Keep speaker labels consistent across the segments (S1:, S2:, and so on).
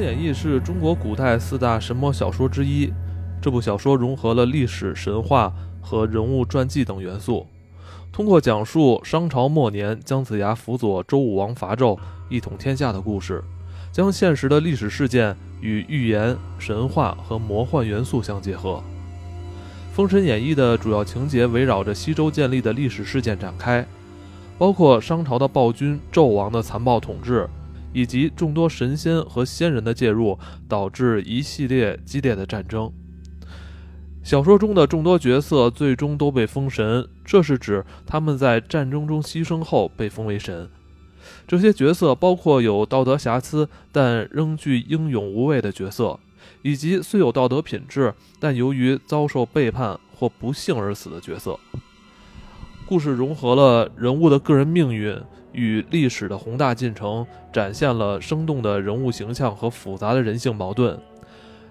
S1: 演义》是中国古代四大神魔小说之一。这部小说融合了历史、神话和人物传记等元素，通过讲述商朝末年姜子牙辅佐周武王伐纣一统天下的故事，将现实的历史事件与寓言、神话和魔幻元素相结合。《封神演义》的主要情节围绕着西周建立的历史事件展开，包括商朝的暴君、纣王的残暴统治。以及众多神仙和仙人的介入，导致一系列激烈的战争。小说中的众多角色最终都被封神，这是指他们在战争中牺牲后被封为神。这些角色包括有道德瑕疵但仍具英勇无畏的角色，以及虽有道德品质但由于遭受背叛或不幸而死的角色。故事融合了人物的个人命运与历史的宏大进程，展现了生动的人物形象和复杂的人性矛盾。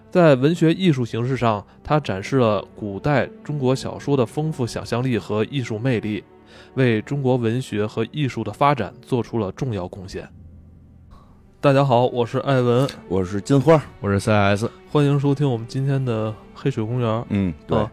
S1: 在文学艺术形式上，它展示了古代中国小说的丰富想象力和艺术魅力，为中国文学和艺术的发展做出了重要贡献。大家好，我是艾文，
S2: 我是金花，
S3: 我是 CS，
S1: 欢迎收听我们今天的《黑水公园》
S2: 嗯，对，
S3: 哦
S1: 啊，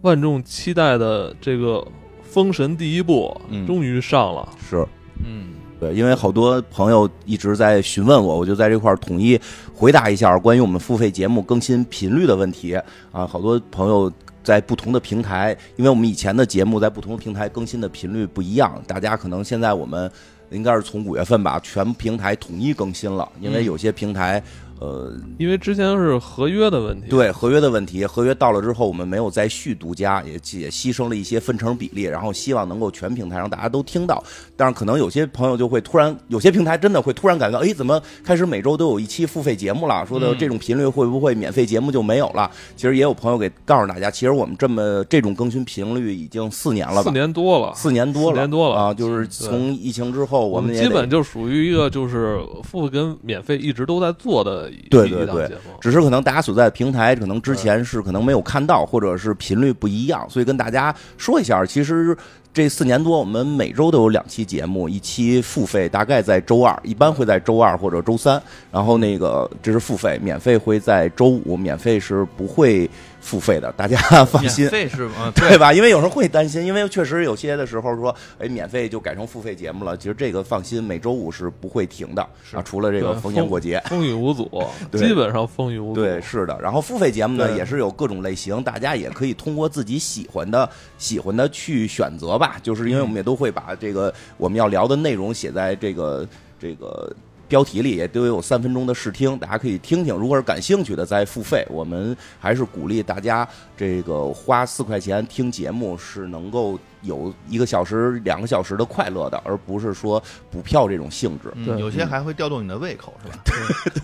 S1: 万众期待的这个《封神》第一部
S2: 嗯
S1: 终于上了。
S2: 是
S3: 嗯，
S2: 对，因为好多朋友一直在询问我，我就在这块儿统一回答一下关于我们付费节目更新频率的问题啊。好多朋友在不同的平台，因为我们以前的节目在不同平台更新的频率不一样，大家可能现在我们应该是从五月份吧，全平台统一更新了，因
S3: 嗯
S2: 为有些平台。呃，
S1: 因为之前是合约的问题，，
S2: 对合约的问题，合约到了之后，我们没有再续独家，也也牺牲了一些分成比例，然后希望能够全平台让大家都听到。但是可能有些朋友就会突然，有些平台真的会突然感到，哎，怎么开始每周都有一期付费节目了？说的
S1: 嗯
S2: 这种频率会不会免费节目就没有了？其实也有朋友给告诉大家，其实我们这么这种更新频率已经四年了
S1: 四
S2: 吧。
S1: 年多了，
S2: 四年多了，
S1: 四年多了
S2: 啊！就是从疫情之后，
S1: 我
S2: 们
S1: 们
S2: 也
S1: 基
S2: 得嗯
S1: 本就属于一个就是付费跟免费一直都在做的一
S2: 对
S1: 一
S2: 对
S1: 档
S2: 对
S1: 节目，
S2: 只是可能大家所在的平台，可能之前是可能没有看到，或者是频率不一样，所以跟大家说一下，其实。这四年多，我们每周都有两期节目，一期付费，大概在周二，一般会在周二或者周三。然后那个这是付费，免费会在周五，免费是不会付费的，大家放心。
S3: 费是吗？啊
S2: 对吧？因为有人会担心，因为确实有些的时候说，哎，免费就改成付费节目了。其实这个放心，每周五是不会停的啊，除了这个
S1: 对
S2: 逢年过节。
S1: 风雨无阻，
S2: 对
S1: 基本上风雨无阻。
S2: 对，是的。然后付费节目呢，
S1: 对
S2: 也是有各种类型，大家也可以通过自己喜欢的、喜欢的去选择吧。就是因为我们也都会把这个我们要聊的内容写在这个这个。标题里也都有三分钟的试听，大家可以听听。如果是感兴趣的，再付费。我们还是鼓励大家，这个花四块钱听节目是能够有一个小时、两个小时的快乐的，而不是说补票这种性质。
S1: 对
S3: 嗯，有些还会调动你的胃口，是吧？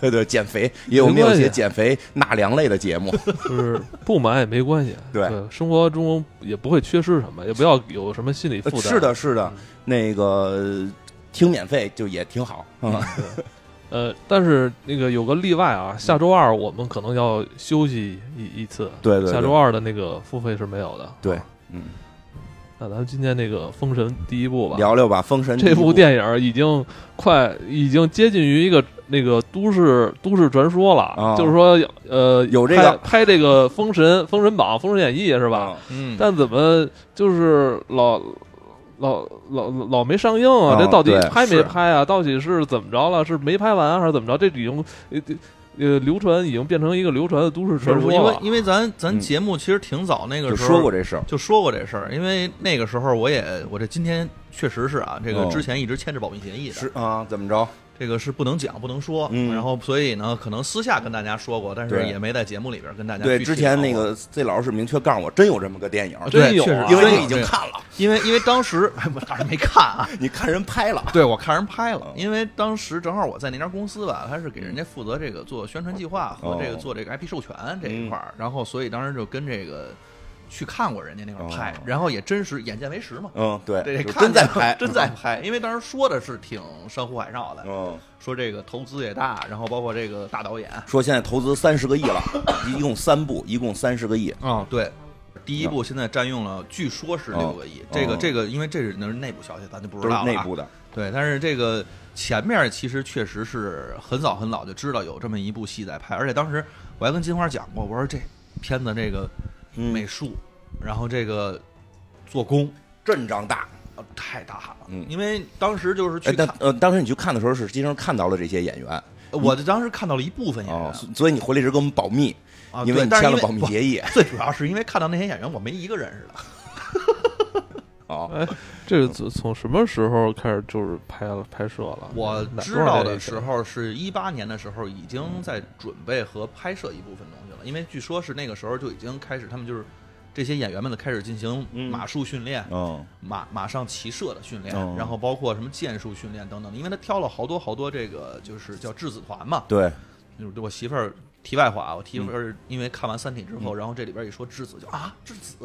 S2: 对对，减肥也有没有一些减肥纳凉类的节目？
S1: 就是不买也没关系。
S2: 对
S1: 生活中也不会缺失什么，也不要有什么心理负
S2: 呃
S1: 担。
S2: 是的，，是的，
S3: 嗯
S2: 那个听免费就也挺好
S3: 嗯
S2: 啊、
S1: 呃，但是那个有个例外啊，下周二我们可能要休息一一次，
S2: 对对对
S1: 下周二的那个付费是没有的。啊
S2: 对，嗯，
S1: 那咱们今天那个《封神》第一部吧，
S2: 聊聊吧，《封神》
S1: 这部
S2: 部
S1: 电影已经快已经接近于一个那个都市都市传说了，
S2: 啊影
S1: 就是说呃
S2: 有这个啊
S1: 拍拍这个《封神》《封神榜》《封神演义》是
S2: 是
S1: 吧？？
S3: 嗯
S1: 但怎么就是老老老老没上映啊？
S2: 啊
S1: 这到底
S2: 对
S1: 拍没
S2: 是
S1: 拍啊？到底是怎么着了？是没拍完啊还是怎么着？这已经呃呃流传已经变成一个流传的都市传
S3: 因
S1: 说
S3: 为
S1: 了。
S3: 因为咱
S2: 嗯
S3: 咱节目其实挺早那个
S2: 就
S3: 时候
S2: 说过这事儿，
S3: 就说过这事儿，因为那个时候我也我这今天确实是啊，这个
S2: 哦
S3: 之前一直牵制保密协议的，
S2: 是啊，怎么着？
S3: 这个是不能讲不能说，
S2: 嗯
S3: 然后所以呢，可能私下跟大家说过，但是
S2: 对
S3: 也没在节目里边跟大家
S2: 对，
S3: 具体
S2: 之前那
S3: 聊过
S2: 个 C 老师明确告诉我，真有这么个电影，
S1: 真有
S3: 对确
S1: 啊
S3: 实
S2: 因为
S3: 真
S2: 你
S3: 有
S2: 已经
S3: 这个
S2: 看了，
S3: 因为因为当时 哎我当时没看啊，
S2: 你看人拍了，
S3: 对，我看人拍了
S2: 嗯，
S3: 因为当时正好我在那家公司吧，他是给人家负责这个做宣传计划和这个
S2: 哦嗯
S3: 做这个 IP 授权这一块儿，然后所以当时就跟这个去看过人家那块儿拍
S2: 哦，
S3: 然后也真实眼见为实嘛，
S2: 嗯， 对，
S3: 对，
S2: 就
S3: 看
S2: 真在
S3: 见了
S2: 拍，
S3: 真在拍，因为当时说的是挺山呼海哨的，
S2: 嗯。
S3: 说这个投资也大，然后包括这个大导演，
S2: 说现在投资三十个亿了，一共三部，一共三十个亿。
S3: 啊，对。第一部现在占用了，据说是六个亿。这个
S2: 哦
S3: 这个，因为这是那是内部消息，咱就不
S2: 都
S3: 知
S2: 是
S3: 道了啊。
S2: 内部的，
S3: 对，但是这个前面其实确实是很早很早就知道有这么一部戏在拍，而且当时我还跟金花讲过，我说这片子这个
S2: 嗯
S3: 美术，然后这个做工
S2: 阵仗大。
S3: 呃太大了，
S2: 嗯
S3: 因为当时就是去
S2: 哎，但
S3: 看，
S2: 呃，当时你去看的时候是经常看到了这些演员
S3: 我当时看到了一部分演员
S2: 哦，所所以你回来时候给我们保密，
S3: 啊，
S2: 因
S3: 对
S2: 为你
S3: 但是
S2: 签了
S3: 因为
S2: 保密
S3: 不
S2: 协议
S3: 最主要是因为看到那些演员，我没一个认识的。
S2: 哦。
S1: 哎，这是从从什么时候开始就是拍了拍摄了？
S3: 我
S1: 哪
S3: 知
S1: 多少
S3: 道
S1: 年以
S3: 的
S1: 前
S3: 时，候是一八年的时候，已经在准备和拍摄一部分东西了，因为据说是那个时候就已经开始，他们就是这些演员们的开始进行
S2: 嗯
S3: 马术训练、
S2: 嗯，
S3: 马马上骑射的训练，
S2: 哦
S3: 然后包括什么剑术训练等等的。因为他挑了好多好多这个就是叫质子团嘛，
S2: 对，嗯
S3: 就是我媳妇儿。题外话啊，我媳妇儿因为看完《三体》之后，然后这里边一说质子，就啊质子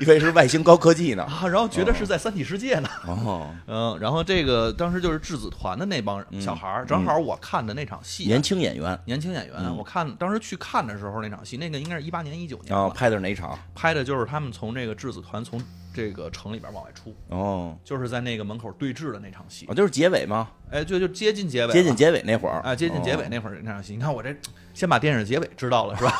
S2: 以为是外星高科技呢。
S3: 啊，然后觉得是在三体世界呢，
S2: 哦，
S3: 嗯，然后这个当时就是质子团的那帮小孩儿，正好我看的那场戏啊，
S2: 嗯年轻演员啊、
S3: 年轻演员，
S1: 嗯
S3: 我看当时去看的时候那场戏，那个应该是一八年一九年吧、
S2: 哦，拍的是哪场？
S3: 拍的就是他们从这个质子团从这个城里边往外出，
S2: 哦，
S3: 就是在那个门口对峙的那场戏
S2: 哦，，就是结尾吗？
S3: 哎，就就接近结尾了，
S2: 接近结尾那会儿哦
S3: 啊，接近结
S1: 哦
S3: 尾。那会儿那场戏，你看我这先把电影结尾知道了 是吧？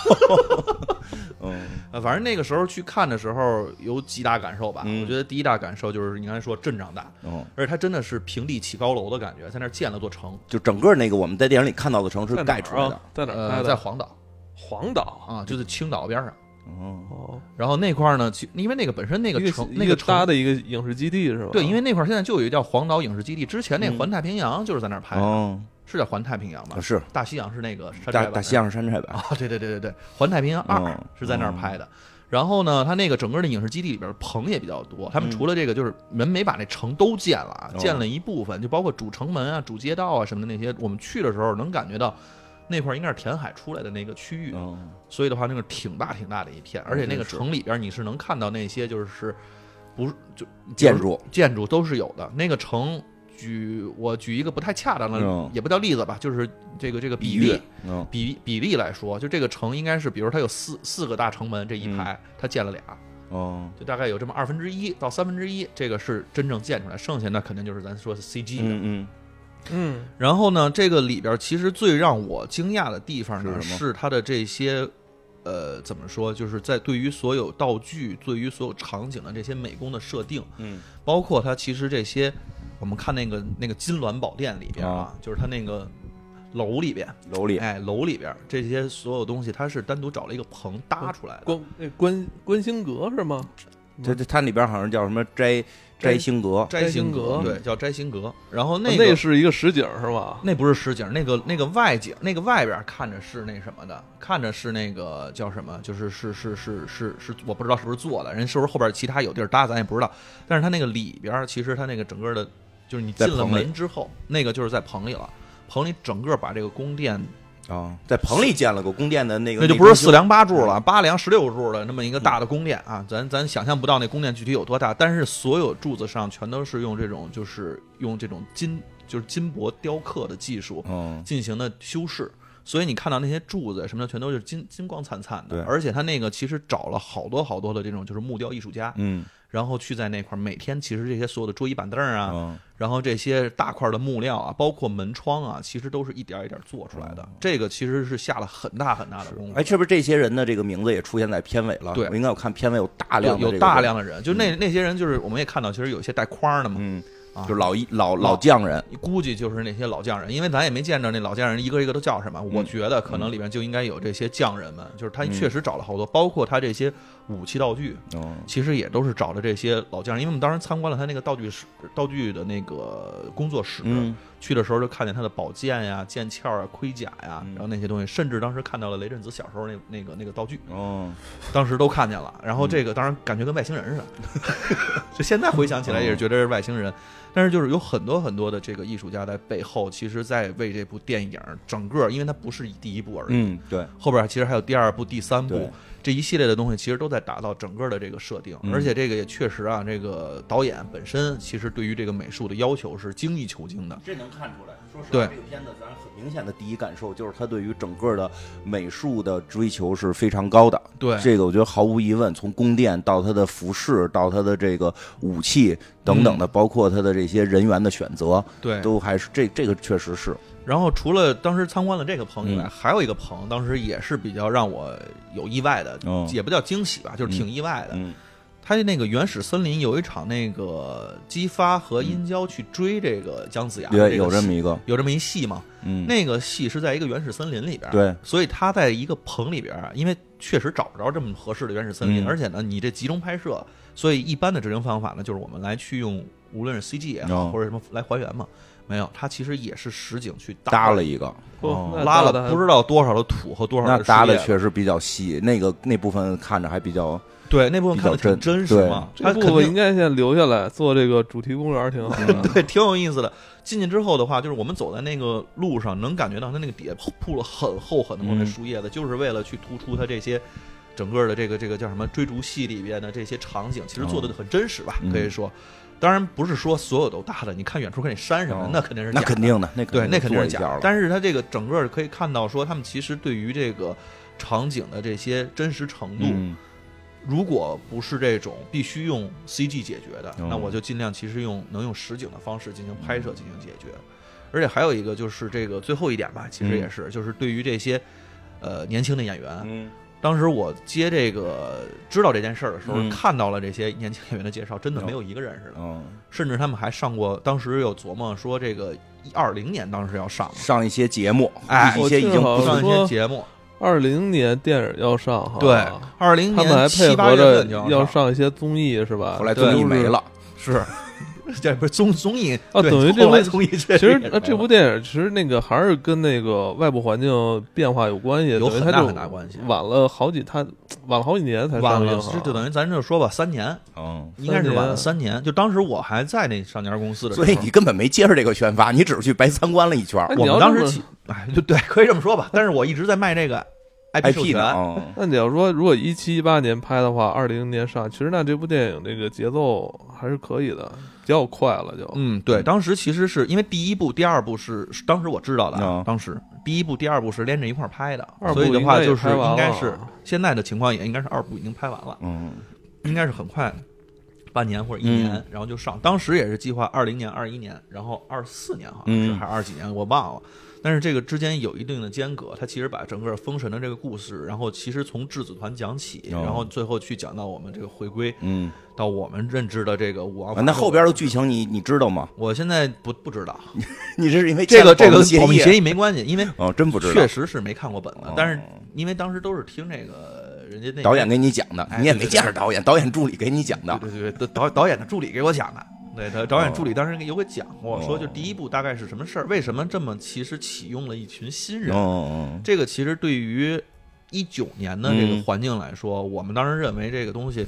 S2: 嗯，
S3: 呃反正那个时候去看的时候有几大感受吧，
S2: 嗯
S3: 我觉得第一大感受就是你刚才说阵仗大，
S2: 哦，
S3: 而且它真的是平地起高楼的感觉，在那儿建了座城，
S2: 就整个那个我们在电影里看到的城市
S1: 在哪儿
S2: 盖出来的
S1: 啊。在哪儿
S3: 呃，
S1: 拍
S3: 在
S1: 的？
S3: 黄岛
S1: 黄岛。
S3: 啊，就在青岛边上。
S2: 哦，
S1: 哦，
S3: 然后那块儿呢，其因为那个本身那
S1: 一
S3: 个
S1: 个
S3: 城
S1: 一
S3: 那个
S1: 搭
S3: 城
S1: 的一个影视基地是吧？
S3: 对，因为那块儿现在就有一个叫黄岛影视基地，之前那环太平洋就是在那儿拍的，
S2: 嗯哦，啊
S3: 是叫环太平洋吧？
S2: 是
S3: 大西洋是那个山寨
S2: 大
S3: 版
S2: 大西洋山寨版。
S3: 啊，对对对对对，环太平洋二、
S2: 嗯
S3: 是在那儿拍的。然后呢，它那个整个的影视基地里边棚也比较多，他们除了这个就是人没把那城都建了啊，
S2: 嗯哦
S3: 建了一部分，就包括主城门啊、主街道啊什么的那些，我们去的时候能感觉到。那块儿应该是填海出来的那个区域，
S2: 嗯，
S3: 所以的话，那个挺大挺大的一片，而且那个
S2: 真是
S3: 城里边你是能看到那些就是不是就
S2: 建筑
S3: 建筑都是有的。那个城举我举一个不太恰当的，
S2: 嗯
S3: 也不叫例子吧，就是这个这个比
S2: 喻
S3: 例。
S2: 嗯，
S3: 比比例来说，就这个城应该是，比如它有四四个大城门这一排，它建了俩，
S2: 哦，
S3: 就大概有这么二分之一到三分之一，这个是真正建出来，剩下那肯定就是咱说是 CG 的。
S2: 嗯
S1: 嗯，
S3: 然后呢，这个里边其实最让我惊讶的地方呢，
S2: 是什么
S3: 是它的这些，呃，怎么说，就是在对于所有道具、对于所有场景的这些美工的设定，
S2: 嗯
S3: 包括它其实这些，我们看那个那个金銮宝殿里边啊，就是它那个楼里边，
S2: 嗯，楼里
S3: 哎，楼里边这些所有东西，它是单独找了一个棚搭出来的。
S1: 关那关关星阁是吗？啊
S2: 它它它里边好像叫什么摘摘星阁，
S3: 摘
S1: 星
S3: 阁
S1: 阁，
S3: 对，叫摘星阁。然后
S1: 啊
S3: 那
S1: 那
S3: 个
S1: 是一个实景是吧？
S3: 那不是实景，那个那个外景，那个外边看着是那什么的，看着是那个叫什么，就是是是是是是，我不知道是不是做的，人是不是后边其他有地儿搭，咱也不知道。但是它那个里边，其实它那个整个的，就是你
S2: 在
S3: 进了
S2: 棚里
S3: 门之后，那个就是在棚里了。棚里整个把这个宫殿，
S2: 啊，在棚里建了个宫殿的那个，
S3: 那就不是四梁八柱了，
S2: 嗯
S3: 八梁十六柱的那么一个大的宫殿啊，咱咱想象不到那宫殿具体有多大，但是所有柱子上全都是用这种就是用这种金就是金箔雕刻的技术，
S2: 嗯，
S3: 进行的修饰，所以你看到那些柱子什么的，全都是金金光灿灿
S2: 对
S3: 的。而且他那个其实找了好多好多的这种就是木雕艺术家，
S2: 嗯
S3: 然后去在那块儿每天其实这些所有的桌椅板凳啊，
S2: 嗯
S3: 然后这些大块的木料啊，包括门窗啊，其实都是一点儿一点儿做出来的。这个其实是下了很大很大的功夫。
S2: 哦哎，是不是这些人的这个名字也出现在片尾了？
S3: 对
S2: 我应该我看片尾有大
S3: 有
S2: 量的这
S3: 有
S2: 个
S3: 大量的人，就那那些人，就是我们也看到，其实有些带框儿的嘛，
S2: 嗯
S3: 啊，
S2: 就老一老老匠人，
S3: 估计就是那些老匠人，因为咱也没见着那老匠人一个一个都叫什么。
S2: 嗯
S3: 我觉得可能里面就应该有这些匠人们，就是他确实找了好多，包括他这些武器道具，
S2: 哦
S3: 其实也都是找的这些老匠人。因为我们当时参观了他那个道具室、道具的那个工作室，
S2: 嗯
S3: 去的时候就看见他的宝剑呀、剑鞘啊、盔甲呀、
S2: 嗯
S3: 然后那些东西，甚至当时看到了雷震子小时候那那个那个道具，
S2: 哦，
S3: 当时都看见了。
S2: 嗯
S3: 然后这个当然感觉跟外星人似的， 就现在回想起来也是觉得是外星
S2: 嗯
S3: 人。但是就是有很多很多的这个艺术家在背后，其实在为这部电影整个，因为它不是第一部而已，
S2: 嗯对，
S3: 后边其实还有第二部、第三部
S2: 对，
S3: 这一系列的东西其实都在打造整个的这个设定，
S2: 嗯
S3: 而且这个也确实啊，这个导演本身其实对于这个美术的要求是精益求精的。
S2: 这能看出来。说实
S3: 对
S2: 话，这个片子咱很明显的第一感受就是他对于整个的美术的追求是非常高的。
S3: 对
S2: 这个我觉得毫无疑问，从宫殿到它的服饰，到它的这个武器等等的，包括它的这些人员的选择，
S3: 嗯对，
S2: 都还是这这个确实是
S3: 然后除了当时参观了这个棚以外，
S2: 嗯
S3: 还有一个棚，当时也是比较让我有意外的，
S2: 哦
S3: 也不叫惊喜吧，就是挺意外的。
S2: 嗯
S3: 他那个原始森林有一场那个姬发和殷郊去追这个姜子牙的个
S2: 嗯
S3: 戏，
S2: 也有这么一个
S3: 有这么一戏嘛？
S2: 嗯
S3: 那个戏是在一个原始森林里边，
S2: 对，
S3: 所以他在一个棚里边，啊因为确实找不着这么合适的原始森林，
S2: 嗯
S3: 而且呢，你这集中拍摄，所以一般的执行方法呢，就是我们来去用无论是 CG 也好，
S2: 哦
S3: 或者什么来还原嘛，没有，他其实也是实景去
S2: 搭
S3: 了
S2: 了一个。
S1: 哦那
S3: 呃拉
S1: 搭得
S3: 了
S1: 还
S3: 不知道多少的土和多少
S2: 那
S3: 的
S2: 搭
S3: 树
S2: 的
S3: 叶
S2: 确实比较细，那个那部分看着还比较
S3: 对那部分看的
S2: 比较
S3: 挺真实嘛，
S1: 这
S3: 他
S1: 部
S3: 肯
S1: 分应
S3: 定嗯
S1: 该先留下来做这个主题公园，挺好的。
S3: 对挺有意思的。进去之后的话，就是我们走在那个路上，能感觉到它那个底下铺了很厚很厚的
S2: 嗯
S3: 树叶子，就是为了去突出它这些。整个的这个这个叫什么追逐戏里边的这些场景，其实做的很真实吧，
S2: 嗯
S3: 可以说，当然不是说所有都搭的，你看远处看那山什么的
S2: 哦，
S3: 那肯定是
S2: 那
S3: 假
S2: 肯
S3: 的
S2: 定的，那
S3: 对，那肯定
S2: 做
S3: 是
S2: 一
S3: 假
S2: 下
S3: 的
S2: 了。
S3: 但是它这个整个可以看到，说他们其实对于这个场景的这些真实程度，
S2: 嗯
S3: 如果不是这种必须用 CG 解决的，
S2: 嗯
S3: 那我就尽量其实用能用实景的方式进行拍摄进行解决。
S2: 嗯
S3: 而且还有一个就是这个最后一点吧，其实也是，就是对于这些呃年轻的演员，
S2: 嗯
S3: 当时我接这个知道这件事儿的时候，
S2: 嗯
S3: 看到了这些年轻演员的介绍，真的
S2: 嗯
S3: 没有一个认识的，
S2: 嗯，
S3: 甚至他们还上过，当时有琢磨说这个二零年当时要上嘛，
S2: 上一些节目，
S3: 哎
S2: 一些已经
S1: 我
S2: 不
S1: 听着好像
S2: 是
S3: 上一些节目，
S1: 二零年电影要上哈，
S3: 对，二零
S1: 他们还
S3: 年
S1: 配
S3: 七八
S1: 合
S3: 月
S1: 着
S3: 份就
S1: 要
S3: 上，
S1: 上一些综艺是吧？
S2: 后来
S1: 对
S2: 综艺没。了，
S3: 是， 这不是综综艺
S1: 啊
S3: 对
S1: 等于这
S3: 后来
S1: 部
S3: 综艺确
S1: 其实
S3: 也没，
S1: 呃，这部电影其实那个还是跟那个外部环境变化有关系，
S3: 有
S1: 等于
S3: 很
S1: 它
S3: 大
S1: 就
S3: 很大关系
S1: 晚了好几，它晚了好几年才
S3: 晚
S1: 上
S3: 了
S1: 映
S3: 是
S1: 哈。
S3: 就等于咱这说吧，三年
S2: 嗯，
S3: 应该是晚了
S1: 三
S3: 三年。就当时我还在那上家公司的时候，
S2: 所以你根本没接受这个宣发，你只是去白参观了一圈儿
S1: 哎
S3: 我
S1: 你
S3: 们
S1: 要
S3: 当
S1: 这
S3: 时
S1: 么
S3: 起哎，就对，可以这么说吧。但是我一直在卖这个 IP 授
S2: ，IP
S3: 权，
S2: 呢？嗯
S1: 那你要说如果一七一八年拍的话，二零年上，其实那这部电影这个节奏还是可以的，比较快了就。
S3: 嗯，对，当时其实是因为第一部、第二部是是当时我知道的啊
S2: 嗯，
S3: 当时第一部、第二部是连着一块儿拍的
S1: 二，部
S3: 所以的话
S1: 应该也
S3: 就是
S1: 拍完
S3: 应该
S1: 了
S3: 是现在的情况也应该是二部已经拍完了，
S2: 嗯
S3: 应该是很快，半年或者一年，
S2: 嗯
S3: 然后就上。当时也是计划二零年、二一年，然后二四年好像是、
S2: 嗯
S3: 还是二几年，我忘了。但是这个之间有一定的间隔，它其实把整个封神的这个故事，然后其实从质子团讲起，
S2: 哦
S3: 然后最后去讲到我们这个回归
S2: 嗯，
S3: 到我们认知的这个武王
S2: 啊
S3: 伐纣、
S2: 那后边的剧情你你知道吗？
S3: 我现在不不知道，
S2: 你这是因为
S3: 这个这个
S2: 签了
S3: 保
S2: 保密
S3: 密协
S2: 议
S3: 议没关系，因为
S2: 哦，真不知道
S3: 确，实是没看过本子
S2: 哦，
S3: 但是因为当时都是听这个人家那
S2: 导演给你讲的，
S3: 哎
S2: 你也
S3: 对
S2: 没
S3: 对
S2: 见着导演，导演助理给你讲的，
S3: 对对对，导导演的助理给我讲的。对，他导演助理当时有给讲过，
S2: 哦
S3: 说就第一部大概是什么事儿，为什么这么其实启用了一群
S2: 嗯
S3: 新人，
S2: 嗯
S3: 这个其实对于一九年的这个
S2: 嗯
S3: 环境来说，我们当时认为这个东西，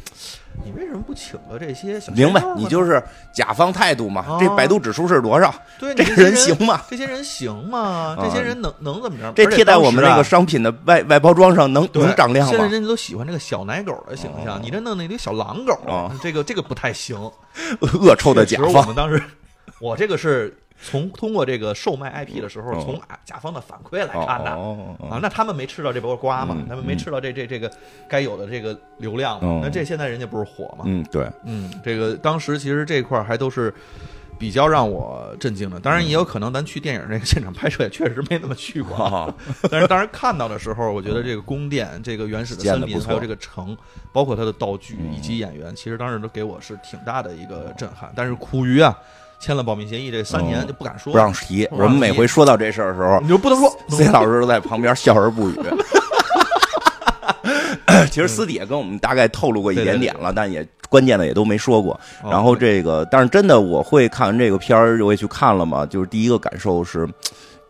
S3: 你为什么不请个这些小
S2: 嗯，明白
S3: 鲜肉，呢
S2: 你就是甲方态度嘛
S3: 啊哦，
S2: 这百度指数是多少？
S3: 对你
S2: 这
S3: 这
S2: 个
S3: 些
S2: 人行吗？啊
S3: 这些人行吗？这些人能能怎么着？
S2: 这
S3: 而且
S2: 贴在我们
S3: 当时
S2: 那
S3: 啊
S2: 个商品的外外包装上能
S3: 对
S2: 能涨量
S3: 现在
S2: 吗？
S3: 人家都喜欢这个小奶狗的形象，
S2: 哦
S3: 你这弄那堆小狼狗，
S2: 哦
S3: 这个这个不太行。
S2: 恶臭的甲
S3: 确实我
S2: 方，
S3: 们当时，我这个是从通过这个售卖 IP 的时候，
S2: 哦
S3: 从啊甲方的反馈来
S2: 哦
S3: 看的。
S2: 哦
S3: 啊，
S2: 哦
S3: 那他们没吃到这波瓜嘛？
S2: 嗯
S3: 他们没吃到这这这个该有的这个流量嘛？
S2: 哦
S3: 那这现在人家不是火嘛？
S2: 嗯，对，
S3: 嗯，这个当时其实这块儿还都是比较让我震惊的。当然也有可能咱去电影这个现场拍摄也确实没那么去过，
S2: 啊，
S3: 但是当时看到的时候，我觉得这个宫殿、这个原始的
S2: 建得
S3: 森林，
S2: 不错
S3: 还有这个城，包括它的道具
S2: 嗯
S3: 以及演员，其实当时都给我是挺大的一个震撼。但是苦于啊，签了保密协议，这三年
S2: 嗯
S3: 就不敢说，
S2: 不让提。
S3: 不让
S2: 我们每
S3: 提嗯
S2: 回说到这事儿的时候
S3: 你，就不 能说。
S2: C 老师都在旁边笑而不 语。 其实私底下跟我们大概透露过一点点了，但也关键的也都没说过。
S3: 哦
S2: 然后这个，但是真的我会看完这个片儿，我也去看了嘛。就是第一个感受是，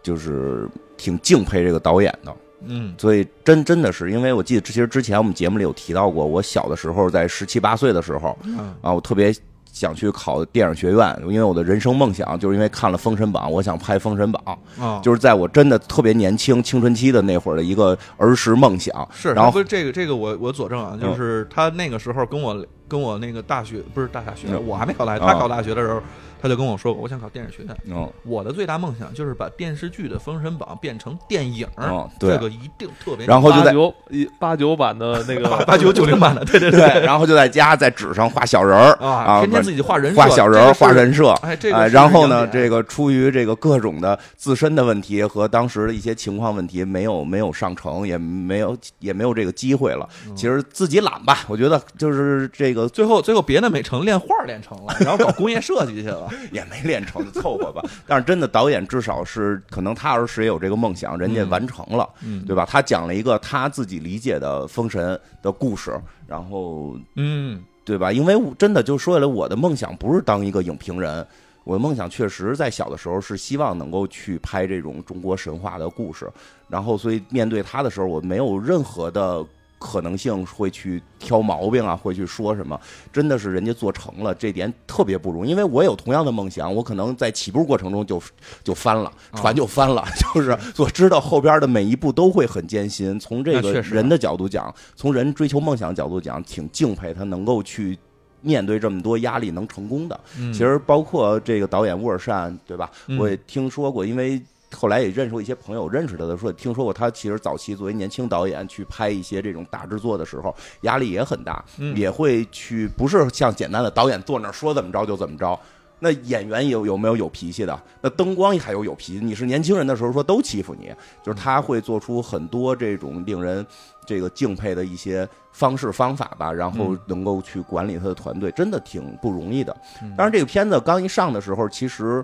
S2: 就是挺敬佩这个导演的。
S3: 嗯，
S2: 所以真真的是，因为我记得之其实之前我们节目里有提到过，我小的时候在十七八岁的时候
S3: 嗯
S2: 啊，我特别想去考电影学院，因为我的人生梦想就是因为看了《封神榜》，我想拍《封神榜》，
S3: 啊，
S2: 就是在我真的特别年轻青春期的那会儿的一个儿时梦想。
S3: 是，
S2: 然
S3: 他
S2: 后
S3: 不是这个这个我我佐证啊，就
S2: 嗯
S3: 是他那个时候跟我跟我那个大学不是大大学，
S2: 嗯
S3: 我还没考大学，
S2: 啊
S3: 他考大学的时候，他就跟我说过，我想考电影学院。
S2: 嗯
S3: 我的最大梦想就是把电视剧的《封神榜》变成电影儿，
S2: 嗯，对
S3: 这，个一定特别。
S2: 然后就
S1: 八
S2: 在
S1: 九一八九版的那 个
S3: 啊八 九九零版的，对对
S2: 对，然后就在家在纸上画小人儿
S3: 啊，天天自己画人设，
S2: 画小人
S3: 这
S2: 儿
S3: 个是
S2: 画，人设。
S3: 哎，这
S2: 哎
S3: 个是
S2: 然后呢，
S3: 亮点啊
S2: 这个出于这个各种的自身的问题和当时的一些情况问题，没有没有上成，也没有也没有这个机会了。
S3: 嗯
S2: 其实自己懒吧，我觉得就是这个
S3: 最后最后别的没成，练画儿练成了，然后搞工业设计去了。
S2: 也没练成，凑合吧。但是真的导演至少是可能他儿时也有这个梦想，人家完成了，
S3: 嗯
S2: 对吧？他讲了一个他自己理解的封神的故事，然后
S3: 嗯，
S2: 对吧？因为我真的就说了，我的梦想不是当一个影评人，我的梦想确实在小的时候是希望能够去拍这种中国神话的故事。然后，所以面对他的时候，我没有任何的可能性会去挑毛病啊，会去说什么。真的是人家做成了，这点特别不容易。因为我有同样的梦想，我可能在起步过程中就就翻了，
S3: 啊
S2: 船就翻了， 就是我知道后边的每一步都会很艰辛。从这
S3: 那
S2: 个
S3: 确实啊
S2: 人的角度讲，从人追求梦想角度讲，挺敬佩他能够去。面对这么多压力能成功的，
S3: 嗯
S2: 其实包括这个导演乌尔善，对吧？
S3: 嗯
S2: 我也听说过，因为后来也认识过一些朋友，认识他的说，听说过他其实早期作为年轻导演去拍一些这种大制作的时候，压力也很大，
S3: 嗯
S2: 也会去不是像简单的导演坐那儿说怎么着就怎么着。那演员有有没有有脾气的？那灯光还有有脾气。你是年轻人的时候说都欺负你，就是他会做出很多这种令人这个敬佩的一些方式方法吧，然后
S3: 嗯
S2: 能够去管理他的团队，真的挺不容易的。
S3: 嗯
S2: 当然，这个片子刚一上的时候，其实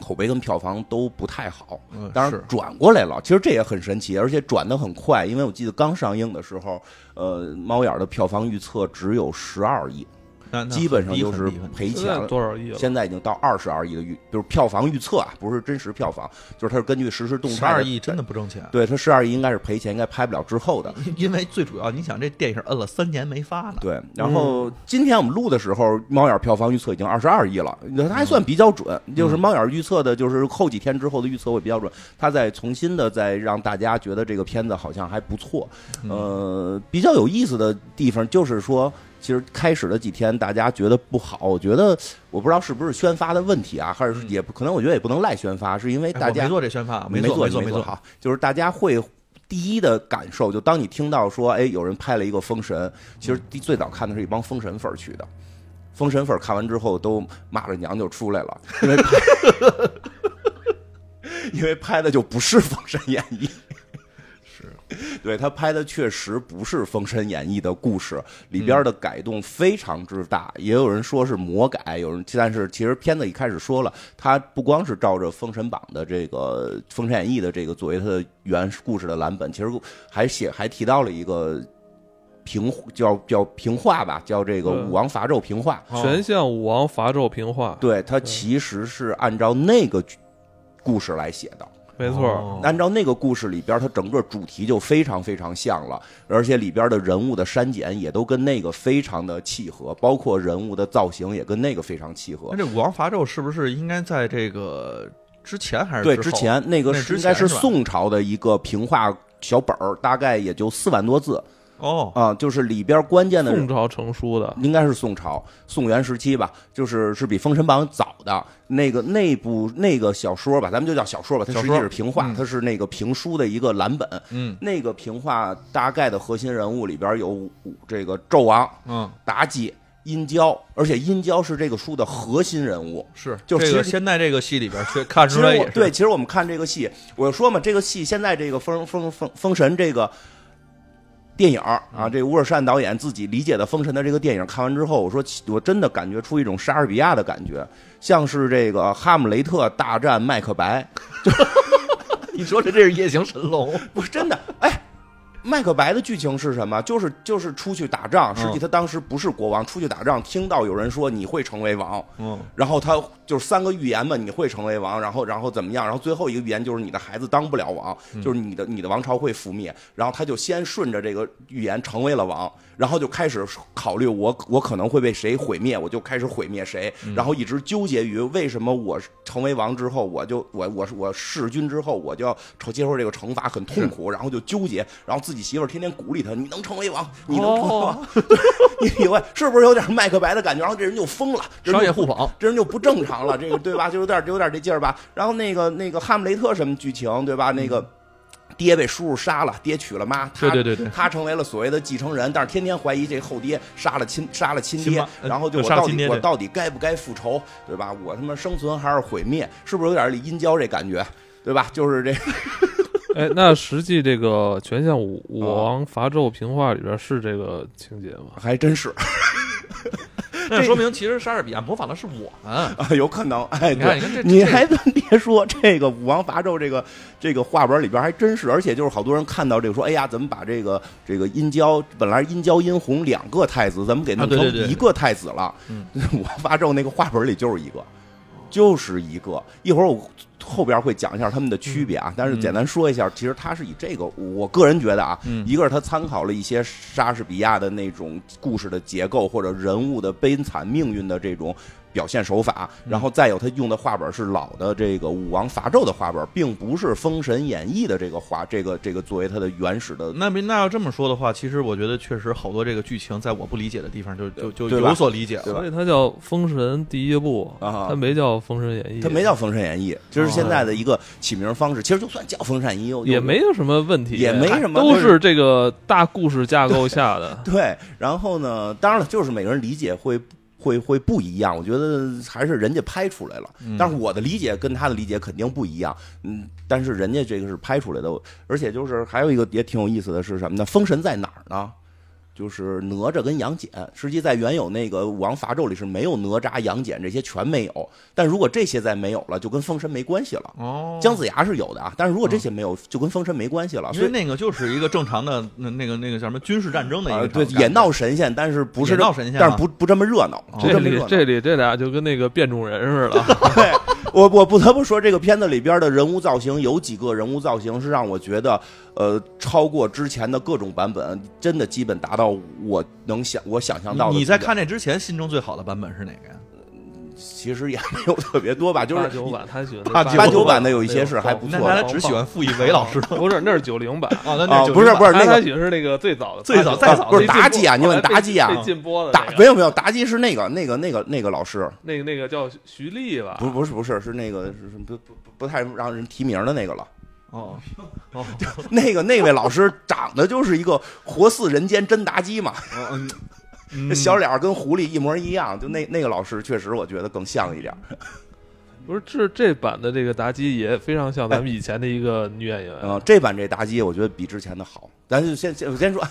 S2: 口碑跟票房都不太好。
S3: 嗯
S2: 当然
S3: 是
S2: 转过来了，其实这也很神奇，而且转的很快，因为我记得刚上映的时候，呃，猫眼儿的票房预测只有十二亿，
S3: 那那
S2: 基本上
S3: 很低
S2: 就
S3: 很
S2: 是
S3: 低很低
S2: 赔
S1: 现
S2: 钱
S1: 在
S2: 了。
S1: 多少亿了？
S2: 现在已经到二十二亿的预，就是票房预测啊，不是真实票房，就是它是根据实时动态
S3: 十
S2: 的。
S3: 二亿真的不挣钱。
S2: 对，它十二亿应该是赔钱，应该拍不了之后的。
S3: 因为最主要，你想这电影摁了三年没发呢，
S2: 对，然
S3: 嗯
S2: 后今天我们录的时候，猫眼票房预测已经二十二亿了，它还
S3: 嗯
S2: 算比较准。就是猫眼预测的，就是后几天之后的预测会比较准。它再重新的再让大家觉得这个片子好像还不错。
S3: 嗯
S2: 呃，比较有意思的地方就是说，其实开始的几天大家觉得不好，我觉得我不知道是不是宣发的问题啊，还是也不可能，我觉得也不能赖宣发，是因为
S3: 嗯哎
S2: 大
S3: 我
S2: 家
S3: 没做这宣发，
S2: 没
S3: 做，没
S2: 做
S3: 没
S2: 做
S3: 做。
S2: 好，就是大家会第一的感受，就当你听到说，哎，有人拍了一个封神，其实第最早看的是一帮封神粉儿去的。封神粉儿看完之后都骂着娘就出来了，因为拍 因为拍的就不是《封神演义》，是对他拍的确实不是《封神演义》的故事，里边的改动非常之大，也有人说是魔改，有人但是呃其实片子一开始说了，它不光是照着《封神榜》的这个《封神演义》的这个作为它的原故事的蓝本，其实还写还提到了一个平叫叫平话吧，叫这个
S1: 嗯
S2: 武王伐纣平话。
S3: 哦
S1: 全项武王伐纣平话，
S2: 对，它
S1: 对
S2: 其实是按照那个剧故事来写的。
S1: 没错儿。
S3: 哦
S2: 按照那个故事里边，它整个主题就非常非常像了，而且里边的人物的删减也都跟那个非常的契合，包括人物的造型也跟那个非常契合
S3: 那。这武王伐纣是不是应该在这个之前还是
S2: 对，
S3: 之
S2: 之
S3: 后
S2: 前那个
S3: 那
S2: 是
S3: 之
S2: 应该是
S3: 前是吧
S2: 宋朝的一个评话小本儿，大概也就四万多字
S3: 哦，
S2: 啊，就是里边关键的人
S1: 宋朝成书的，
S2: 应该是宋朝宋元时期吧，就是是比《封神榜》早的那个那部那个小说吧，咱们就叫小说吧，它
S3: 小
S2: 实
S3: 说
S2: 际是评话，
S3: 嗯
S2: 它是那个评书的一个蓝本。
S3: 嗯
S2: 那个评话大概的核心人物里边有五这个纣王、
S3: 嗯
S2: 妲己、殷郊，而且殷郊是这个书的核心人物。
S3: 是，
S2: 就
S3: 这个
S2: 其实
S3: 现在这个戏里边却看
S2: 其
S3: 出
S2: 实
S3: 来
S2: 我
S3: 也是
S2: 对，其实我们看这个戏，我说嘛，这个戏现在这个封封封封神这个电影儿
S3: 嗯
S2: 啊，这个乌尔善导演自己理解的封神的这个电影，看完之后，我说其我真的感觉出一种莎士比亚的感觉，像是这个《哈姆雷特大战麦克白》，
S3: 你说这这是夜行神龙，
S2: 不是真的，哎。麦克白的剧情是什么？就是就是出去打仗，实
S3: 嗯
S2: 际他当时不是国王，出去打仗，听到有人说你会成为王，
S3: 嗯，
S2: 然后他就是三个预言嘛，你会成为王，然后然后怎么样？然后最后一个预言就是你的孩子当不了王，就是你的你的王朝会覆灭。然后他就先顺着这个预言成为了王，然后就开始考虑我我可能会被谁毁灭，我就开始毁灭谁，然后一直纠结于为什么我成为王之后，我就我我我弑君之后，我就要承接受这个惩罚，很痛苦，然后就纠结，然后自己媳妇儿天天鼓励他，你能成为王，你能成为王， 你以为是不是有点麦克白的感觉？然后这人就疯了，这人
S1: 商
S2: 就
S1: 业互捧，
S2: 这人就不正常了，这个对吧？就有点有点这劲儿吧。然后那个那个哈姆雷特什么剧情对吧？那个。
S3: 嗯
S2: 爹被叔叔杀了，爹娶了妈，他
S1: 对对对对
S2: 他成为了所谓的继承人，但是天天怀疑这后爹杀了亲杀了亲
S3: 亲
S2: 爹
S3: 妈，呃
S2: 然后就我
S3: 杀了
S2: 到
S3: 亲
S2: 底
S3: 爹
S2: 我
S3: 对
S2: 到底该不该复仇，对吧？我他妈生存还是毁灭，是不是有点阴交这感觉，对吧？就是这
S1: 哎，那实际这个《权相武武
S2: 啊
S1: 王伐纣平话》里边是这个情节吗？
S2: 还真是
S3: 那说明其实莎士比亚模仿的是我 们。
S2: 啊，有可能哎，
S3: 你看，
S2: 对
S3: 你，看这，
S2: 你
S3: 这
S2: 还真别说，这个武王伐纣这个这个话本里边还真是，而且就是好多人看到这个说，哎呀，怎么把这个这个殷郊本来殷郊殷红两个太子，咱们给弄
S3: 啊对
S2: 成
S3: 对对
S2: 一个太子了？
S3: 嗯
S2: 武王伐纣那个话本里就是一个，就是一个。一会儿我后边会讲一下他们的区别
S1: 嗯
S2: 啊，但是简单说一下，其实他是以这个，我个人觉得啊，
S3: 嗯
S2: 一个是他参考了一些莎士比亚的那种故事的结构或者人物的悲惨命运的这种表现手法，
S1: 嗯
S2: 然后再有他用的画本是老的这个武王伐纣的画本，并不是《封神演义》的这个画，这个这个作为他的原始的。
S3: 那那要这么说的话，其实我觉得确实好多这个剧情，在我不理解的地方就就就
S2: 对吧
S3: 有所理解
S2: 对吧
S1: 所
S3: 了。
S1: 以它叫《封神第一部》，
S2: 啊
S1: 它嗯没叫《封神演义》，
S2: 他没叫《封神演义》，这是现在的一个起名方式。其实就算叫《封神演义》，又
S1: 也没有什么问题，
S2: 也没什么
S1: 都
S2: 就是
S1: 是这个大故事架构下 的。
S2: 对。然后呢，当然了，就是每个人理解会会会不一样。我觉得还是人家拍出来了，
S3: 嗯
S2: 但是我的理解跟他的理解肯定不一样。嗯，但是人家这个是拍出来的，而且就是还有一个也挺有意思的是什么呢？封神在哪儿呢？就是哪吒跟杨戬，实际在原有那个《武王伐纣》里是没有哪吒、杨戬这些全没有，但如果这些再没有了，就跟封神没关系了。
S3: 哦，
S2: 姜子牙是有的啊，但是如果这些没有，就跟封神没关系了。
S3: 因
S2: 所以
S3: 为那个就是一个正常的那那个那个叫什么军事战争的一
S2: 啊，
S3: 个
S2: 对
S3: 场，感
S2: 也闹神仙，但是不是
S3: 也闹神仙啊哦
S2: 但是不不这么热闹，不
S1: 哦这
S2: 这么热
S1: 里
S2: 闹。
S1: 这里这俩就跟那个变种人似的，
S2: 对，我我不得不说，这个片子里边的人物造型有几个人物造型是让我觉得，呃，超过之前的各种版本，真的基本达到我能想我想象到的。
S3: 你你在，看这之前心中最好的版本是哪个呀？
S2: 其实也没有特别多吧，就
S1: 八
S2: 是
S1: 九版他喜欢的
S2: 八
S1: 九
S2: 八九版的有一些是还不
S3: 那
S2: 错
S3: 大家只喜欢傅艺 伟老师 的
S1: 不是那是九零版，
S3: 哦，那
S2: 啊
S3: 那，
S2: 不是不
S3: 是
S2: 是那
S1: 他
S2: 个
S1: 喜欢是那个最早的
S3: 最
S1: 八
S3: 早
S1: 九版
S3: 再早
S2: 不
S1: 被
S2: 是
S1: 禁
S2: 妲己
S1: 播
S2: 啊，你问
S1: 后来
S2: 妲己啊
S1: 被，禁播的
S2: 妲
S1: 那个
S2: 没有没有，妲己是那个那个那个那个老师，
S1: 那个那个叫徐丽吧？
S3: 啊
S2: 不不是不是是那个是是不不不不太让人提名的那个了。
S3: 哦哦
S2: 那个那位老师长得就是一个活似人间真妲己嘛，
S3: 哦嗯嗯，
S2: 这小脸儿跟狐狸一模一样。就那那个老师确实，我觉得更像一点儿。
S1: 不是这这版的这个妲己也非常像咱们以前的一个女演员，
S2: 嗯，这版这妲己，我觉得比之前的好。咱就先先我先说，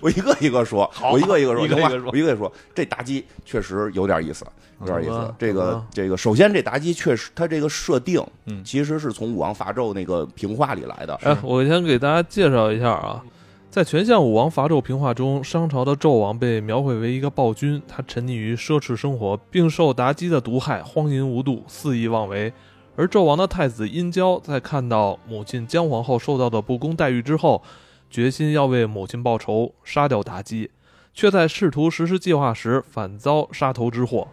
S2: 我一个一个说，
S1: 好
S2: 我一个一个说，
S1: 一个
S2: 行吧
S1: 一个说
S2: 我一个一个说。这妲己确实有点意思，有点意
S1: 怎么
S2: 思
S1: 了。
S2: 这
S1: 怎么
S2: 个
S1: 了
S2: 这个，首先这妲己确实，它这个设定，
S3: 嗯
S2: 其实是从武王伐纣那个平话里来的。
S1: 哎，我先给大家介绍一下啊，在《权相武王伐纣平话》中，商朝的纣王被描绘为一个暴君，他沉溺于奢侈生活，并受妲己的毒害，荒淫无度，肆意妄为。而纣王的太子殷郊在看到母亲姜皇后受到的不公待遇之后，决心要为母亲报仇，杀掉妲己，却在试图实施计划时反遭杀头之祸。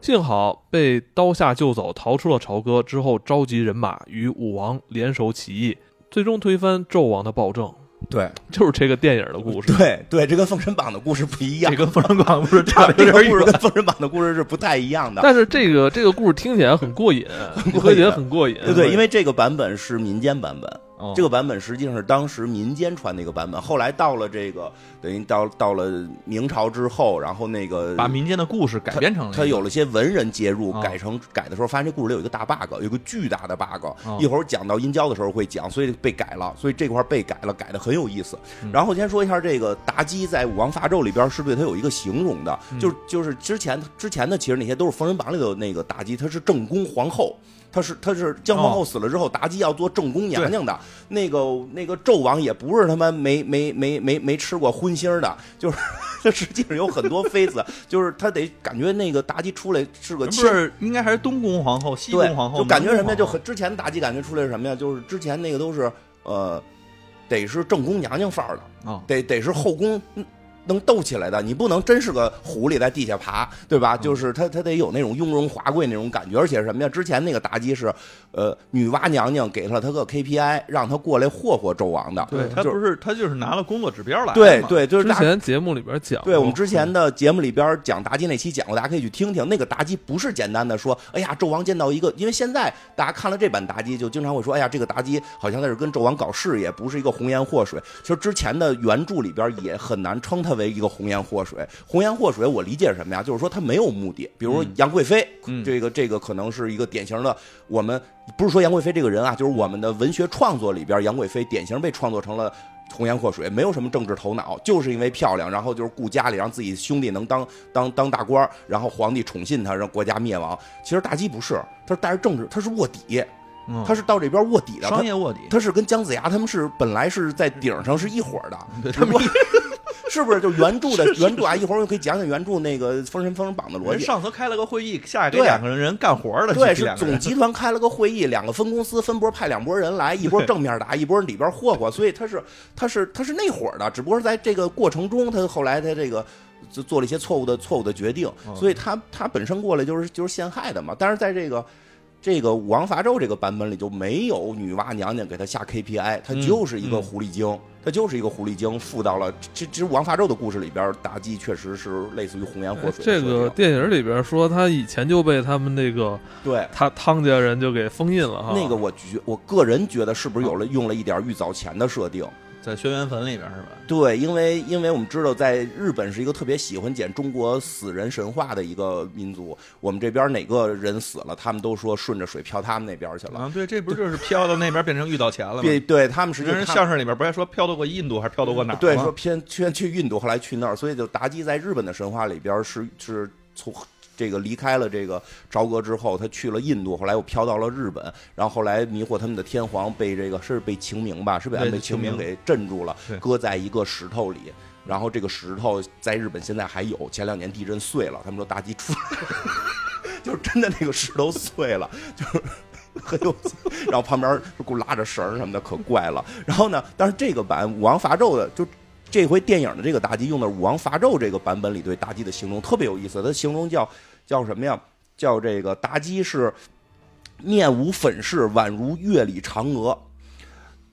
S1: 幸好被刀下救走，逃出了朝歌之后，召集人马与武王联手起义，最终推翻纣王的暴政，
S2: 对
S1: 就是这个电影的故事。
S2: 对对，这跟《封神榜》的故事不一样
S3: 这。跟《封神榜》不是差的
S2: 这
S3: 有
S2: 个
S3: 点
S2: 故事
S3: 远
S2: 跟《封神榜》的故事是不太一样的。
S1: 但是这个这个故事听起来很过瘾，你
S2: 过
S1: 会
S2: 瘾
S1: 觉得很过瘾，
S2: 对对，因为这个版本是民间版本，
S3: 哦
S2: 这个版本实际上是当时民间传的一个版本。后来到了这个，等于到到了明朝之后，然后那个
S3: 把民间的故事改编成了
S2: 他
S3: 一个
S2: 有了些文人介入，
S3: 哦
S2: 改成改的时候发现这故事里有一个大 bug，有一个巨大的 bug
S3: 哦。
S2: 一会儿讲到殷郊的时候会讲，所以被改了，所以这块被改了，改的很有意思。
S3: 嗯
S2: 然后先说一下这个妲己在《武王伐纣》里边是对她有一个形容的，
S3: 嗯
S2: 就是就是之前之前的其实那些都是《封神榜》里的
S3: 哦
S2: 那个妲己，她是正宫皇后。她是她是姜皇后死了之后，妲己要做正宫娘娘的，那个那个纣王也不是他妈没没没没没吃过荤腥儿的，就是他实际上有很多妃子，就是他得感觉那个妲己出来是个
S3: 不
S2: 千
S3: 是呃应该还是东宫皇后、西
S2: 对，
S3: 宫皇后，
S2: 就感觉
S3: 南宫
S2: 什么呀？就
S3: 皇后
S2: 很之前妲己感觉出来是什么呀？就是之前那个都是呃，得是正宫娘娘范儿的，
S3: 啊，
S2: 得得是后宫嗯能斗起来的，你不能真是个狐狸在地下爬，对吧？
S3: 嗯
S2: 就是他他得有那种雍容华贵那种感觉，而且什么呀？之前那个妲己是呃女娲娘娘给了他个 KPI，让他过来霍霍纣王的，
S3: 对他
S2: 就
S3: 不是他就是拿了工作指标来的
S2: 对
S3: 嘛，
S2: 对，就是
S1: 之
S2: 大
S1: 前节目里边讲过，
S2: 对我们之前的节目里边讲妲己那期讲过，大家可以去听听。那个妲己不是简单的说，哎呀，纣王见到一个，因为现在大家看了这版妲己，就经常会说，哎呀，这个妲己好像在这跟纣王搞事业，不是一个红颜祸水。其实之前的原著里边也很难称它为一个红颜祸水。红颜祸水，我理解是什么呀？就是说它没有目的，比如说杨贵妃，
S3: 嗯
S2: 这个这个可能是一个典型的我们不是说杨贵妃这个人啊，就是我们的文学创作里边，杨贵妃典型被创作成了红颜祸水，没有什么政治头脑，就是因为漂亮，然后就是顾家里，让自己兄弟能当当当大官儿，然后皇帝宠信她，让国家灭亡。其实妲己不是，她是带着政治，她是卧底，
S3: 嗯，
S2: 她是到这边卧底的，她
S3: 商业卧底，
S2: 她是跟姜子牙他们是本来是在顶上是一伙儿的，
S3: 对
S2: 只不过 是不是？就原著的原著啊，一会儿我可以讲讲原著那个《封神封神榜》的逻
S3: 人
S2: 辑。
S3: 上头开了个会议，下给
S2: 对
S3: 两个人干活儿了，
S2: 对，
S3: 这
S2: 是
S3: 两个
S2: 总
S3: 人
S2: 集团开了个会议，两个分公司分拨派两拨人来，一波正面打，一波里边霍霍，所以他是他是他是那伙儿的，只不过是在这个过程中，他后来他这个做做了一些错误的错误的决定，
S3: 哦
S2: 所以他他本身过来就是就是陷害的嘛。但是在这个这个武王伐纣这个版本里就没有女娲娘娘给他下 KPI，他
S3: 嗯
S2: 就是一个
S3: 嗯
S2: 狐狸精。他就是一个狐狸精，附到了这这武王伐纣的故事里边，妲己确实是类似于红颜祸
S1: 哎
S2: 水的设
S1: 这
S2: 定。
S1: 个电影里边说他以前就被他们那个
S2: 对，
S1: 他汤家人就给封印
S3: 啊
S1: 了哈。
S2: 那个我觉我个人觉得是不是有了用了一点预早前的设定？
S3: 在轩辕坟里边是吧？
S2: 对，因为因为我们知道，在日本是一个特别喜欢讲中国死人神话的一个民族，我们这边哪个人死了，他们都说顺着水漂他们那边去了。
S3: 啊，对，这不就是飘到那边变成遇到钱了吗？
S2: 对对，他们实际
S3: 人
S2: 上
S3: 家
S2: 他
S3: 相声里边不还说飘到过印度还是飘到过哪儿吗？啊
S2: 对说偏偏去印度，后来去那儿，所以就妲己在日本的神话里边是是从。这个离开了这个朝歌之后，他去了印度，后来又飘到了日本，然后后来迷惑他们的天皇被这个是被秦明吧，是被
S3: 对
S2: 被
S3: 秦
S2: 秦明
S3: 明
S2: 给镇住了
S3: 对，
S2: 搁在一个石头里，然后这个石头在日本现在还有，前两年地震碎了，他们说妲己出 来，就是真的那个石头碎了， 就是很有然后旁边给我拉着绳儿什么的，可怪了。然后呢，但是这个版武王伐纣的，就这回电影的这个妲己用的武王伐纣这个版本里对妲己的形容特别有意思，它形容叫叫什么呀？叫这个妲己是面无粉饰，宛如月里嫦娥。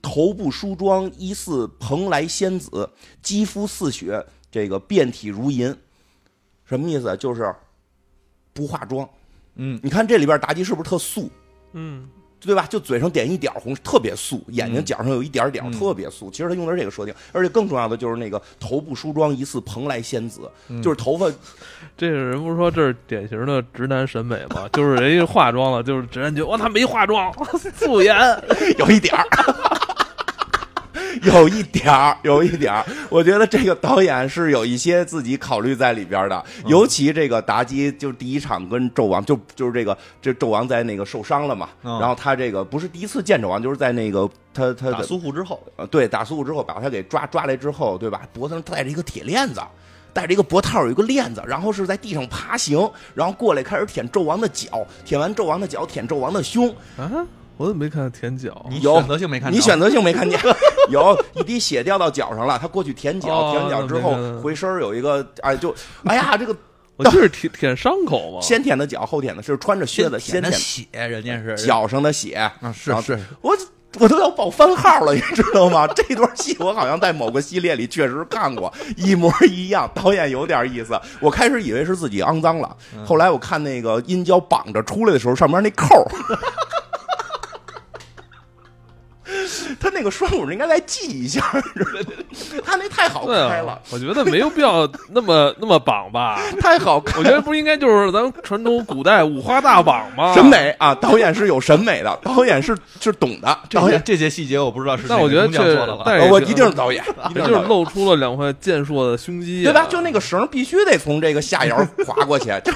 S2: 头部梳妆，疑似蓬莱仙子，肌肤似雪，这个遍体如银，什么意思啊？就是不化妆。
S3: 嗯，
S2: 你看这里边妲己是不是特素？
S1: 嗯，
S2: 对吧？就嘴上点一点红，特别素，眼睛角上有一点点，
S3: 嗯
S2: 特别素。其实他用的是这个设定，而且更重要的就是那个头部梳妆，疑似蓬莱仙子，
S3: 嗯
S2: 就是头发
S1: 这个人不是说这是典型的直男审美吗？ 就是人家化妆了，就是直男觉得哇他没化妆， 素颜。
S2: 有一点儿， 有一点儿，有一点儿。我觉得这个导演是有一些自己考虑在里边儿的，
S3: 嗯
S2: 尤其这个妲己，就是第一场跟纣王，就就是这个这纣王在那个受伤了嘛，
S3: 嗯
S2: 然后他这个不是第一次见纣王，就是在那个他他
S3: 打
S2: 的
S3: 啊苏护之后，
S2: 呃，对，打苏武之后把他给抓抓来之后，对吧？脖子上带着一个铁链子，带着一个脖套有一个链子，然后是在地上爬行，然后过来开始舔纣王的脚，舔完纣王的脚，舔纣王的胸。
S1: 啊，我怎么没看到舔脚？啊
S3: 你
S2: 有
S3: 选择性没看着，
S2: 你选择性没 看见，有一滴血掉到脚上了，他过去舔脚，
S1: 哦
S2: 舔脚之后
S1: 明白了哦
S2: 回身儿有一个，哎，就哎呀，这个
S1: 我就是舔舔伤口嘛。
S2: 先舔的脚，后舔的是穿着靴子，先
S3: 先舔
S2: 舔
S3: 的血，人家是
S2: 脚上的血，
S3: 啊，是
S2: 然后
S3: 是，
S2: 我我都要报番号了，你知道吗？这段戏我好像在某个系列里确实看过，一模一样。导演有点意思，我开始以为是自己肮脏了，
S1: 嗯
S2: 后来我看那个阴胶绑着出来的时候，上面那扣儿。 他那个栓我应该再系一下，知道吗 他那太好
S1: 对
S2: 开
S1: 啊
S2: 了，，
S1: 我觉得没有必要那么那么绑吧。
S2: 太好开
S1: 我
S2: 了
S1: 觉得不应该就是咱们传统古代五花大绑吗？
S2: 审美啊！导演是有审美的，导演是是懂的，
S3: 这
S2: 导
S3: 些
S2: 演
S3: 这些细节我不知道是
S1: 但
S3: 哪
S1: 我
S3: 个
S1: 觉得
S3: 姑娘
S1: 这
S3: 做的了，
S1: 但是
S2: 我一定是导演，一定
S1: 就是是
S2: 导演。
S1: 露出了两块健硕的胸肌、啊
S2: 对吧？就那个绳儿必须得从这个下 沿儿划过去。就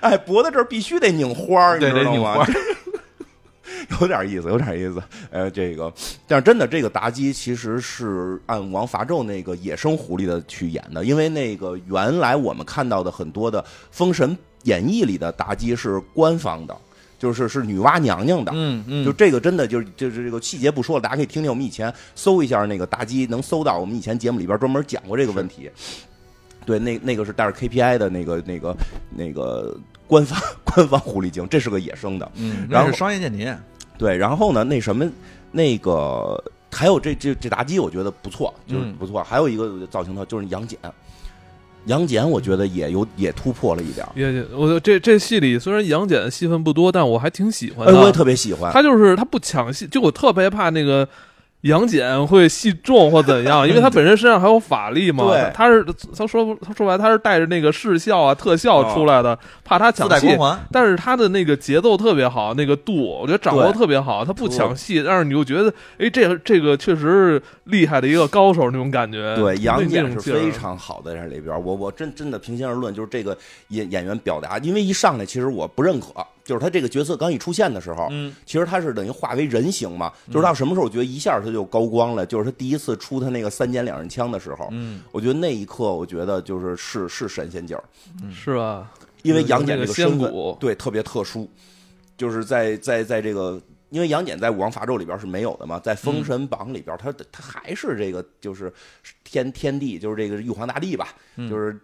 S2: 哎，脖子这儿必须得拧花儿，你
S3: 对
S2: 知
S3: 对
S2: 道
S3: 拧花
S2: 吗
S3: 儿？
S2: 有点意思，有点意思。呃，这个，但是真的，这个妲己其实是按王伐纣那个野生狐狸的去演的，因为那个原来我们看到的很多的《封神演义》里的妲己是官方的，就是是女娲娘娘的。
S3: 嗯嗯
S2: 就这个真的就是就是这个细节不说了，大家可以听听我们以前搜一下那个妲己，能搜到我们以前节目里边专门讲过这个问题。对，那那个是带着 KPI 的那个那个那个官方 官方狐狸精，这是个野生的。
S3: 嗯，
S2: 然
S3: 那
S2: 后
S3: 是商业间谍，
S2: 对，然后呢，那什么那个还有这这这妲己，我觉得不错，就是
S3: 嗯
S2: 不错。还有一个造型特就是杨戬，杨戬我觉得也有也突破了一点儿，
S1: 也也，我觉得这这戏里虽然杨戬戏份不多，但我还挺喜欢
S2: 哎，我也
S1: 的。
S2: 特别喜欢。
S1: 他就是他不抢戏，就我特别怕那个杨戬会戏重或怎 样，因为他本身身上还有法力嘛。
S2: 对
S1: 他是他说他说白了，他是带着那个视效啊特效出来的，怕他抢
S3: 自带光
S1: 戏。
S3: 环，
S1: 但是他的那个节奏特别好，那个度我觉得掌握得特别好，他不抢戏，但是你又觉得，哎，这个这个确实是厉害的一个高手那种感觉。
S2: 对，杨
S1: 那
S2: 戬
S1: 那
S2: 是
S1: 种劲儿啊
S2: 非常好的在这里边儿。我我真真的平心而论，就是这个演演员表达，因为一上来其实我不认可，就是他这个角色刚一出现的时候，
S3: 嗯，
S2: 其实他是等于化为人形嘛，就是
S1: 嗯
S2: 到什么时候我觉得一下他就高光了，就是他第一次出他那个三尖两刃枪的时候，
S3: 嗯，
S2: 我觉得那一刻我觉得就是是是神仙劲儿，
S1: 是吧？
S2: 因为
S1: 有
S2: 杨
S1: 那
S2: 戬这
S1: 个
S2: 个
S1: 仙
S2: 身份
S1: 骨
S2: 对特别特殊，就是在在在这个。因为杨戬在《武王伐纣》里边是没有的嘛，在《封
S1: 嗯
S2: 神榜》里边，他他还是这个就是天天帝，就是这个玉皇大帝吧，
S1: 嗯
S2: 就是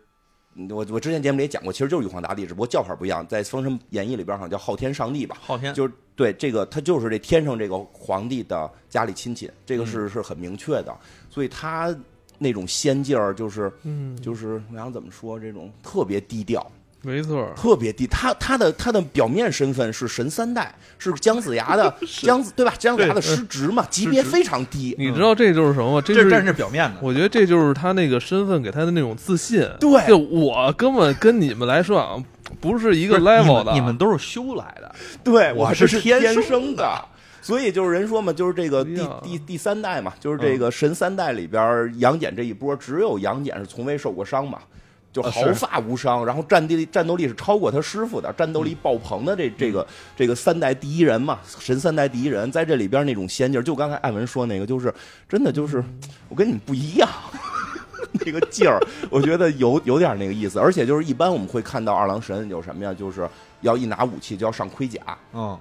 S2: 我我之前节目里也讲过，其实就是玉皇大帝，只不过叫法不一样，在《封神演义》里边好像叫昊天上帝吧，
S3: 昊天，
S2: 就是对这个，他就是这天上这个皇帝的家里亲戚，这个
S1: 嗯
S2: 是是很明确的，所以他那种仙劲儿，就是
S1: 嗯，
S2: 就是我想怎么说，这种特别低调，
S1: 没错儿。
S2: 特别低。他他的他的表面身份是神三代，是姜子牙的姜子对吧？姜子牙的
S1: 对
S2: 师侄嘛，级别非常低。
S1: 你知道这就是什么吗？这
S3: 这
S1: 是
S3: 但是表面的，
S1: 我觉得这就是他那个身份给他的那种自 信。
S2: 对
S1: 就我根本跟你们来说啊，不是一
S3: 一
S1: 个 level 的。啊
S3: 你们都是修来的，
S2: 对，
S3: 我
S2: 是
S3: 是天生
S2: 生的。所以就是人说嘛，就是这个
S1: 哎
S2: 第
S1: 呀
S2: 第第三代嘛，就是这个神三代里边儿，杨戬这一波，只有杨戬是从未受过伤嘛，就
S3: 呃
S2: 毫
S3: 是
S2: 发无伤，然后战地战斗力是超过他师傅的，战斗力爆棚的这这个这个三代第一人嘛，神三代第一人，在这里边那种仙劲儿，就刚才艾文说那个，就是真的就是我跟你们不一样。 那个劲儿，我觉得有有点那个意思，而且就是一般我们会看到二郎神有什么呀，就是要一拿武器就要上盔甲，
S3: 嗯，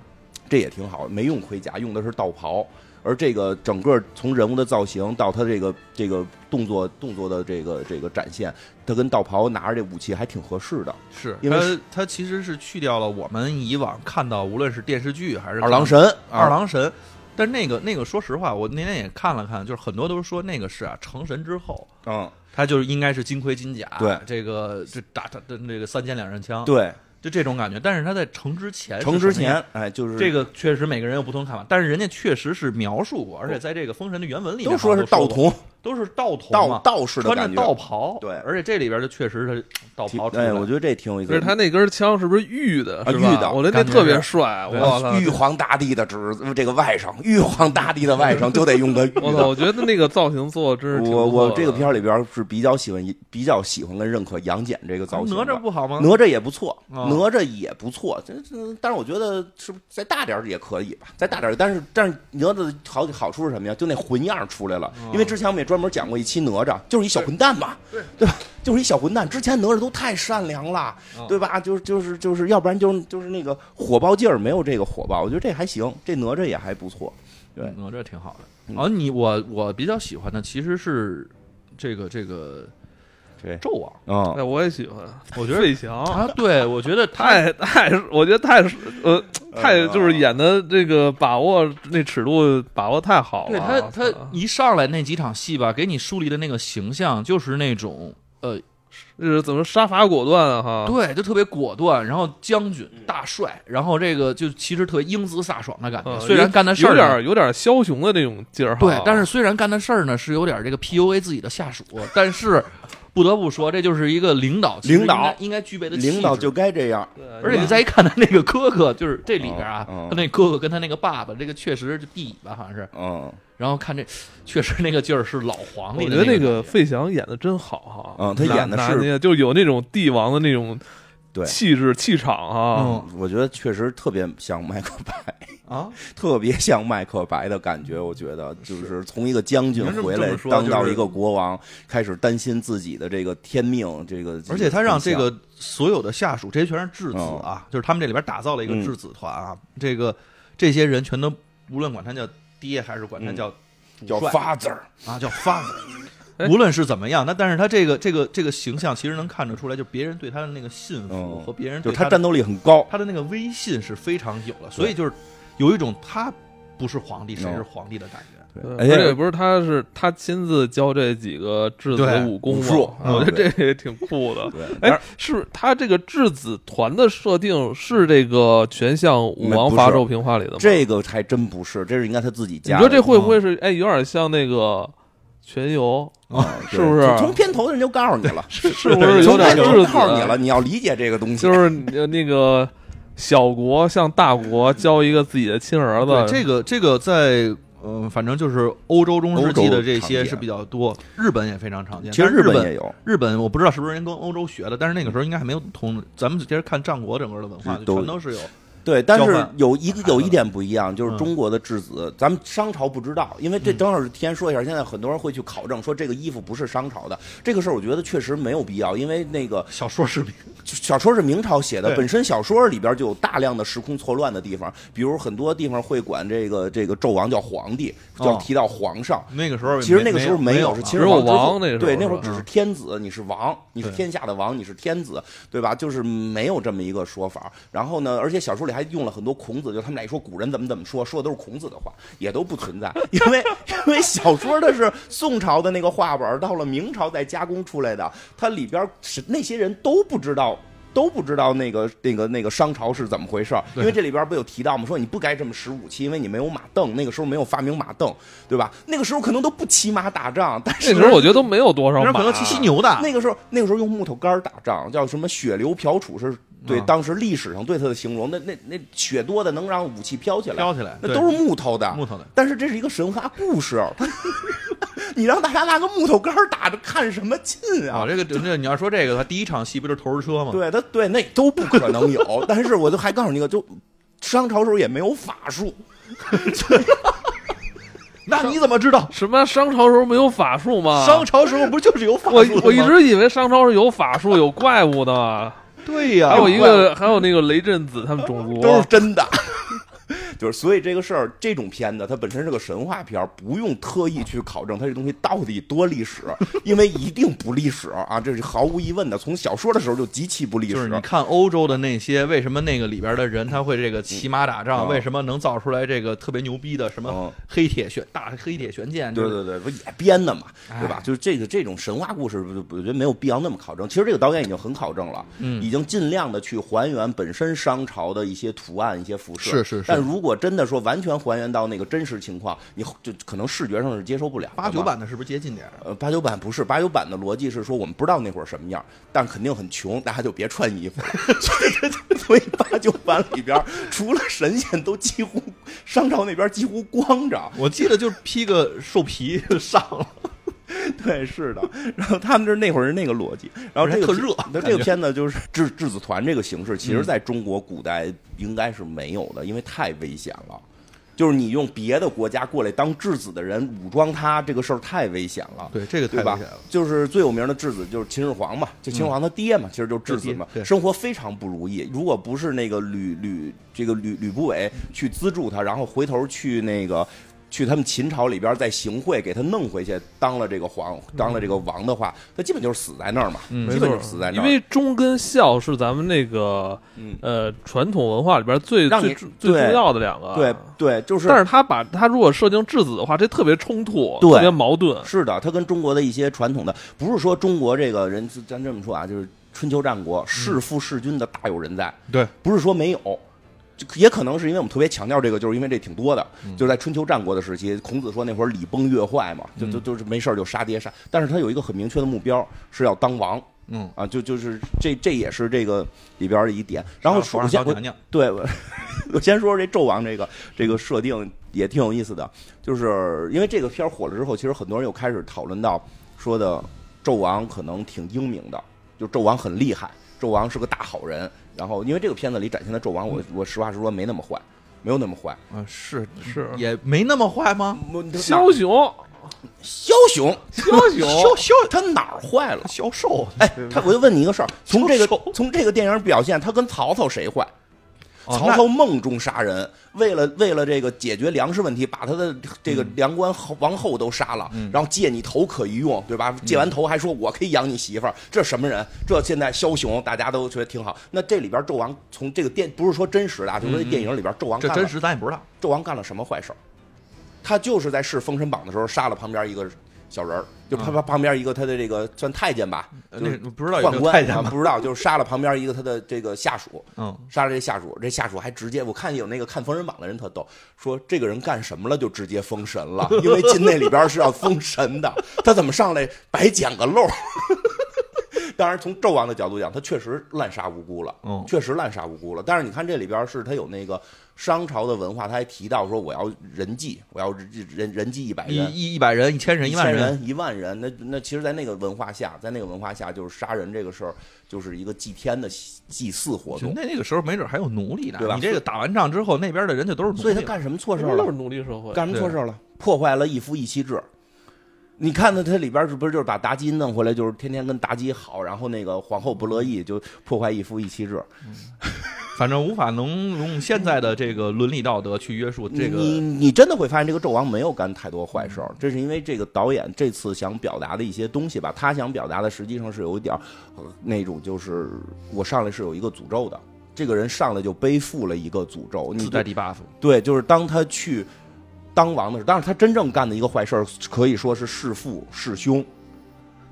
S2: 这也挺好，没用盔甲，用的是道袍。而这个整个从人物的造型到他这个这个动作动作的这个这个展现，他跟道袍拿着这武器还挺合适的。
S3: 是，
S2: 因为是
S3: 它它其实是去掉了我们以往看到，无论是电视剧还是啊
S2: 二郎、神，
S3: 二郎神，但那个那个，说实话，我那天也看了看，就是很多都是说那个是啊，成神之后。
S2: 嗯，
S3: 他就是应该是金盔金甲，
S2: 对
S3: 这个这打他的那个三尖两刃枪，，
S2: 对，
S3: 就这种感觉。但是他在成之前是什么
S2: 成
S3: 样，
S2: 之前，哎，就是
S3: 这个确实每个人有不同看法，但是人家确实是描述过，而且在这个《封神》的原文里
S2: 都
S3: 面
S2: 说是
S3: 好像
S2: 道
S3: 都过，
S2: 童
S3: 都是道童
S2: 道
S3: 嘛，
S2: 道士的
S3: 穿
S2: 感觉，
S3: 着道袍，
S2: 对
S3: 而且这里边就确实是道袍出来
S2: 哎，我觉得这挺有意思
S1: 就是
S2: 的。
S1: 他那根枪是不是玉的？
S2: 啊
S1: 是吧
S2: 玉的
S1: 我觉得那
S3: 感觉
S1: 特别
S3: 是
S1: 帅。我
S3: 对
S1: 操！
S2: 玉皇大帝的侄子，这个外甥，玉皇大帝的外甥就得用 个玉
S1: 我操！
S2: 的。
S1: 我觉得那个造型做的真是挺
S2: 我
S1: 不错
S2: 我
S1: 的
S2: 这个片儿里边是比较喜欢比较喜欢跟认可杨戬这个造型
S3: 哪
S2: 的。
S3: 吒不好
S1: 啊
S3: 吗？
S2: 哪吒也不错，
S3: 哦
S2: 哪吒也不错，这这，但是我觉得是不是再大点儿也可以吧，再大点儿，但是但是哪吒的好好处是什么呀？就那混样儿出来了，
S1: 啊
S2: 因为之前我们也专门讲过一期哪吒，就是一小混蛋嘛，对吧？就是一小混蛋，之前哪吒都太善良了，
S1: 啊
S3: 哦
S2: 对吧？就是就是就是，要不然就是就是那个火爆劲儿没有这个火爆，我觉得这还行，这哪吒也还不错，对
S3: 哪吒挺好的。
S2: 嗯
S3: 啊，你我我比较喜欢的其实是这个这个
S2: 对，
S3: 纣王
S2: 嗯
S1: 哎，我也喜 欢。我觉得费翔
S3: 啊，对我觉得他
S1: 太太，我觉得太呃太
S2: 嗯
S1: 就是演的这个把握那尺度把握太好了。啊
S3: 对他，
S1: 我操
S3: 他一上来那几场戏吧，给你树立的那个形象就是那种，呃，
S1: 就是怎么杀伐果断啊哈。
S3: 对，就特别果断，然后将军大帅，然后这个就其实特别英姿飒爽的感觉。
S1: 嗯
S3: 虽然干的事
S1: 有
S3: 儿
S1: 点
S3: 呢
S1: 儿有点儿枭雄的那种劲儿哈，
S3: 对，但是虽然干的事儿呢是有点这个 PUA 自己的下属，但是不得不说，这就是一个领导其实
S2: 领导
S3: 应该应该具备的气质
S2: 领导就。该这样，
S1: 对
S3: 而且你再一看他那个哥哥，就是这里边啊，
S2: 嗯嗯
S3: 他那哥哥跟他那个爸爸，这个确实是弟弟吧，好像是。
S2: 嗯
S3: 然后看这，确实那个劲儿是老皇
S1: 我
S3: 帝
S1: 觉
S3: 的
S1: 得
S3: 那
S1: 那
S3: 种
S1: 个费翔演的真好哈，
S2: 嗯他
S1: 拿
S2: 演的
S1: 拿
S2: 是
S1: 捏就有那种帝王的那种
S2: 对
S1: 气质气场哈，
S3: 嗯
S2: 我觉得确实特别像麦克白，
S3: 啊，
S2: 特别像麦克白的感觉，我觉得就是从一个将军
S4: 您这么
S2: 回
S4: 这
S2: 来
S4: 么说
S2: 当到
S4: 就是
S2: 一个国王，开始担心自己的这个天命，这个
S3: 而且他让这
S2: 很像
S3: 个所有的下属，这些全是质子啊，就是他们这里边打造了一个
S2: 嗯
S3: 质子团啊，这个这些人全都无论管他叫爹还是管他
S2: 嗯
S3: 叫
S2: 叫
S3: 帅
S2: father，
S3: 啊叫 father，
S1: 哎
S3: 无论是怎么样，那但是他这个这个这个形象其实能看得出来，就别人对他的那个信服
S2: 嗯
S3: 和别人
S2: 就
S3: 对
S2: 是他
S3: 的
S2: 战斗力很高，
S3: 他的那个威信是非常有的，所以就是有一种他不是皇帝，
S2: 哦
S3: 谁是皇帝的感觉。
S1: 对
S2: 而
S1: 而且
S2: 且
S1: 不是他是他亲自教这几个质子
S3: 对
S1: 武功
S2: 武
S1: 嘛
S2: 术
S1: 啊我觉
S2: 对
S1: 得这也挺酷 的。
S2: 对，
S1: 哎，是不是他这个质子团的设定是这个全向武王伐纣平话里的吗？
S2: 这个还真不是，这是应该他自己
S1: 你
S2: 加的。嗯
S1: 说这会不会是哎有点像那个全游？
S2: 啊
S1: 是不是
S2: 从从片头的人就告诉你了，
S1: 是不是有
S2: 从
S1: 点
S2: 片头
S1: 质
S2: 就
S1: 子？
S2: 告诉你了，你要理解这个东西
S1: 就。是呃那个小国向大国教一个自己的亲儿子
S3: 对，，这个这个在嗯、呃反正就是欧洲中世纪的这些是比较多，日本也非常常见。
S2: 其实
S3: 但是日
S2: 本也有，
S3: 日本我不知道是不是人跟欧洲学的，但是那个时候应该还没有通。咱们接着看战国整个的文化，
S2: 是
S3: 就
S2: 都
S3: 全都是有
S2: 对，但
S3: 交
S2: 是
S3: 换
S2: 有一个
S3: 孩子
S2: 有一点不一样，就是
S3: 嗯
S2: 中国的质子，咱们商朝不知道，因为这正好是提前说一下，现在很多人会去考证说这个衣服不是商朝的，这个事儿我觉得确实没有必要，因为那个
S3: 小说视频。
S2: 小说是明朝写的，
S3: 对
S2: 本身小说里边就有大量的时空错乱的地方，比如很多地方会管这个这个纣王叫皇帝，
S3: 哦
S2: 叫提到皇上。
S3: 那个时候没，
S2: 其实那个时候
S3: 没
S2: 有，
S3: 了
S2: 是秦
S1: 只
S2: 始
S1: 有
S2: 皇之后
S1: 王那时候
S2: 对，
S1: 是
S2: 那会儿
S1: 吧
S2: 只是天子，你是王，你是
S3: 对
S2: 天下的王，你是天子，对吧？就是没有这么一个说法。然后呢，而且小说里还用了很多孔子，就他们俩一说古人怎么怎么说，说的都是孔子的话，也都不存在，因为因为小说它是宋朝的那个话本，到了明朝再加工出来的，它里边是那些人都不知道。都不知道那个那个那个商朝是怎么回事儿，因为这里边不有提到吗？说你不该这么使武器，因为你没有马镫，那个时候没有发明马镫，对吧？那个时候可能都不骑马打仗，但是
S1: 那时候我觉得都没有多少啊
S3: 那时
S1: 马，
S3: 候可能骑犀牛的，
S2: 啊那个时候那个时候用木头杆儿打仗，叫什么血流瓢杵，是对、
S3: 啊
S2: 当时历史上对它的形容。那那那血多的能让武器飘起来，
S3: 飘起来，
S2: 那
S3: 对
S2: 都是木头的。
S3: 木头的。
S2: 但是这是一个神话故事，啊 你让大家拿个木头杆儿打着看什么劲啊？
S3: 啊，这个这你要说这个的话，第一场戏不就是头儿车吗？
S2: 对，他对那都不可能有。但是我就还告诉你一个，就商朝时候也没有法术，
S3: 那你怎么知道？
S1: 什么商朝时候没有法术
S2: 啊
S1: 吗？
S3: 商朝时候不就是有法
S1: 我
S3: 术的吗
S1: 我一直以为商朝是有法术、有怪物的，
S3: 对呀、
S1: 还有一
S2: 哎
S1: 个还有那个雷震子他们种族，
S2: 都是真的。 就是，所以这个事儿，这种片子它本身是个神话片儿，不用特意去考证它这东西到底多历史，因为一定不历史啊，这是毫无疑问的。从小说的时候就极其不历
S3: 就是你
S2: 史，
S3: 看欧洲的那些，为什么那个里边的人他会这个骑马打仗？
S2: 嗯
S3: 为什么能造出来这个特别牛逼的什么
S2: 嗯
S3: 黑铁玄大黑铁玄剑？
S2: 对
S3: 就是
S2: 对对，不也编的嘛，对吧
S3: 哎？
S2: 就是这个这种神话故事，我觉得没有必要那么考证。其实这个导演已经很考证了，
S3: 嗯
S2: 已经尽量的去还原本身商朝的一些图案、一些服饰。
S3: 是是是
S2: 但如果真的说完全还原到那个真实情况，你就可能视觉上是接受不了的嘛。
S3: 八九版的是不是接近点儿？啊
S2: 呃，八九版不是八九版的逻辑是说我们不知道那会儿什么样，但肯定很穷，大家就别穿衣服了。 所以所以八九版里边儿除了神仙都几乎商朝那边几乎光着。
S3: 我记得就是披个兽皮就上了，
S2: 对，是的。然后他们这那会儿是那个逻辑，然后这个
S3: 而且特热
S2: 那这个
S3: 感觉嗯
S2: 片子就是质质子团这个形式，其实在中国古代应该是没有的，因为太危险了。就是你用别的国家过来当质子的人武装他，这个事儿太危险了。
S3: 对，这个太
S2: 对
S3: 危
S2: 吧
S3: 险了。？嗯
S2: 就是最有名的质子就是秦始皇嘛，就秦始皇他爹嘛，其实就是质子嘛
S3: 对，对
S2: 生活非常不如意。如果不是那个吕吕这个吕吕不韦
S3: 嗯
S2: 去资助他，然后回头去那个。去他们秦朝里边再行贿，给他弄回去当了这个皇，当了这个王的话，他基本就是死在那儿嘛，
S3: 嗯
S2: 基
S1: 啊没
S2: 本
S1: 错
S2: 就是死在那
S1: 因
S2: 儿。
S1: 为忠跟孝是咱们那个
S2: 嗯
S1: 呃传统文化里边最
S2: 让
S1: 最
S2: 你
S1: 最
S2: 对
S1: 重要的两个，啊
S2: 对
S3: 啊
S2: 对，就是
S1: 但是他把他如果设定质子的话，这特别冲突，
S2: 对
S1: 特别矛盾。
S2: 是的，它跟中国的一些传统的，不是说中国这个人，咱这么说啊，就是春秋战国弑父弑君的大有人在，
S3: 对，
S2: 不是说没有。就也可能是因为我们特别强调这个，就是因为这挺多的，
S3: 嗯
S2: 就是在春秋战国的时期，孔子说那会儿礼崩乐坏嘛，
S3: 嗯
S2: 就就就是没事儿就杀爹杀，但是他有一个很明确的目标是要当王
S3: 嗯，
S2: 啊，就就是这这也是这个里边儿的一点。然后首
S3: 手上
S2: 先
S3: 小
S2: 我
S3: 娘娘，
S2: 对，我我先说说这纣王这个这个设定也挺有意思的，就是因为这个片儿火了之后，其实很多人又开始讨论到说的纣王可能挺英明的，就纣王很
S1: 嗯
S2: 厉害，纣王是个大好人。然后因为这个片子里展现的纣王，我我实话实说没那么坏，没有那么坏。
S3: 啊，是
S1: 是
S3: 也没那么坏吗？
S2: 哪
S1: 枭雄，
S2: 枭雄，
S1: 枭
S3: 枭
S1: 雄，
S3: 枭
S2: 他哪儿坏了？
S3: 销售，
S2: 哎，他我就问你一 个事儿，从这个
S3: 超瘦
S2: 从这个电影表现，他跟曹操谁坏？
S3: 哦
S2: 曹
S3: 那
S2: 操梦中杀人，为了为了这个解决粮食问题，把他的这
S3: 嗯
S2: 个粮官后王后都杀了，然后借你头可一用，对
S3: 嗯
S2: 吧？借完头还说我可以养你媳妇儿，这什么人？这现在枭雄，大家都觉得挺好。那这里边纣王从这个电不是说真实的啊，就是说这电影里边纣王
S3: 嗯这
S2: 干
S3: 真
S2: 了
S3: 实咱也不知道。
S2: 纣王干了什么坏事儿？他就是在试《封神榜》的时候杀了旁边一个小人儿，就旁旁旁边一个他的这个算太监吧，
S3: 嗯呃
S2: 就是
S3: 那不知道有
S2: 宦
S3: 没有
S2: 官
S3: 太监
S2: 啊
S3: 吧
S2: 不知道，就是杀了旁边一个他的这个下属，
S3: 嗯，
S2: 杀了这下属，这下属还直接我看有那个看《封神榜》的人特逗，说这个人干什么了就直接封神了，因为进那里边是要封神的，他怎么上来白捡个漏儿？ 当然，从纣王的角度讲，他确实滥杀无辜了，
S3: 嗯
S2: 确实滥杀无辜了。但是你看这里边是他有那个商朝的文化，他还提到说我要人祭，我要人人祭一百
S3: 一
S2: 人，
S3: 一一百人、一千人、一万
S2: 千
S3: 人，
S2: 人、一万人，那那其实，在那个文化下，在那个文化下，就是杀人这个事儿，就是一个祭天的祭祀活
S3: 就
S2: 动。
S3: 那那个时候没准还有奴隶呢。
S2: 对吧
S3: 你这个打完仗之后，那边的人就都是奴隶，
S2: 所以他干什么错事儿
S1: 都
S2: 了
S1: 是？奴隶社会。
S2: 干什么错事儿了？破坏了一夫一妻制。你看他，他里边是不是就是把妲己弄回来，就是天天跟妲己好，然后那个皇后不乐意，就破坏一夫一妻制。
S3: 反正无法能用现在的这个伦理道德去约束
S2: 你
S3: 这个。嗯
S2: 你真的会发现，这个纣王没有干太多坏事儿，这是因为这个导演这次想表达的一些东西吧。他想表达的实际上是有一点儿、呃那种，就是我上来是有一个诅咒的，这个人上来就背负了一个诅咒。你
S3: 自
S2: 就
S3: 带 debuff，
S2: 对，就是当他去当王的时候，当然他真正干的一个坏事儿，可以说是弑父弑兄。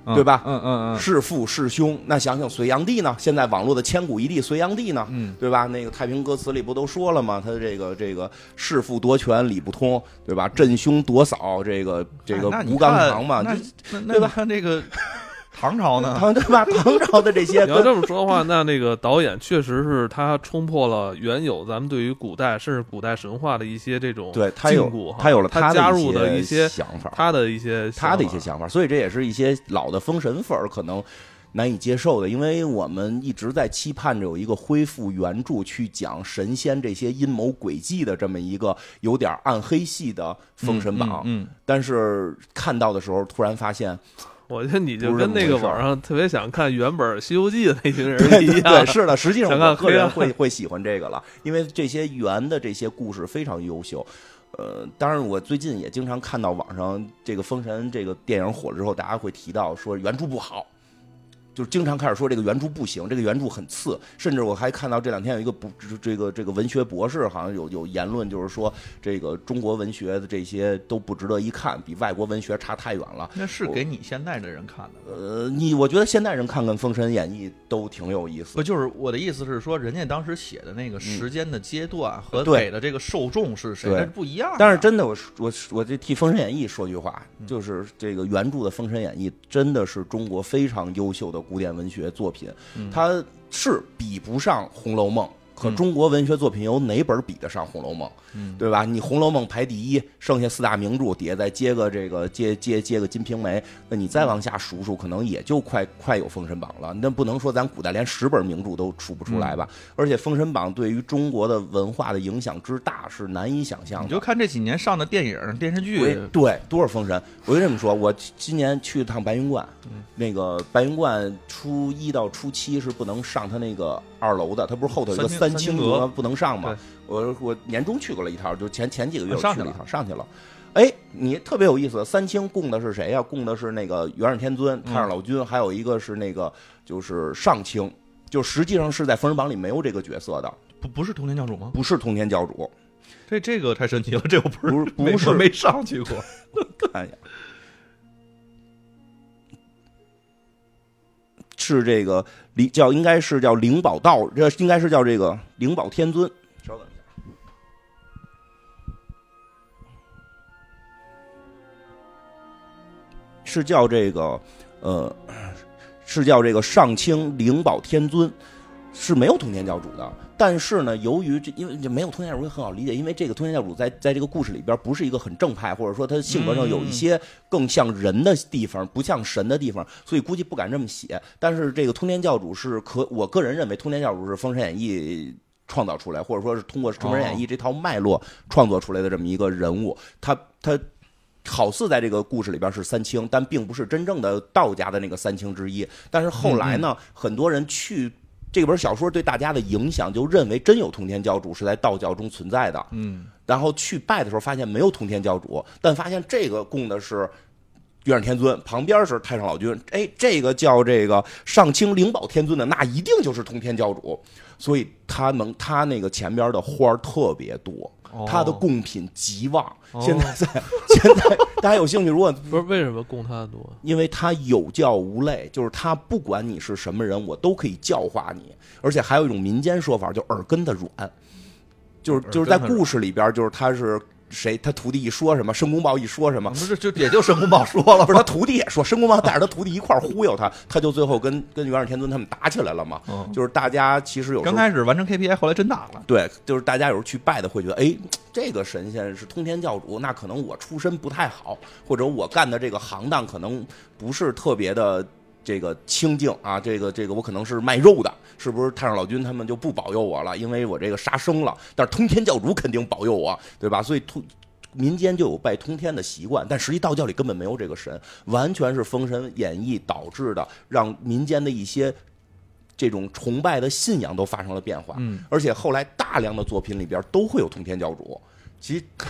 S3: 嗯
S2: 对吧
S3: 嗯嗯嗯，
S2: 弑父弑兄，那想想隋炀帝呢？现在网络的千古一帝隋炀帝呢？
S3: 嗯，
S2: 对吧？那个《太平歌词》里不都说了吗？他这个这个弑父夺权理不通，对吧？镇凶夺嫂，这个这个
S3: 哎那你
S2: 吴刚
S3: 看
S2: 堂嘛，
S3: 那
S2: 就
S3: 那
S2: 对
S3: 那
S2: 吧
S3: 你看这个 唐朝呢？
S2: 唐对吧？唐朝的这 些
S1: 你要
S2: 跟
S1: 这么说的话，那那个导演确实是他冲破了原有咱们对于古代甚至古代神话的一些这种
S2: 对他
S1: 禁
S2: 有
S1: 锢哈
S2: 他有了
S1: 他加入
S2: 的
S1: 一些
S2: 想法，
S1: 他的一些
S2: 他的一
S1: 想
S2: 些
S1: 法
S2: 想法，所以这也是一些老的封神粉儿可能难以接受的，因为我们一直在期盼着有一个恢复原著去讲神仙这些阴谋诡计的这么一个有点暗黑系的封神榜，
S3: 嗯，嗯
S2: 但是看到的时候突然发现，
S1: 我觉得你就
S2: 不是
S1: 跟
S2: 这么
S1: 那个
S2: 回事儿
S1: 网上特别想看原本《西游记》的那群人 一样
S2: 对对，是的，实际
S1: 啊
S2: 上
S1: 想看
S2: 我个人
S1: 黑暗
S2: 会会喜欢这个了，因为这些原的这些故事非常优秀。呃，当然，我最近也经常看到网上这个《封神》这个电影火了之后，大家会提到说原著不好，就是经常开始说这个原著不行，这个原著很次。甚至我还看到这两天有一个不这个这个文学博士好像有有言论，就是说这个中国文学的这些都不值得一看，比外国文学差太远了。
S3: 那是
S2: 我
S3: 给你现在的人看的。
S2: 呃，你我觉得现代人看看《封神演义》都挺有意思
S3: 不就是我的意思是说，人家当时写的那个时间的阶段和
S2: 嗯对
S3: 给的这个受众是谁，
S2: 对
S3: 那是不一样的。
S2: 但是真的，我我我这替《封神演义》说句话，就是这个原著的《封神演义》真的是中国非常优秀的古典文学作品，它是比不上《红楼梦》。可
S3: 嗯
S2: 中国文学作品有哪本比得上《红楼梦》？对吧？你《红楼梦》排第一，剩下四大名著底下再接个这个接接接个《金瓶梅》，那你再往下数数，可能也就快快有《封神榜》了。那不能说咱古代连十本名著都数不出来吧？而且《封神榜》对于中国的文化的影响之大是难以想象的
S3: 你。就看这几年上的电影、电视剧
S2: 我也，对，多少封神？我就这么说，我今年去趟白云观，
S3: 嗯
S2: 那个白云观初一到初七是不能上它那个二楼的，它不是后头有个
S3: 三清
S2: 三清
S3: 三清阁
S2: 阁不能上吗
S1: 对？
S2: 我我年终去过了一趟，就前前几个月
S3: 啊
S2: 我
S3: 上
S2: 去
S3: 去
S2: 了一
S3: 了
S2: 趟，上去了。哎，你特别有意思，三清供的是谁呀、供的是那个元始天尊、太上
S3: 嗯
S2: 老君，还有一个是那个就是上清，就实际上是在《封神榜》里没有这个角色的，
S3: 不不是通天教主吗？
S2: 不是通天教主。
S3: 这这个太神奇了，这我不是
S2: 不是不
S3: 没
S2: 是
S3: 我没上去过。
S2: 看一眼，是这个灵叫应该是叫灵宝道，这应该是叫这个灵宝天尊。稍等一下，是叫这个呃，是叫这个上清灵宝天尊。是没有通天教主的，但是呢，由于这因为这没有通天教主也很好理解，因为这个通天教主在在这个故事里边不是一个很正派，或者说他性格上有一些更像人的地方，不像神的地方，所以估计不敢这么写。但是这个通天教主是可，我个人认为通天教主是《封神演义》创造出来，或者说是通过《封神演义》这套脉络创作出来的这么一个人物。他他好似在这个故事里边是三清，但并不是真正的道家的那个三清之一。但是后来呢，很多人去。这本小说对大家的影响，就认为真有通天教主是在道教中存在的，
S3: 嗯，
S2: 然后去拜的时候发现没有通天教主，但发现这个供的是月亮天尊，旁边是太上老君，哎，这个叫这个上清灵宝天尊的，那一定就是通天教主，所以他能他那个前边的花儿特别多，他的贡品极旺，
S3: 哦
S2: 现在在现在大家有兴趣，如果
S1: 不是为什么供他多？
S2: 因为他有教无类，就是他不管你是什么人，我都可以教化你。而且还有一种民间说法，就耳根子软，就是
S3: 耳根子
S2: 就是在故事里边，就是他是谁，他徒弟一说什么，申公豹一说什么
S3: 不，是就嗯也就申公 豹说了
S2: 不是他徒弟也说，申公豹带着他徒弟一块儿忽悠他，他就最后跟跟元始天尊他们打起来了嘛。
S3: 嗯
S2: 就是大家其实有时
S3: 刚
S2: 候
S3: 开始完成 KPI，后来真打了。
S2: 对，就是大家有时候去拜的会觉得，哎，这个神仙是通天教主，那可能我出身不太好，或者我干的这个行当可能不是特别的这个清净啊，这个这个我可能是卖肉的，是不是太上老君他们就不保佑我了？因为我这个杀生了，但是通天教主肯定保佑我，对吧？所以通。民间就有拜通天的习惯，但实际道教里根本没有这个神，完全是《封神演义》导致的，让民间的一些这种崇拜的信仰都发生了变化。
S3: 嗯，
S2: 而且后来大量的作品里边都会有通天教主，其实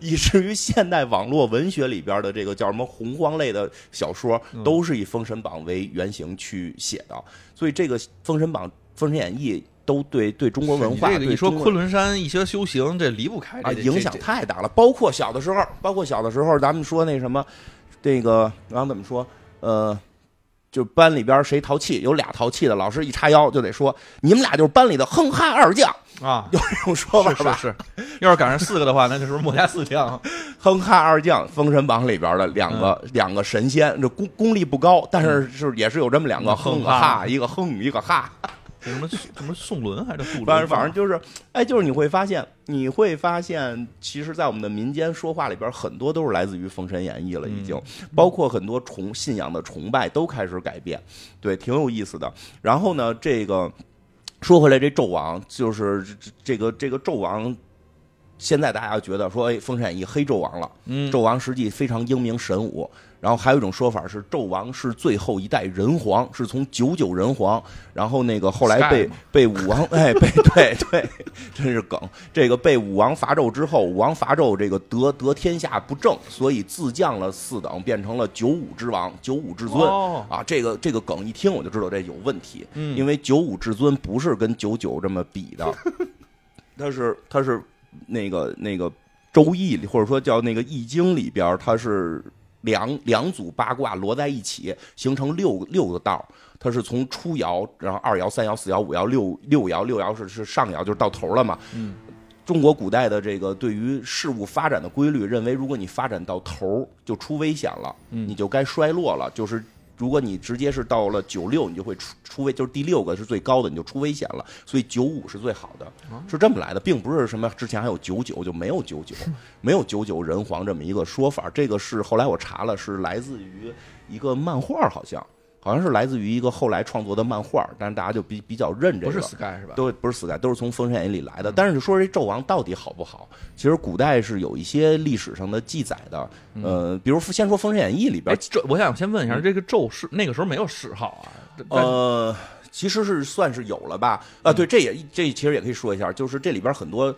S2: 以至于现代网络文学里边的这个叫什么洪荒类的小说，
S3: 嗯
S2: 都是以《封神榜》为原型去写的。所以这个《封神榜》《封神演义》都对对中国文化，
S3: 这个
S2: 对
S3: 一说
S2: 中国
S3: 昆仑山，一说修行，这离不开
S2: 啊，
S3: 这
S2: 影响太大了。包括小的时候，包括小的时候，咱们说那什么，这个然后怎么说？呃，就班里边谁淘气，有俩淘气的，老师一叉腰就得说你们俩就是班里的哼哈二将，
S3: 啊。
S2: 有这种 说法
S3: 是
S2: 吧？
S3: 是是，要是赶上四个的话，那就是墨家四将。
S2: 哼哈二将，《封神榜》里边的两个、两个神仙，这功功力不高，但是是也是有这么两个
S3: 嗯
S2: 嗯哼
S3: 哼
S2: 个哈，
S3: 哈
S2: 一个哼一个哈。
S3: 什么什么宋伦还是杜伦？啊
S2: 反正反正就是，哎，就是你会发现，你会发现，其实，在我们的民间说话里边，很多都是来自于《封神演义》了，已经，包括很多崇信仰的崇拜都开始改变，对，挺有意思的。然后呢，这个说回来，这纣王就是这这个这个纣王。现在大家觉得说，哎，《封神演义》黑纣王了，
S3: 嗯
S2: 纣王实际非常英明神武。然后还有一种说法是，纣王是最后一代人皇，是从九九人皇，然后那个后来
S3: Sky
S2: 被
S3: 嘛
S2: 被武王， 哎，被对对， 真是梗。这个被武王伐纣之后，武王伐纣这个得得天下不正，所以自降了四等，变成了九五之王、九五至尊。
S3: 哦
S2: 啊，这个这个梗一听我就知道这有问题，
S3: 嗯
S2: 因为九五至尊不是跟九九这么比的，它是它是那个那个《周易》里或者说叫那个《易经》里边儿，它是两两组八卦摞在一起，形成六六个道儿。它是从初爻，然后二爻、三爻、四爻、五爻、六六爻，六爻是是上爻，就是到头了嘛。
S3: 嗯，
S2: 中国古代的这个对于事物发展的规律，认为如果你发展到头儿就出危险了，
S3: 嗯
S2: 你就该衰落了，就是。如果你直接是到了九六，你就会出出危，就是第六个是最高的，你就出危险了。所以九五是最好的，
S3: 啊
S2: 是这么来的，并不是什么之前还有九九就没有九九，没有九九人皇这么一个说法。这个是后来我查了，是来自于一个漫画，好像好像是来自于一个后来创作的漫画，但是大家就比比较认这个。
S3: 不是 Sky 是吧？
S2: 都不是死改，都是从《封神演义》里来的。但是说这纣王到底好不好，其实古代是有一些历史上的记载的。呃，比如先说《封神演义》里边
S3: 嗯哎，，这我想先问一下，这个咒是那个时候没有谥号啊？这
S2: 嗯呃，其实是算是有了吧。啊，对，这也这其实也可以说一下，就是这里边很多。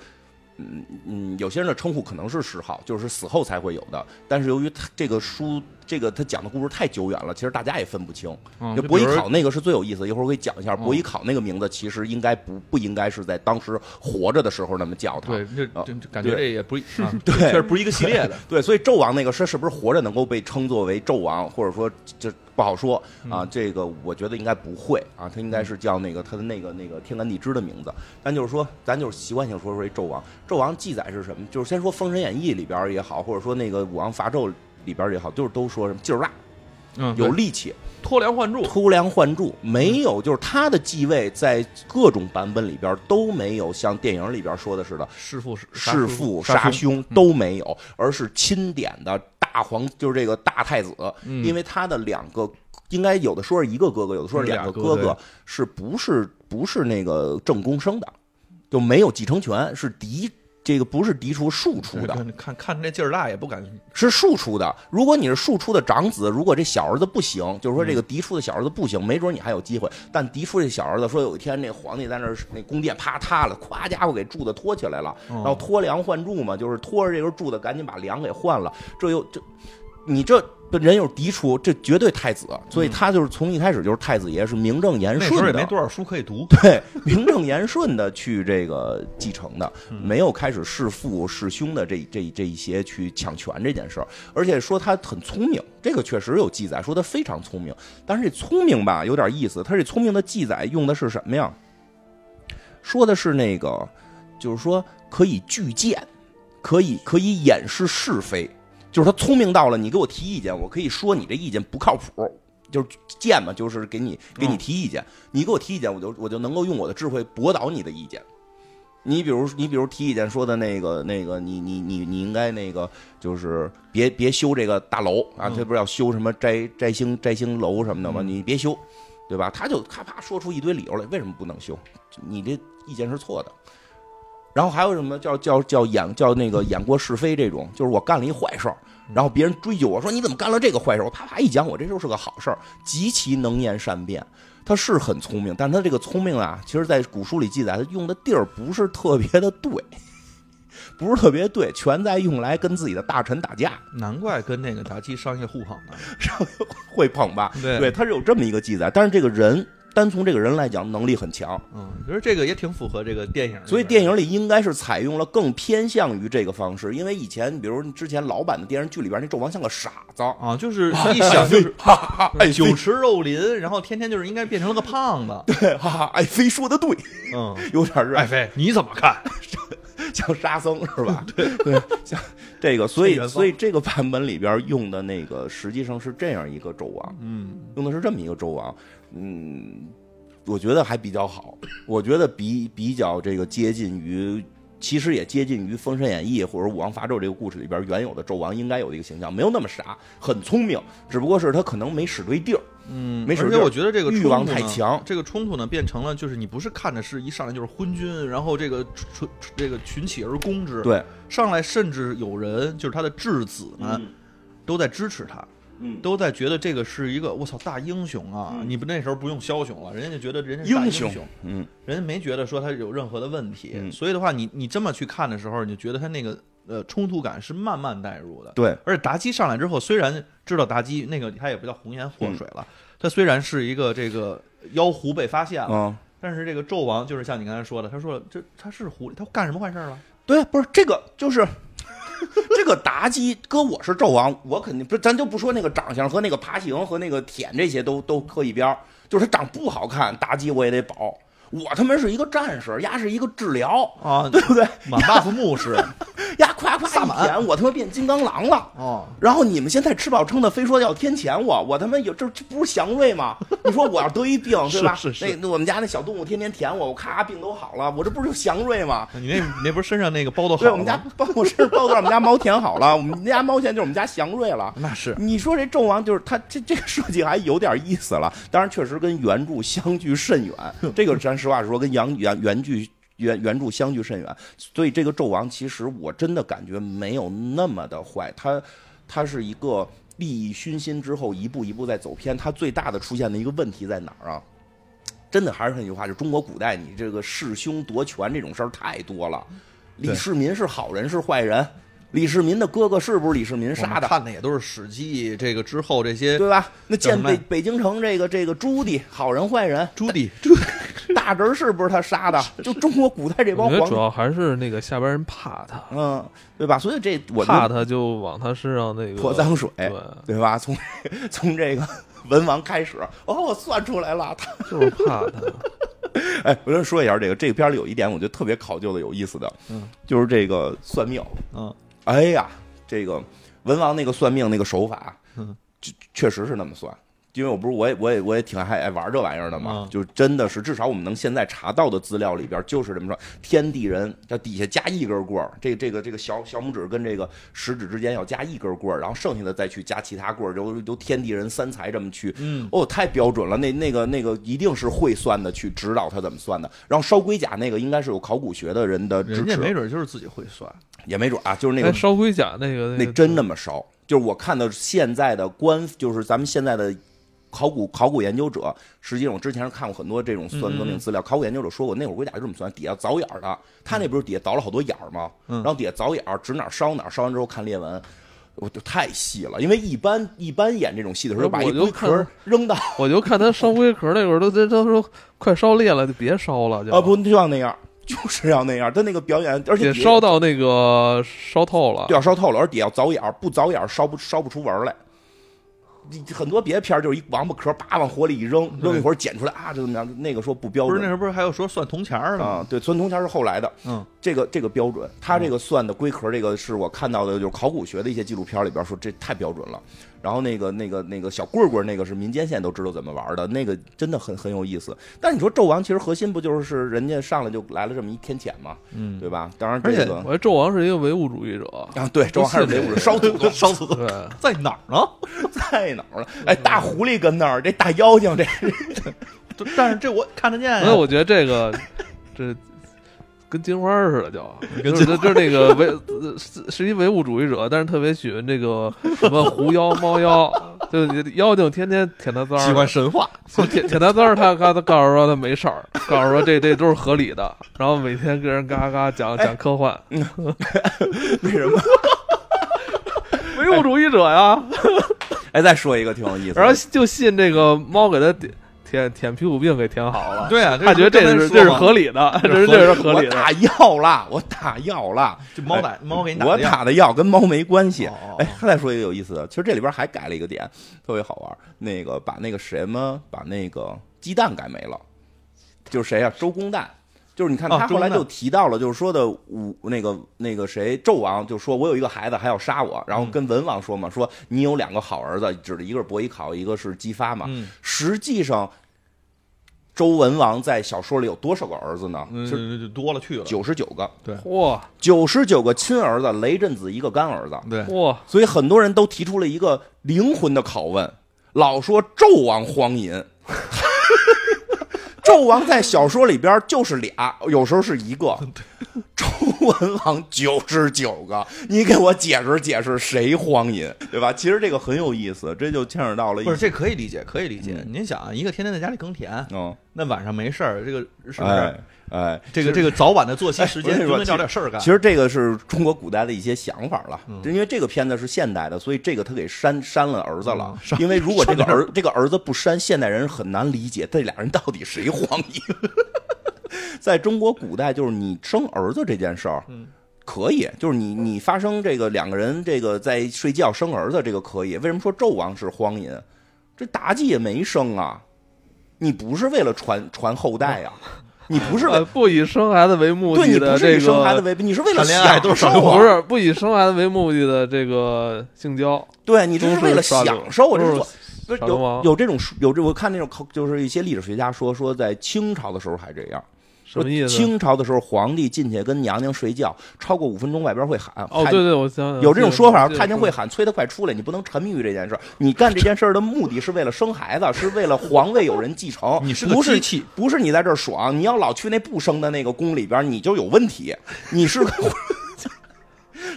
S2: 嗯嗯，有些人的称呼可能是谥号，就是死后才会有的。但是由于他这个书，这个他讲的故事太久远了，其实大家也分不清。
S3: 嗯
S2: 就
S3: 就
S2: 伯
S3: 比
S2: 邑
S3: 如嗯
S2: 考那个是最有意思的，一会儿我给讲一下。伯邑考那个名字其实应该不不应该是在当时活着的时候那么叫他。
S3: 对，这
S2: 啊
S3: 这这感觉
S2: 对
S3: 这 也不是，啊
S2: 对
S3: 确实不是一个系列 的。
S2: 对，所以纣王那个是是不是活着能够被称作为纣王，或者说这不好说
S3: 嗯
S2: 啊。这个我觉得应该不会啊，他应该是叫那个他的那个那个天干地支的名字。但就是说，咱就是习惯性说说这纣王。纣王记载是什么？就是先说《封神演义》里边儿也好，或者说那个武王伐纣里边儿也好，就是都说什么劲儿大，
S3: 嗯，
S2: 有
S3: 对嗯
S2: 力气，
S3: 脱梁换柱，
S2: 偷梁换柱，没有，就是他的继位在各种版本里边儿都没有像电影里边儿说的似的，
S3: 弑父弑
S2: 弑父
S3: 父
S2: 杀
S3: 兄，
S2: 兄嗯都没有，而是钦点的大皇，就是这个大太子，
S3: 嗯
S2: 因为他的两个应该有的说是一个哥哥，有的说是两个
S3: 是俩
S2: 哥
S3: 哥哥
S2: 是不是不是那个正宫生的？就没有继承权，是嫡这个不是嫡出庶出的，嗯
S3: 看看看这劲儿大也不敢，
S2: 是庶出的。如果你是庶出的长子，如果这小儿子不行，就是说这个嫡出的小儿子不行，没准你还有机会。但嫡出这小儿子说有一天那皇帝在那儿那宫殿啪塌了，咵家伙给柱子拖起来了，
S3: 然
S2: 然后脱梁换柱嘛，就是拖着这根柱子赶紧把梁给换了。这又这，你这人有嫡出，这绝对太子，所以他就是从一开始就是太子爷，是名正言
S3: 嗯那时候也
S2: 顺的
S3: 没。多少书可以读，
S2: 对，名正言顺的去这个继承的，没有开始弑父弑兄的这这这一些去抢权这件事儿。而且说他很聪明，这个确实有记载，说他非常聪明。但是这聪明吧有点意思，他这聪明的记载用的是什么呀？说的是那个，就是说可以拒谏，可以可以掩饰是非，就是他聪明到了，你给我提意见，我可以说你这意见不靠谱，就是谏嘛，就是给你给你提意见，你给我提意见，我就我就能够用我的智慧驳倒你的意见。你比如你比如提意见说的那个那个你你你你应该那个就是别别修这个大楼啊，
S3: 嗯
S2: 这不是要修什么摘摘星摘星楼什么的吗？
S3: 嗯
S2: 你别修，对吧？他就咔啪说出一堆理由来，为什么不能修？你这意见是错的。然后还有什么叫叫叫掩叫那个掩过是非这种，就是我干了一坏事儿，然后别人追究我说你怎么干了这个坏事儿，我啪啪一讲，我这就是个好事儿，极其能言善辩。他是很聪明，但他这个聪明啊，其实在古书里记载，他用的地儿不是特别的对，不是特别对，全在用来跟自己的大臣打架，
S3: 难怪跟那个妲己商业互捧呢。啊
S2: 会捧吧？
S3: 对
S2: 对，他是有这么一个记载，但是这个人单从这个人来讲，能力很强，
S3: 嗯，其实这个也挺符合这个电影里边，
S2: 所以电影里应该是采用了更偏向于这个方式，因为以前，比如之前老版的电视剧里边，那纣王像个傻 子，
S3: 啊，就是 一想就是
S2: 哈哈哈，爱妃
S3: 酒，池肉林，然后天天就是应该变成了个胖子。
S2: 对哈哈，爱妃说的对，
S3: 嗯，
S2: 有点是
S3: 爱妃你怎么看？
S2: 像沙僧 是吧？对对，像这个，所
S3: 这
S2: 以
S3: 元芳
S2: 所以这个版本里边用的那个实际上是这样一个纣王，
S3: 嗯，
S2: 用的是这么一个纣王，嗯，我觉得还比较好，我觉得比比较这个接近于。其实也接近于《封神演义》或者《武王伐纣》这个故事里边原有的纣王应该有的一个形象，没有那么傻，很聪明，只不过是他可能没使对地儿。
S3: 嗯
S2: 没事
S3: 而且
S2: 就
S3: 我觉得这个
S2: 欲
S3: 冲
S2: 望
S3: 突呢
S2: 太强
S3: 这个冲突呢变成了就是你不是看的是一上来就是昏君，然后这个群这个群起而攻之，，
S2: 对，
S3: 上来甚至有人就是他的质子们都在支持他，
S2: 嗯，
S3: 都在觉得这个是一个我操大英雄啊！你不那时候不用枭雄了，人家就觉得人家是大
S2: 英
S3: 英
S2: 雄，嗯，
S3: 人家没觉得说他有任何的问题，
S2: 嗯
S3: 所以的话，你你这么去看的时候，你就觉得他那个呃冲突感是慢慢带入的。
S2: 对，
S3: 而且妲己上来之后，虽然知道妲己那个他也不叫红颜祸水了，他虽然是一个这个妖狐被发现了，
S2: 嗯，
S3: 但是这个纣王就是像你刚才说的，他说了这他是狐狸，他干什么坏事了？
S2: 对，不是这个，就是这个妲己，搁我是纣王，我肯定不是，咱就不说那个长相和那个爬行和那个舔这些都都搁一边儿，就是他长不好看，妲己我也得保。我他妈是一个战士，丫是一个治疗，
S3: 啊，
S2: 对不对？
S3: 满大夫牧师
S2: 丫夸夸
S3: 萨
S2: 一
S3: 满
S2: 舔，我他妈变金刚狼了。
S3: 哦，
S2: 然后你们现在吃饱撑的，非说要天谴我，我他妈有这这不是祥瑞吗？你说我要得一病，对吧？
S3: 是是
S2: 那那我们家那小动物天天舔我，我咔病都好了，我这不是有祥瑞吗？
S3: 你那你那不是身上那个包都好
S2: 对，
S3: 了
S2: 我们家
S3: 吗
S2: 包我是包子，我们家猫舔好了，我们家猫现在就是我们家祥瑞了。
S3: 那是
S2: 你说这纣王就是他这这个设计还有点意思了，当然确实跟原著相距甚远，这个咱实话实说，跟原原原剧原原著相距甚远，所以这个纣王其实我真的感觉没有那么的坏，他他是一个利益熏心之后一步一步在走偏，他最大的出现的一个问题在哪儿啊？真的还是那句话，就中国古代你这个弑兄夺权这种事儿太多了。李
S3: 对
S2: 世民是好人是坏人？李世民的哥哥是不是李世民
S3: 我
S2: 杀
S3: 们
S2: 的？
S3: 看的也都是《史记》这个之后这些
S2: 对吧？那
S3: 叫什
S2: 建
S3: 么
S2: 北
S3: 来
S2: 北京城这个这个朱棣，好人坏人，
S3: 朱棣
S2: 大侄儿是不是他杀的？就中国古代这帮
S1: 我觉得
S2: 皇
S1: 主
S2: 帝，
S1: 要还是那个下边人怕他，
S2: 嗯，对吧？所以这我
S1: 怕
S2: 觉得
S1: 他就往他身上那个
S2: 泼脏水，
S1: 对，
S2: 对吧？从 从这个文王开始，哦，我算出来了，他
S1: 就是怕他。
S2: 哎，我先说一下这个这个片儿里有一点，我觉得特别考究的有意思的，
S3: 嗯，
S2: 就是这个算命，
S3: 嗯
S2: 哎呀，这个文王那个算命那个手法，
S3: 嗯
S2: 确，确实是那么算。因为我不是我也我也我也挺爱爱玩这玩意儿的嘛，
S3: 嗯
S2: 就真的是至少我们能现在查到的资料里边就是这么说，天地人它底下加一根棍儿，这这个这个小小拇指跟这个食指之间要加一根棍儿，然后剩下的再去加其他棍儿，由由天地人三才这么去，
S3: 嗯，
S2: 哦，太标准了，那那个那个一定是会算的，去指导他怎么算的。然后烧龟甲那个应该是有考古学的人的支
S3: 人家
S2: 持，
S3: 没准就是自己会算，
S2: 也没准啊，就是那
S1: 哎，
S2: 个
S1: 烧龟甲那个
S2: 那
S1: 个
S2: 真那么烧。就是我看到现在的官，就是咱们现在的考古考古研究者，实际上我之前是看过很多这种算革命资料，考古研究者说过，那会儿龟甲是这么算，底下凿眼儿的，他那不是底下凿了好多眼儿吗？
S3: 嗯
S2: 然后底下凿眼儿，指哪儿烧哪儿，烧完之后看裂纹。我就太细了，因为一般一般演这种戏的时候，
S1: 我
S2: 把一
S1: 就
S2: 龟
S1: 看
S2: 壳儿扔到
S1: 我就看他烧龟壳那会儿都都都说快烧裂了，就别烧了，就
S2: 啊，不就要那样， 就是要那样。他那个表演，而且
S1: 也烧到那个烧透了
S2: 就。要烧透了，而且要凿眼儿，不凿眼儿烧不烧不出纹儿来。你很多别的片儿就是一王八壳，叭往火里一扔，扔一会儿捡出来啊，这怎么样？那个说不标
S3: 不是那时
S2: 准
S3: 候不是还有说算铜钱儿的吗？
S2: 啊，对，孙铜钱是后来的，
S3: 嗯，
S2: 这个这个标准，他这个算的龟壳，这个是我看到的，就是考古学的一些纪录片里边说这太标准了。然后那个那个那个小棍棍，那个是民间现在都知道怎么玩的，那个真的很很有意思。但是你说纣王其实核心不就是人家上来就来了这么一天谴嘛，
S3: 嗯
S2: 对吧？当然
S3: 而且
S2: 这个
S1: 我这纣王是一个唯物主义者，
S2: 啊，对，纣王还是没武士，烧 土
S3: 烧死
S1: 对，
S3: 在哪儿呢？
S2: 在哪儿了？哎，大狐狸跟那儿，这大妖精 这
S3: 这但是这我看得见啊呀、
S1: 所以我觉得这个这跟金花似的，就就是他就是那个唯呃是是一唯物主义者，但是特别喜欢这个什么狐 妖、猫妖，就是你妖精天天舔他脏儿，
S3: 喜欢神话，
S1: 就舔舔他脏儿，他他他告诉说他没事儿，告诉说这这都是合理的，然后每天跟人嘎嘎讲
S2: 哎
S1: 讲科幻，
S2: 为什么？
S1: 唯物主义者呀，
S2: 哎，再说一个挺有意思的，
S1: 然后就信这个猫给他舔舔舔屁股病给舔好了。
S3: 对啊，
S1: 他觉得这是这是合理的，这是
S3: 这
S1: 这
S3: 是
S1: 是
S2: 我
S1: 合理的。
S2: 打药啦，我打药啦，
S3: 就猫打猫给你打
S2: 哎我
S3: 的呀
S2: 打的药跟猫没关系
S3: 哦哦哦。
S2: 哎，他再说一个有意思的，其实这里边还改了一个点，特别好玩。那个把那个什么，把那个鸡蛋改没了，就是谁啊？周公旦。就是你看，
S3: 哦
S2: 他后来
S3: 周公
S2: 就
S3: 旦
S2: 提到了，就是说的武那个那个谁纣王就说，我有一个孩子还要杀我，
S3: 嗯
S2: 然后跟文王说嘛，说你有两个好儿子，指的一个是伯邑考，一个是姬发嘛。
S3: 嗯
S2: 实际上，周文王在小说里有多少个儿子呢？
S3: 嗯，
S2: 就是
S3: 就多了去了，
S2: 九十九个，
S1: 嚯
S2: 九十九个亲儿子，雷震子一个干儿子。
S3: 对，
S1: 嚯！
S2: 所以很多人都提出了一个灵魂的拷问，老说纣王荒淫。 纣王在小说里边就是俩，有时候是一个。周文王九十九个，你给我解释解释谁荒淫，对吧？其实这个很有意思，这就牵扯到了一
S3: 不是这可以理解，可以理解。
S2: 嗯
S3: 您想啊，一个天天在家里耕田，
S2: 嗯，
S3: 那晚上没事儿，这个是不
S2: 哎
S3: 是？
S2: 哎，
S3: 这个这个早晚的作息时
S2: 哎我
S3: 间
S2: 跟你
S3: 就
S2: 说
S3: 能找点事儿干嗯
S2: 其。实这个是中国古代的一些想法了，因为这个片子是现代的，所以这个他给删删了儿子了
S3: 嗯。删
S2: 因为如果这个
S3: 删
S2: 儿这个儿子不删，现代人很难理解这俩人到底谁荒淫。 在中国古代，就是你生儿子这件事儿，
S3: 嗯
S2: 可以，就是你你发生这个两个人这个在睡觉生儿子这个可以。为什么说纣王是荒淫？这妲己也没生啊，你不是为了传传后代呀、你不是为
S1: 呃，不以生孩子为目
S2: 对
S1: 的
S2: 你
S1: 的
S2: 不
S1: 这
S2: 是以
S1: 个，
S2: 生孩子为，你是为了
S3: 谈恋爱都是
S2: 享
S3: 生
S2: 受啊
S1: 不是不以生孩子为目的的这个性交，
S2: 对你这
S1: 都
S2: 是为了享受啊，这是做。不是
S1: 耍流
S2: 有
S1: 氓
S2: 有这种书有这我看那种考就是一些历史学家说说在清朝的时候还这样，
S1: 什
S2: 说
S1: 么意思？啊
S2: 清朝的时候皇帝进去跟娘娘睡觉超过五分钟外边会喊
S1: 哦，
S2: 太
S1: 对对，我想想
S2: 有这种说法，
S1: 这个
S2: 太监会喊催他快出来，你不能沉迷于这件事儿。你干这件事儿的目的是为了生孩子，是为了皇位有人继承。
S3: 你是个
S2: 不是
S3: 机器，
S2: 不是你在这儿爽，你要老去那不生的那个宫里边儿，你就有问题。你是个，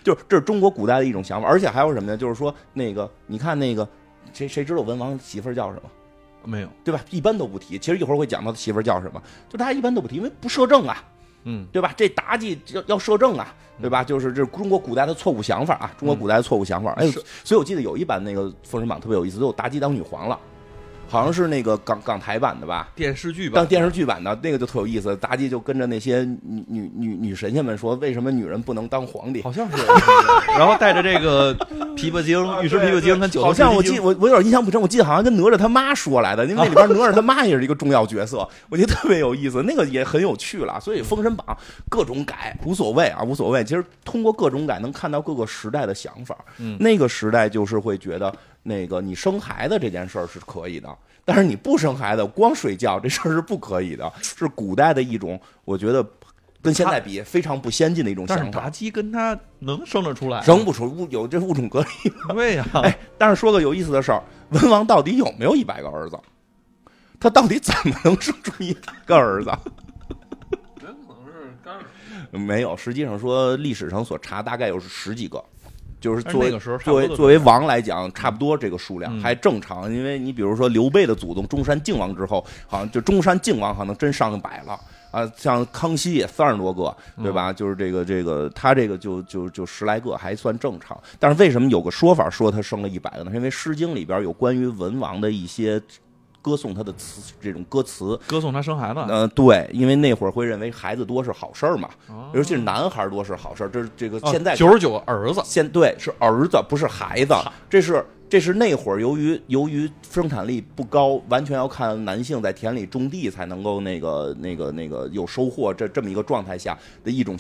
S2: 就是这是中国古代的一种想法，而且还有什么呢？就是说那个，你看那个谁谁知道文王媳妇儿叫什么？
S3: 没有，
S2: 对吧？一般都不提。其实一会儿会讲到他媳妇儿叫什么，就大家一般都不提，因为不摄政啊。
S3: 嗯，
S2: 对吧？这妲己要要摄政啊，对吧？就是这是中国古代的错误想法啊，中国古代的错误想法。哎，所以我记得有一版那个《封神榜》特别有意思，都有妲己当女皇了，好像是那个港港台版的吧。
S3: 电视剧
S2: 当
S3: 吧，
S2: 电视剧版的那个就特有意思，妲己就跟着那些女女女女神仙们说，为什么女人不能当皇帝？
S3: 好像是。 然后带着这个琵琶精，玉石琵琶精跟九
S2: 啊
S3: 头
S2: 好像我
S3: 琵琶
S2: 记
S3: 精
S2: 我我有点印象不深，我记得好像跟哪吒他妈说来的，因为那里边哪吒他妈也是一个重要角色，我觉得特别有意思，那个也很有趣了。所以《封神榜》各种改无所谓啊，无所谓。其实通过各种改能看到各个时代的想法。
S3: 嗯
S2: 那个时代就是会觉得那个你生孩子这件事儿是可以的，但是你不生孩子光睡觉这事儿是不可以的，是古代的一种，我觉得跟现在比非常不先进的一种
S3: 但是
S2: 想
S3: 妲
S2: 法。
S3: 己跟他能生得出来？
S2: 扔不出物有这物种隔离，
S3: 对呀、
S2: 哎，但是说个有意思的事儿，文王到底有没有一百个儿子？他到底怎么能生出一百个儿子？
S1: 可能是干
S2: 没有，实际上说历史上所查大概有十几个，就是
S3: 但是
S2: 作为
S3: 那个时候差不
S2: 作
S3: 多
S2: 为
S3: 都
S2: 作为王来讲，差不多这个数量
S3: 嗯
S2: 还正常，因为你比如说刘备的祖宗中山靖王之后，好像就中山靖王好像真上百了。啊，像康熙也三十多个，
S3: 嗯
S2: 对吧？就是这个这个，他这个就就就十来个，还算正常。但是为什么有个说法说他生了一百个呢？是因为《诗经》里边有关于文王的一些歌颂他的词，这种歌词，
S3: 歌颂他生孩子。
S2: 呃，对，因为那会儿会认为孩子多是好事儿嘛，
S3: 哦
S2: 尤其是男孩儿多是好事儿。这是这个
S3: 哦
S2: 现在、
S3: 九十九个儿子，
S2: 现对是儿子不是孩子，这是这是那会儿由于由于生产力不高，完全要看男性在田里种地才能够那个那个那个有收获，这这么一个状态下的一种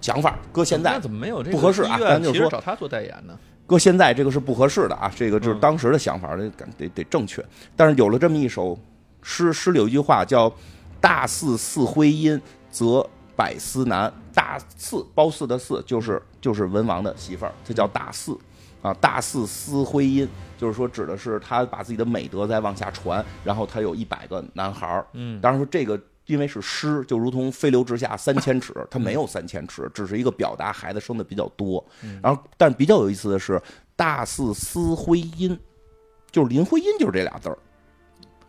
S2: 想法，搁现在
S3: 那怎么没有这个
S2: 不合适啊
S3: 医院
S2: 咱就
S3: 其实
S2: 说
S3: 找他做代言呢？
S2: 搁现在这个是不合适的啊，这个
S3: 嗯
S2: 就是当时的想法，得得得正确。但是有了这么一首诗，诗里有一句话叫“大肆似徽阴，则百思难”。大肆褒姒的姒就是就是文王的媳妇儿，这叫
S3: 嗯
S2: 大肆啊。大肆思徽阴，就是说指的是他把自己的美德在往下传，然后他有一百个男孩儿。
S3: 嗯
S2: 当然说这个。因为是诗，就如同飞流直下三千尺，它没有三千尺，只是一个表达孩子生的比较多。然后，但比较有意思的是，大肆思徽阴，就是林徽因就是这俩字儿，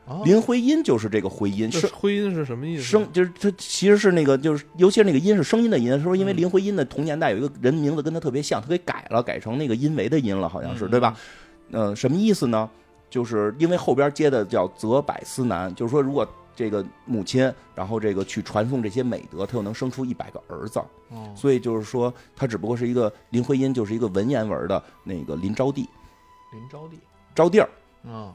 S3: 哦
S2: 林徽因就是这个徽因，
S1: 这
S2: 是
S1: 婚姻是什么意思？
S2: 声就是它其实是那个就是，尤其是那个音是声音的音，说
S1: 嗯
S2: 因为林徽因的同年代有一个人名字跟她特别像，她给改了，改成那个因为的因了，好
S1: 嗯
S2: 像是对吧？呃，什么意思呢？就是因为后边接的叫择百思难，就是说如果这个母亲，然后这个去传送这些美德，她又能生出一百个儿子，
S3: 哦
S2: 所以就是说她只不过是一个林徽因，就是一个文言文的那个林招娣，
S3: 林招娣
S2: 招娣儿。
S3: 啊，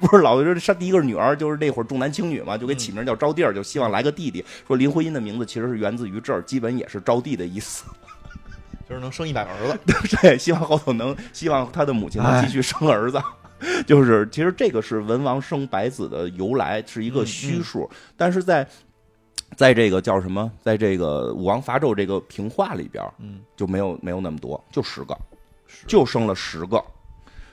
S2: 不是老说生第一个是女儿，就是那会儿重男轻女嘛，就给起名叫招娣儿，就希望来个弟弟。说林徽因的名字其实是源自于这儿，基本也是招娣的意思。
S3: 就是能生一百个儿子。
S2: 对，希望后头能，希望他的母亲能继续生儿子。 就是，其实这个是文王生百子的由来，是一个虚数，但是在。在这个叫什么，在这个武王伐纣这个评话里边，
S3: 嗯，
S2: 就没有没有那么多，就十个，
S3: 是
S2: 就生了十个。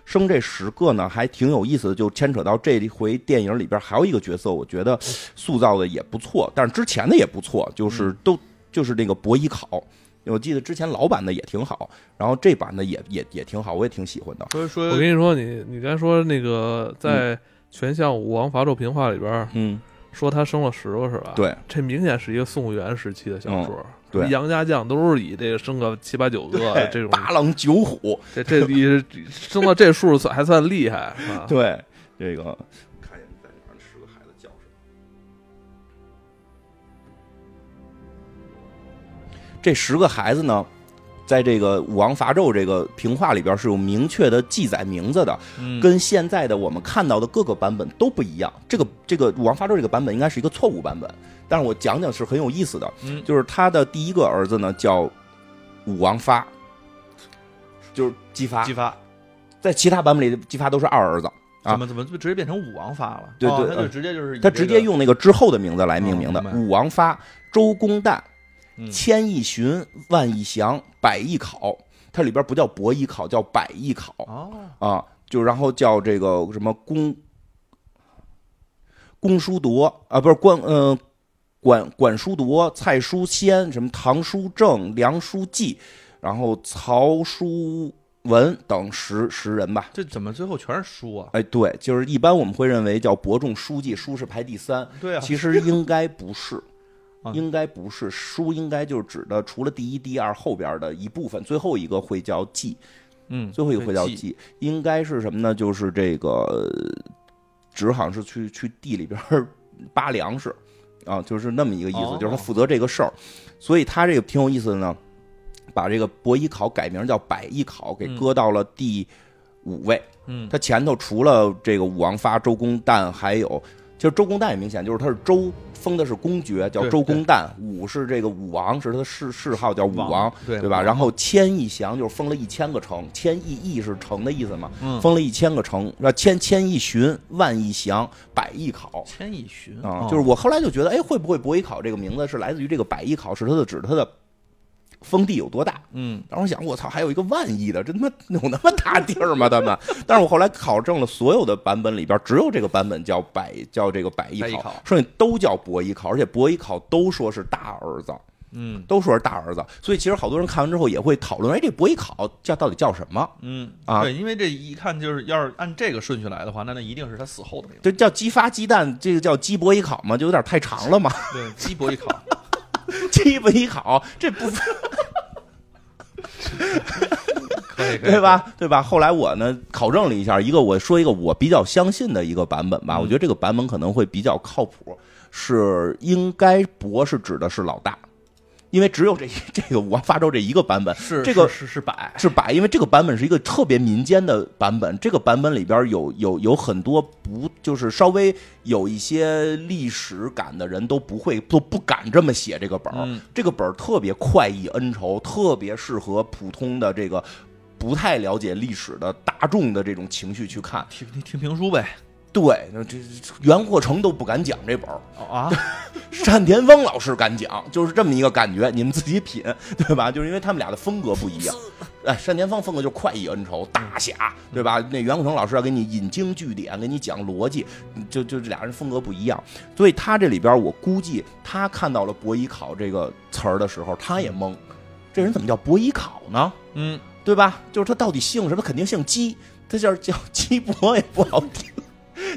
S2: 生这十个呢，还挺有意思的，就牵扯到这一回电影里边还有一个角色，我觉得塑造的也不错，但是之前的也不错，就是都就是那个博弈考，我记得之前老版的也挺好，然后这版的也也也挺好，我也挺喜欢的。
S3: 所以说
S1: 我跟你说，你你刚才说那个在《全项武王伐纣平话》里边儿
S2: 嗯，
S1: 说他生了十个是吧？，
S2: 对嗯
S1: 这明显是一个宋元时期的小说。
S2: 对
S1: 杨家将都是以这个生个七八九个呃这种，
S2: 八郎九虎，
S1: 这这你生到这数算还算厉害是 吧？
S2: 对这个看见在哪十个孩子叫什么？这十个孩子呢，在这个武王伐纣这个评话里边是有明确的记载名字的，
S3: 嗯
S2: 跟现在的我们看到的各个版本都不一样。这个这个武王伐纣这个版本应该是一个错误版本，但是我讲讲是很有意思的，
S3: 嗯
S2: 就是他的第一个儿子呢叫武王发，就是姬发
S3: 激，发
S2: 在其他版本里姬发都是二儿子。啊
S3: 怎么怎么就直接变成武王发了？
S2: 对对
S3: 哦他就
S2: 呃
S3: 直接就是以
S2: 他直
S3: 这个
S2: 接用那个之后的名字来命名的。
S3: 哦明白
S2: 武王发、周公旦、
S3: 嗯
S2: 千亿寻、万亿祥、百亿考，它里边不叫博弈考，叫百亿考
S3: 哦，
S2: 啊，就然后叫这个什么公公叔铎啊，不是关呃。管管叔铎、蔡叔先、什么唐叔正、梁叔季，然后曹叔文等十十人吧，
S3: 这怎么最后全是输啊？
S2: 哎，对，就是一般我们会认为叫伯仲书记，书是排第三，
S3: 对啊
S2: 其实应该不是
S3: 啊，
S2: 应该不是，书应该就是指的除了第一、第二后边的一部分，最后一个会叫记，
S3: 嗯，
S2: 最后一个会叫
S3: 对记
S2: 记，应该是什么呢？就是这个，呃只好像是去去地里边儿 扒粮食啊，就是那么一个意思，
S3: 哦
S2: 就是他负责这个事儿，所以他这个挺有意思的呢，把这个伯邑考改名叫百邑考，给
S3: 嗯
S2: 搁到了第五位。
S3: 嗯
S2: 他前头除了这个武王发、周公旦，还有其实周公旦也明显，就是他是周封的是公爵，叫
S3: 对
S2: 周公旦；武是这个武王，是他的谥谥号叫武
S3: 王
S2: 王，
S3: 对
S2: 对吧？然后千亿降就是封了一千个城，千亿亿是城的意思嘛，
S3: 嗯，
S2: 封了一千个城，那千千亿巡，万亿降，百亿考。
S3: 千亿巡
S2: 啊，就是我后来就觉得，哎，会不会伯邑考这个名字是来自于这个百邑考，是他的指他的封地有多大？
S3: 嗯，
S2: 当时我想，我操，还有一个万亿的，这他妈有那么大地儿吗？他们？但是我后来考证了，所有的版本里边，只有这个版本叫百叫这个百亿
S3: 百邑
S2: 考
S3: 考，
S2: 剩下都叫伯邑考，而且伯邑考都说是大儿子，
S3: 嗯
S2: 都说是大儿子，所以其实好多人看完之后也会讨论，哎，这伯邑考叫到底叫什么？
S3: 嗯
S2: 啊
S3: 对，因为这一看就是要是按这个顺序来的话，那那一定是他死后的名字，
S2: 这叫鸡发鸡蛋，这个叫鸡伯邑考吗？就有点太长了嘛，
S3: 对，鸡伯邑考，
S2: 鸡伯邑考这不
S3: 可以可以，
S2: 对？吧？对吧？后来我呢考证了一下，一个我说一个我比较相信的一个版本吧，我觉得这个版本可能会比较靠谱，是应该博是指的是老大，因为只有这这个我发州这一个版本
S3: 是
S2: 这个
S3: 是是是百，
S2: 是百，因为这个版本是一个特别民间的版本，这个版本里边有有有很多不就是稍微有一些历史感的人都不会都不敢这么写这个本儿、
S3: 嗯
S2: 这个本儿特别快意恩仇，特别适合普通的这个。不太了解历史的大众的这种情绪去看，
S3: 听听听评书呗，
S2: 对，那这这袁阔成都不敢讲这本儿，
S3: 哦 啊，
S2: 单田芳老师敢讲，就是这么一个感觉，你们自己品，对吧？就是因为他们俩的风格不一样。哎，单田芳风格就是快意恩仇、大侠，对吧？那袁阔成老师要给你引经据典，给你讲逻辑，就就这俩人风格不一样。所以他这里边，我估计他看到了“博弈考”这个词儿的时候，他也懵，这人怎么叫博弈考呢？
S3: 嗯，
S2: 对吧？就是他到底姓什么？肯定姓姬，他叫叫姬伯也不好听，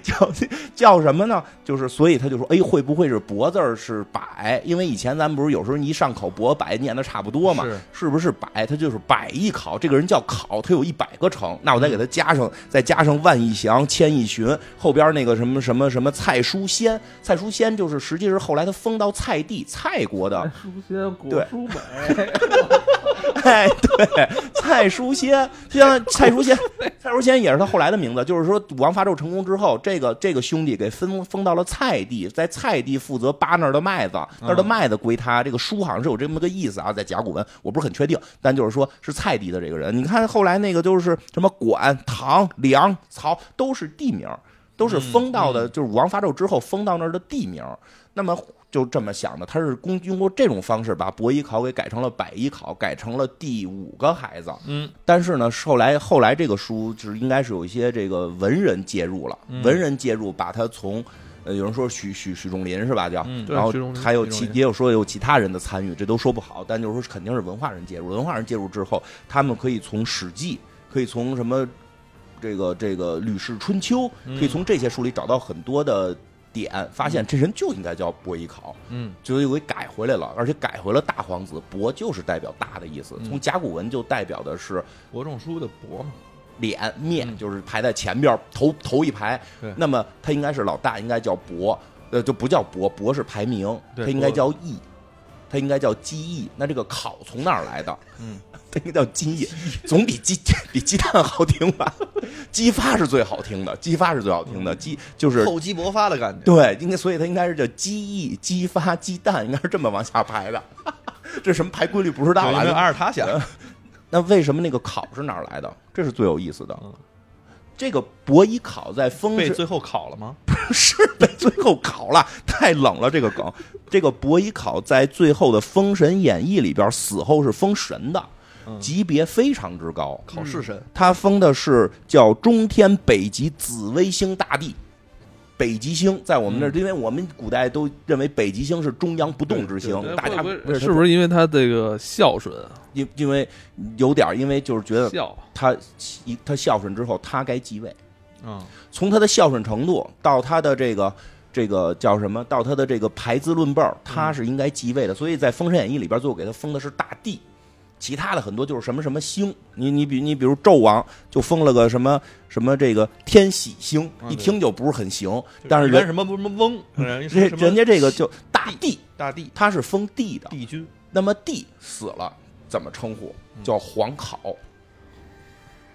S2: 叫叫什么呢？就是所以他就说，哎，会不会是伯字儿是百？因为以前咱们不是有时候你一上口伯百念的差不多嘛，
S3: 是
S2: 不是百？他就是百亿考，这个人叫考，他有一百个城，那我再给他加上，再加上万亿祥、千亿巡，后边那个什么什么什么蔡书仙，蔡书仙就是实际是后来他封到蔡地蔡国的，
S1: 书仙果
S2: 啊对
S1: 蔬美，
S2: 哎，对，蔡书仙，就像蔡书仙，蔡书仙也是他后来的名字。就是说，武王伐纣成功之后，这个这个兄弟给分封到了蔡地，在蔡地负责扒那儿的麦子，那儿的麦子归他。这个书好像是有这么个意思啊，在甲骨文我不是很确定，但就是说是蔡地的这个人。你看后来那个就是什么管、唐、梁、曹，都是地名儿，都是封到的，就是武王伐纣之后封到那儿的地名儿。那么就这么想的，他是公用过这种方式把伯邑考给改成了百邑考，改成了第五个孩子。
S3: 嗯，
S2: 但是呢，后来后来这个书就是应该是有一些这个文人介入了，
S3: 嗯
S2: 文人介入把他从。呃，有人说许许许仲林是吧？叫，
S3: 嗯
S1: 对
S2: 然后
S1: 许仲林
S2: 还有
S3: 许仲
S2: 其
S3: 林
S2: 也有说有其他人的参与，这都说不好，但就是说肯定是文化人介入。文化人介入之后，他们可以从《史记》，可以从什么这个这个《吕氏春秋》，可以从这些书里找到很多的点，发现这人就应该叫伯邑考。
S3: 嗯
S2: 就又给改回来了，而且改回了大皇子，伯就是代表大的意思，
S3: 嗯
S2: 从甲骨文就代表的是
S3: 伯仲叔的伯嘛，
S2: 脸面，就是排在前边儿头头一排
S3: 嗯对。
S2: 那么他应该是老大，应该叫伯，呃，就不叫伯，伯是排名，他
S3: 对
S2: 应该
S3: 伯
S2: 叫义，他应该叫鸡义。那这个考从哪儿来的？
S3: 嗯，
S2: 他应该叫鸡翼，总比鸡 比鸡蛋好听吧？ 激发是最好听的，激发是最好听的，激就是
S3: 厚积薄发的感觉，
S2: 对，应该所以它应该是叫鸡翼、激发、鸡蛋，应该是这么往下排的。 这什么排规律不知道
S3: 因为阿
S2: 了。
S3: 尔 塔想，
S2: 那为什么那个考是哪儿来的？这是最有意思的
S3: 嗯。
S2: 这个伯邑考在封
S3: 被
S2: 神
S3: 最后考了吗？
S2: 是被最后考了，太冷了这个梗。这个伯邑考在最后的《封神演义》里边，死后是封神的，
S3: 嗯
S2: 级别非常之高。
S3: 考试神，
S2: 他封的是叫中天北极紫微星大帝，北极星在我们
S1: 嗯
S2: 那儿，因为我们古代都认为北极星是中央不动之星
S3: 对，
S2: 大家
S1: 会不
S2: 不
S1: 会
S2: 是
S1: 是不是因为他这个孝顺啊？
S2: 因因为有点儿因为就是觉得
S1: 孝，
S2: 他一他孝顺之后，他该继位，
S3: 嗯，
S2: 从他的孝顺程度到他的这个。这个叫什么？到他的这个排资论辈儿，他是应该继位的。所以在《封神演义》里边，最后给他封的是大帝，其他的很多就是什么什么星。你你比你比如纣王就封了个什么什么这个天喜星，
S3: 嗯
S2: 一
S3: 对
S2: 啊听就不是很行。但是
S3: 人
S2: 人
S3: 什么不什么翁，人
S2: 人人家这个就大帝，
S3: 大帝
S2: 他是封帝的。
S3: 帝君，
S2: 那么帝死了怎么称呼？叫皇考。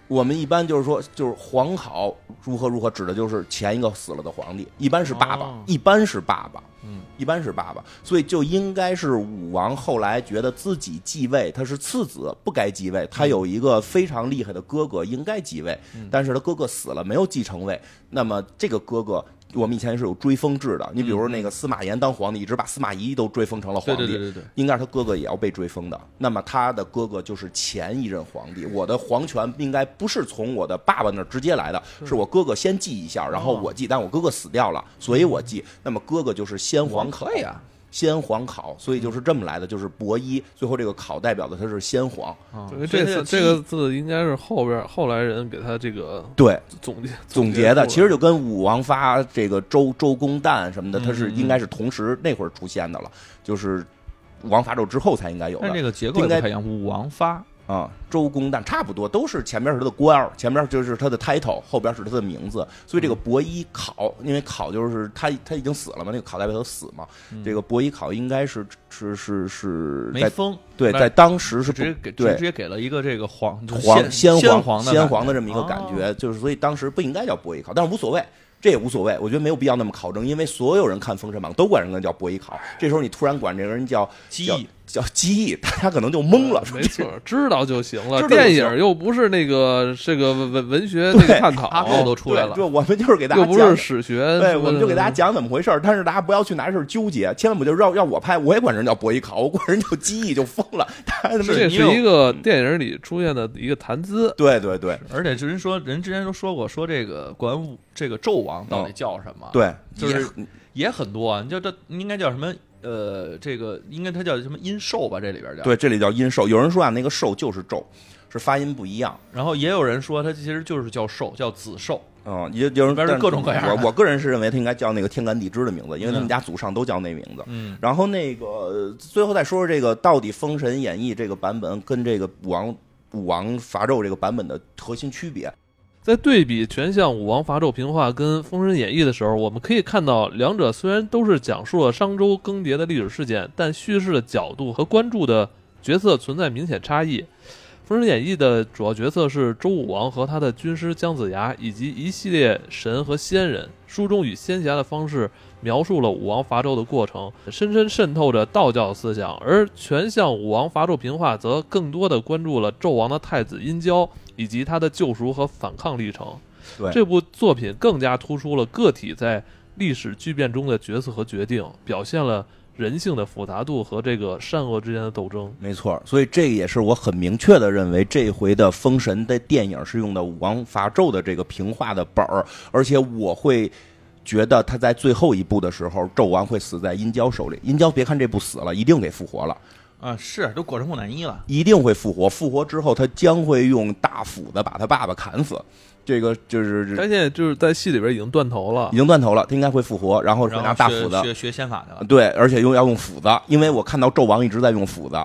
S2: 我们一般就是说，就是皇好如何如何，指的就是前一个死了的皇帝，一般是爸爸，
S3: 哦
S2: 一般是爸爸，
S3: 嗯，
S2: 一般是爸爸，所以就应该是武王后来觉得自己继位，他是次子，不该继位，他有一个非常厉害的哥哥，应该继位，
S3: 嗯
S2: 但是他哥哥死了，没有继承位，那么这个哥哥。我们以前是有追封制的，你比如那个司马炎当皇帝，一直把司马懿都追封成了皇
S3: 对
S2: 帝，
S3: 对对对对，
S2: 应该是他哥哥也要被追封的。那么他的哥哥就是前一任皇
S3: 嗯
S2: 帝，我的皇权应该不是从我的爸爸那儿直接来的，是我哥哥先继一下，然后我
S3: 哦
S2: 继。但我哥哥死掉了，所以我继。那么哥哥就是先皇考
S3: 可以啊，
S2: 先皇考，所以就是这么来的，就是伯一。最后这个考代表的他是先皇，
S3: 啊
S1: 因为
S3: 所以
S1: 这
S3: 他
S1: 次
S3: 就
S1: 这个字应该是后边后来人给他这个
S2: 对。
S1: 总结
S2: 总结的，其
S1: 实
S2: 实就跟武王发这个周周公旦什么的，
S3: 嗯
S2: 他是应该是同时那会儿出现的了，就是武王伐纣之后才应该有的。
S3: 但这个结构也
S2: 应该
S3: 不太一样，武王发
S2: 啊，周公旦差不多都是前面是他的官儿，前面就是他的 title，后边是他的名字。所以这个
S3: 嗯
S2: 伯一考，因为考就是他他已经死了嘛，那个考代表他死嘛。这个伯一考应该是是是是
S3: 嗯没
S2: 在
S3: 封，
S2: 对
S3: 那
S2: 在当时是
S3: 直接给
S2: 不对
S3: 直接给了一个这个皇就是
S2: 皇
S3: 先
S2: 皇
S3: 皇的
S2: 先
S3: 感觉
S2: 皇的这么一个感觉，就是所以当时不应该叫伯邑考，但是无所谓。这也无所谓，我觉得没有必要那么考证，因为所有人看《封神榜》都管人家叫伯邑考，这时候你突然管这个人叫
S3: 姬
S2: 叫
S3: 异
S2: 叫姬异，大家可能就懵了，说
S1: 嗯没错，知道就行了。
S2: 知道就行
S1: 电影又不是那个这个文文学那个探讨，
S3: 哈扣都出来
S2: 啊对
S3: 了
S2: 对，，我们就是给大家
S1: 又
S2: 讲
S1: 不是史学，
S2: 对，
S1: 什么
S2: 我们就给大家
S1: 的
S2: 讲怎么回事儿，但是大家不要去拿这事儿纠结，千万不就让让我拍，我也管人叫博弈考，我管人叫机翼就疯了，大家他妈
S1: 这
S3: 你
S1: 是
S3: 有
S1: 一个电影里出现的一个谈资，
S2: 对对对
S3: 而且就是说，人之前都说过，说这个管武这个纣王到底叫什么？，
S2: 对，
S3: 就是也很多啊。你叫这应该叫什么？呃，这个应该它叫什么殷寿吧？这里边叫。
S2: 对，这里叫音兽，有人说啊，那个兽就是咒，是发音不一样。
S3: 然后也有人说它其实就是叫寿，叫子寿。
S2: 嗯，也有人
S3: 里边是
S2: 但
S3: 各种各样的
S2: 我我个人是认为他应该叫那个天干地支的名字，因为他们
S3: 嗯
S2: 家祖上都叫那名字。
S3: 嗯，
S2: 然后那个呃最后再说说这个到底《封神演义》这个版本跟这个武王武王伐纣这个版本的核心区别。
S1: 在对比全像《武王伐纣平话》跟《封神演义》的时候，我们可以看到，两者虽然都是讲述了商周更迭的历史事件，但叙事的角度和关注的角色存在明显差异。《封神演义》的主要角色是周武王和他的军师姜子牙，以及一系列神和仙人。书中以仙侠的方式描述了武王伐纣的过程，深深渗透着道教思想；而全像《武王伐纣平话》则更多的关注了纣王的太子殷郊以及他的救赎和反抗历程。
S2: 对
S1: 这部作品更加突出了个体在历史巨变中的角色和决定，表现了人性的复杂度和这个善恶之间的斗争。
S2: 没错，所以这也是我很明确的认为，这回的《封神》的电影是用的武王伐纣的这个平话的本儿，而且我会觉得他在最后一部的时候，纣王会死在殷郊手里。殷郊别看这部死了，一定给复活了，
S3: 啊，是都裹成木乃伊了。
S2: 一定会复活。复活之后，他将会用大斧子把他爸爸砍死。这个就是
S1: 他现在就是在戏里边已经断头了
S2: 已，经断头了，他应该会复活，然后会
S3: 然
S2: 拿
S3: 后
S2: 大斧子嗯
S3: 学学学仙法去了。
S2: 对，而且用要用斧子，因为我看到纣王一直在用斧子，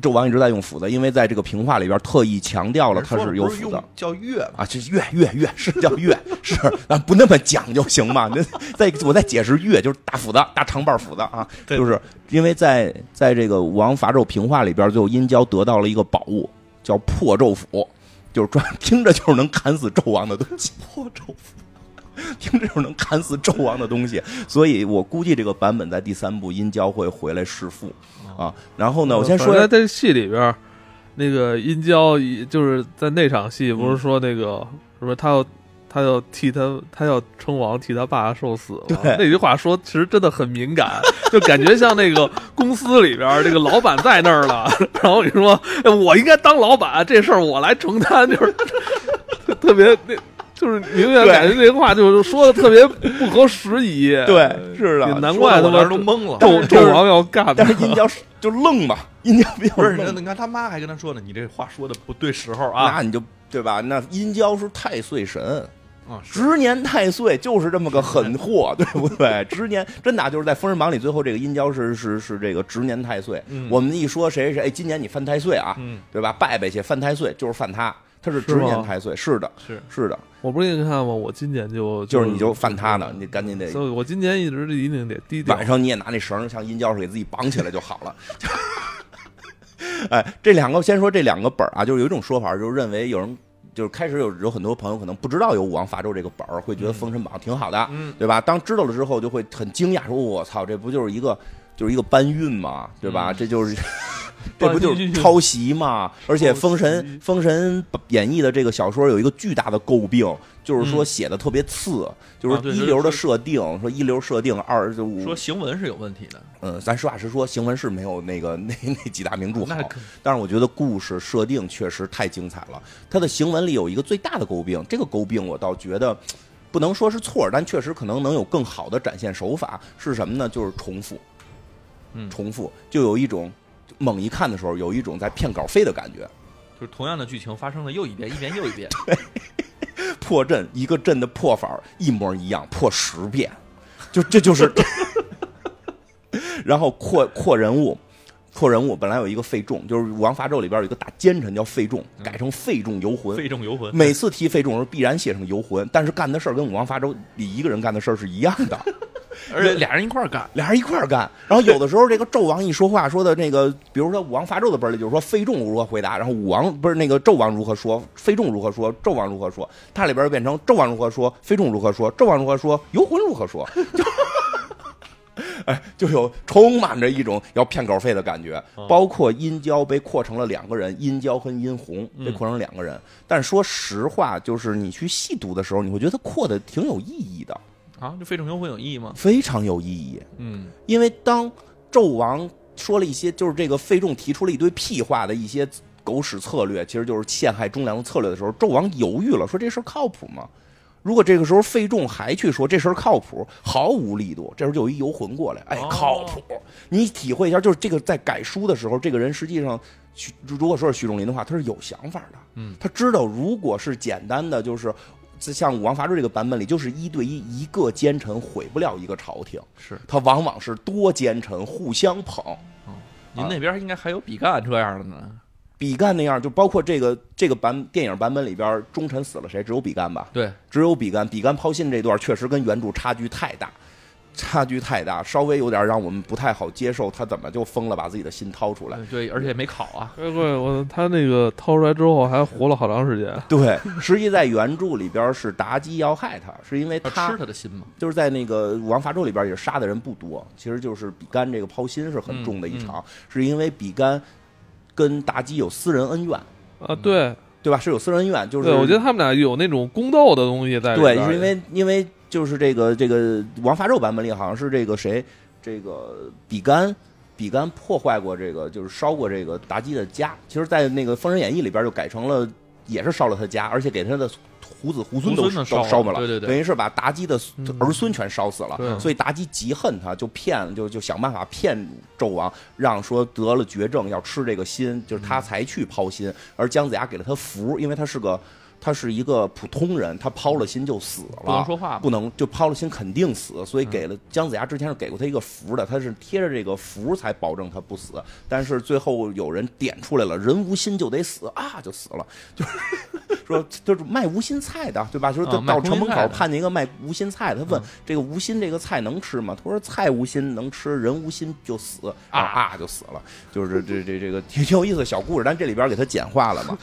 S2: 纣王一直在用斧子，因为在这个评话里边特意强调了他
S3: 哎人说
S2: 有
S3: 不
S2: 斧子
S3: 用。叫月嘛，
S2: 啊，这是越越越是叫越是，咱不那么讲究行吗？那再我再解释越就是大斧子，大长把斧子啊，
S3: 对
S2: 就是因为在在这个武王伐纣平话里边，最后殷郊得到了一个宝物，叫破纣斧，就是专听着就是能砍死纣王的东西。破纣斧， 听着就是能砍死纣王的东西，所以我估计这个版本在第三部殷郊会回来弑父啊。然后呢，我先说
S1: 在这戏里边，那个殷郊一就是在那场戏，不
S2: 嗯
S1: 是说那个什么他要。他要替他，他要称王，替他爸受死嘛
S2: 对
S1: 那句话说，其实真的很敏感，就感觉像那个公司里边儿这个老板在那儿了， 然后你说、哎我应该当老板，这事儿我来承担，就是特别那，就是明显
S2: 对
S1: 感觉这话就是说的特别不合时宜。
S2: 对，是
S1: 也
S2: 的，
S1: 难怪啊他
S3: 说得我
S1: 妈
S3: 当时都懵了。
S1: 纣纣王要干他
S2: 但是殷郊是就愣吧，殷郊比较
S3: 不是，
S2: 愣
S3: 你看他妈还跟他说呢，你这话说的不对时候啊。
S2: 那你就对吧？那殷郊是太岁神，
S3: 啊，是
S2: 执年太岁就是这么个狠货， 对不对？执年真的啊就是在《封神榜》里，最后这个殷郊是是是这个执年太岁。
S3: 嗯
S2: 我们一说谁谁谁，哎，今年你犯太岁啊，
S3: 嗯
S2: 对吧？拜拜去，犯太岁就是犯他，他是执
S1: 是吗
S2: 年太岁，是的，
S3: 是嗯
S2: 是的，
S1: 我不是给你看吗？我今年就
S2: 就是你就犯他呢，你赶紧得
S1: 所以我今年一直一定得低调
S2: 晚。上你也拿那绳儿像殷教授给自己绑起来就好了。 哎，这两个先说这两个本儿啊，就是有一种说法，就是认为有人就是开始有有很多朋友可能不知道有《武王伐纣》这个本儿，会觉得《封神榜》挺好的，
S3: 嗯
S2: 对吧？当知道了之后，就会很惊讶，说：“我操，这不就是一个就是一个搬运嘛，对吧？这就是这不就是抄袭嘛？而且《封神》《封神演义》的这个小说有一个巨大的诟病，就是说写的特别次，就是
S1: 啊
S2: 说
S1: 对
S2: 一流的设定，说一流设定二就五
S3: 说行文是有问题的，
S2: 嗯，咱实话实说，行文是没有那个那 那几大名著
S3: 那
S2: 好
S3: 可，
S2: 但是我觉得故事设定确实太精彩了。它的行文里有一个最大的诟病，这个诟病我倒觉得不能说是错，但确实可能能有更好的展现手法，是什么呢？就是重复，
S3: 嗯
S2: 重复就有一种猛一看的时候有一种在骗稿费的感觉。
S3: 就是同样的剧情发生了又一遍，一遍又一遍，
S2: 破阵一个阵的破法儿一模一样，破十遍，就这就是。然后扩扩人物，扩人物本来有一个费仲，就是《武王伐纣》里边有一个大奸臣叫费仲，改成费仲游魂。
S1: 费正游魂。
S2: 每次提费仲时必然写成游魂，但是干的事儿跟《武王伐纣》里一个人干的事儿是一样的。
S3: 而且俩人一块儿干，
S2: 俩人一块儿干。然后有的时候这个纣王一说话说的那个，比如说武王伐纣的本儿里就是说非仲如何回答，然后武王不是那个纣王如何说，非仲如何说，纣王如何说，它里边儿变成纣王如何说，非仲如何说，纣王如何说，游魂如何说。 就哎，就有充满着一种要骗稿费的感觉，包括殷郊被扩成了两个人，殷郊和殷红被扩成两个人。但说实话，就是你去细读的时候，你会觉得它扩的挺有意义的，
S3: 啊，这非正游魂有意义吗？
S2: 非常有意义。
S3: 嗯，
S2: 因为当纣王说了一些，就是这个费仲提出了一堆屁话的一些狗屎策略，其实就是陷害忠良的策略的时候，纣王犹豫了，说这事儿靠谱吗？如果这个时候费仲还去说这事儿靠谱，毫无力度，这时候就有一游魂过来，哎
S1: 哦，
S2: 靠谱！你体会一下，就是这个在改书的时候，这个人实际上，徐如果说是徐仲林的话，他是有想法的，
S3: 嗯，
S2: 他知道如果是简单的，就是像《武王伐纣》这个版本里，就是一对一，一个奸臣毁不了一个朝廷，
S3: 是
S2: 他往往是多奸臣互相捧。啊
S3: 您那边应该还有比干这样的呢，
S2: 比干那样，就包括这个这个版电影版本里边，忠臣死了谁？只有比干吧，
S3: 对，
S2: 只有比干。比干抛信这段确实跟原著差距太大，差距太大，稍微有点让我们不太好接受。他怎么就疯了，把自己的心掏出来？
S3: 对，而且也没考啊，
S1: 哎，对，我他那个掏出来之后还活了好长时间。啊
S2: 对，实际在原著里边是妲己要害他，是因为
S3: 要
S2: 他
S3: 吃他的心嘛，
S2: 就是在那个《武王伐纣》里边也杀的人不多，其实就是比干这个抛心是很重的一场，是因为比干跟妲己有私人恩怨，
S1: 啊，对，
S2: 对吧？是有私人恩怨，就是
S1: 对，我觉得他们俩有那种宫斗的东西在里边。
S2: 对，是因为因为就是这个这个王伐纣版本里好像是这个谁，这个比干。比干破坏过这个，就是烧过这个妲己的家。其实，在那个《封神演义》里边就改成了，也是烧了他家，而且给他的胡子胡孙都
S3: 胡孙
S2: 都
S3: 呢烧了
S2: 烧没了，
S3: 对对对
S2: 等于是把妲己的
S1: 嗯
S2: 儿孙全烧死了。
S1: 对
S2: 所以妲己极恨他，就骗就就想办法骗纣王，让说得了绝症要吃这个心，就是他才去抛心。而姜子牙给了他符，因为他是个他是一个普通人，他抛了心就死了，
S3: 不能说嗯话嘛
S2: 不能就抛了心肯定死，所以给了姜子牙之前是给过他一个符的，他是贴着这个符才保证他不死。但是最后有人点出来了，人无心就得死啊，就死了，就是 说就是卖无心菜的，对吧？就是
S3: 啊
S2: 到
S3: 卖
S2: 到城
S3: 空
S2: 门
S3: 心
S2: 口
S3: 菜的嗯
S2: 看见一个卖无心菜的，他问这个无心这个菜能吃吗？他说菜无心能吃，人无心就死啊啊就死了，就是这这这个挺挺有意思的小故事，但这里边给他简化了 嘛，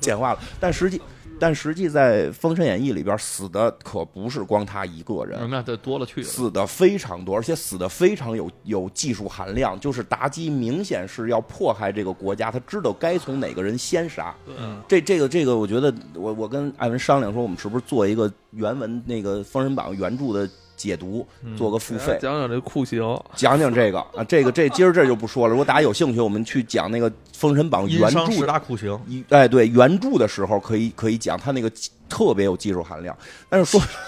S2: 简化了，但实际。但实际在《封神演义》里边，死的可不是光他一个人，
S3: 那这多了去了，
S2: 死的非常多，而且死的非常有有技术含量。就是妲己明显是要迫害这个国家，他知道该从哪个人先杀。
S3: 嗯
S2: 这这个这个，我觉得我我跟艾文商量说，我们是不是做一个原文那个《封神榜》原著的解读，做个付费，
S1: 讲讲这酷刑，
S2: 讲讲这个啊，这个这今儿这就不说了。如果大家有兴趣，我们去讲那个《封神榜》
S3: 殷
S2: 原
S3: 商
S2: 著
S3: 十
S2: 的
S3: 大酷刑，
S2: 一哎，对原著的时候可以可以讲，它那个技特别有技术含量。但是说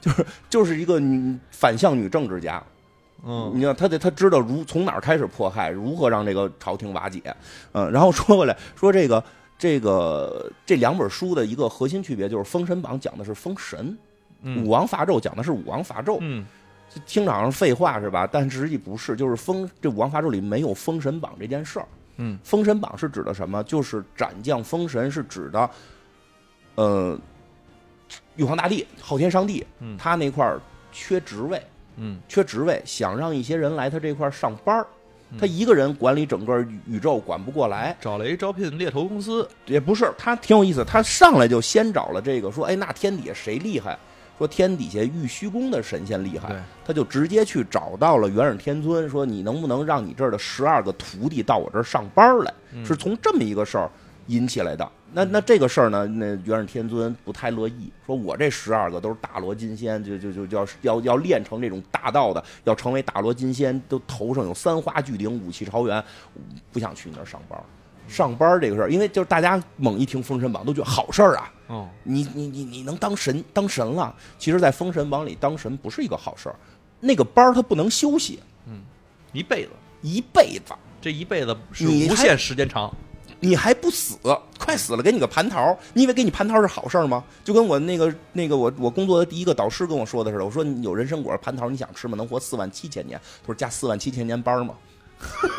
S2: 就是就是一个女反向女政治家，
S3: 嗯，
S2: 你看他得他知道如从哪儿开始迫害，如何让这个朝廷瓦解，嗯，然后说回来说这个这个这两本书的一个核心区别就是《封神榜》讲的是封神，
S3: 嗯
S2: 武王伐纣》讲的是武王伐纣，
S3: 嗯，
S2: 听着好像废话是吧？但实际不是，就是封这《武王伐纣》里没有《封神榜》这件事儿。
S3: 嗯，
S2: 《封神榜》是指的什么？就是斩将封神是指的，呃，玉皇大帝、昊天上帝，
S3: 嗯
S2: 他那块儿缺职位，
S3: 嗯，
S2: 缺职位，想让一些人来他这块儿上班儿。
S3: 嗯
S2: 他一个人管理整个宇宙管不过来。
S3: 找了一招聘猎头公司，
S2: 也不是，他挺有意思，他上来就先找了这个说，哎，那天底下谁厉害？说天底下玉虚宫的神仙厉害
S3: 对，
S2: 他就直接去找到了元始天尊，说你能不能让你这儿的十二个徒弟到我这儿上班来？是从这么一个事儿引起来的。那那这个事儿呢，那元始天尊不太乐意，说我这十二个都是大罗金仙，就就就就要要要练成这种大道的，要成为大罗金仙，都头上有三花聚顶，五气朝元，不想去你那儿上班。上班这个事儿，因为就是大家猛一听《封神榜》都觉得好事儿啊，
S3: 哦，
S2: 你你你你能当神当神了？其实，在《封神榜》里，当神不是一个好事儿。那个班儿他不能休息
S3: 一辈子，
S2: 一辈子，
S3: 这一辈子是
S2: 你
S3: 无
S2: 还
S3: 限时间长，
S2: 你还不死，快死了给你个蟠桃，你以为给你蟠桃是好事儿吗？就跟我那个那个我我工作的第一个导师跟我说的似的，我说你有人参果蟠桃你想吃吗？能活四万七千年，他说加四万七千年班儿吗？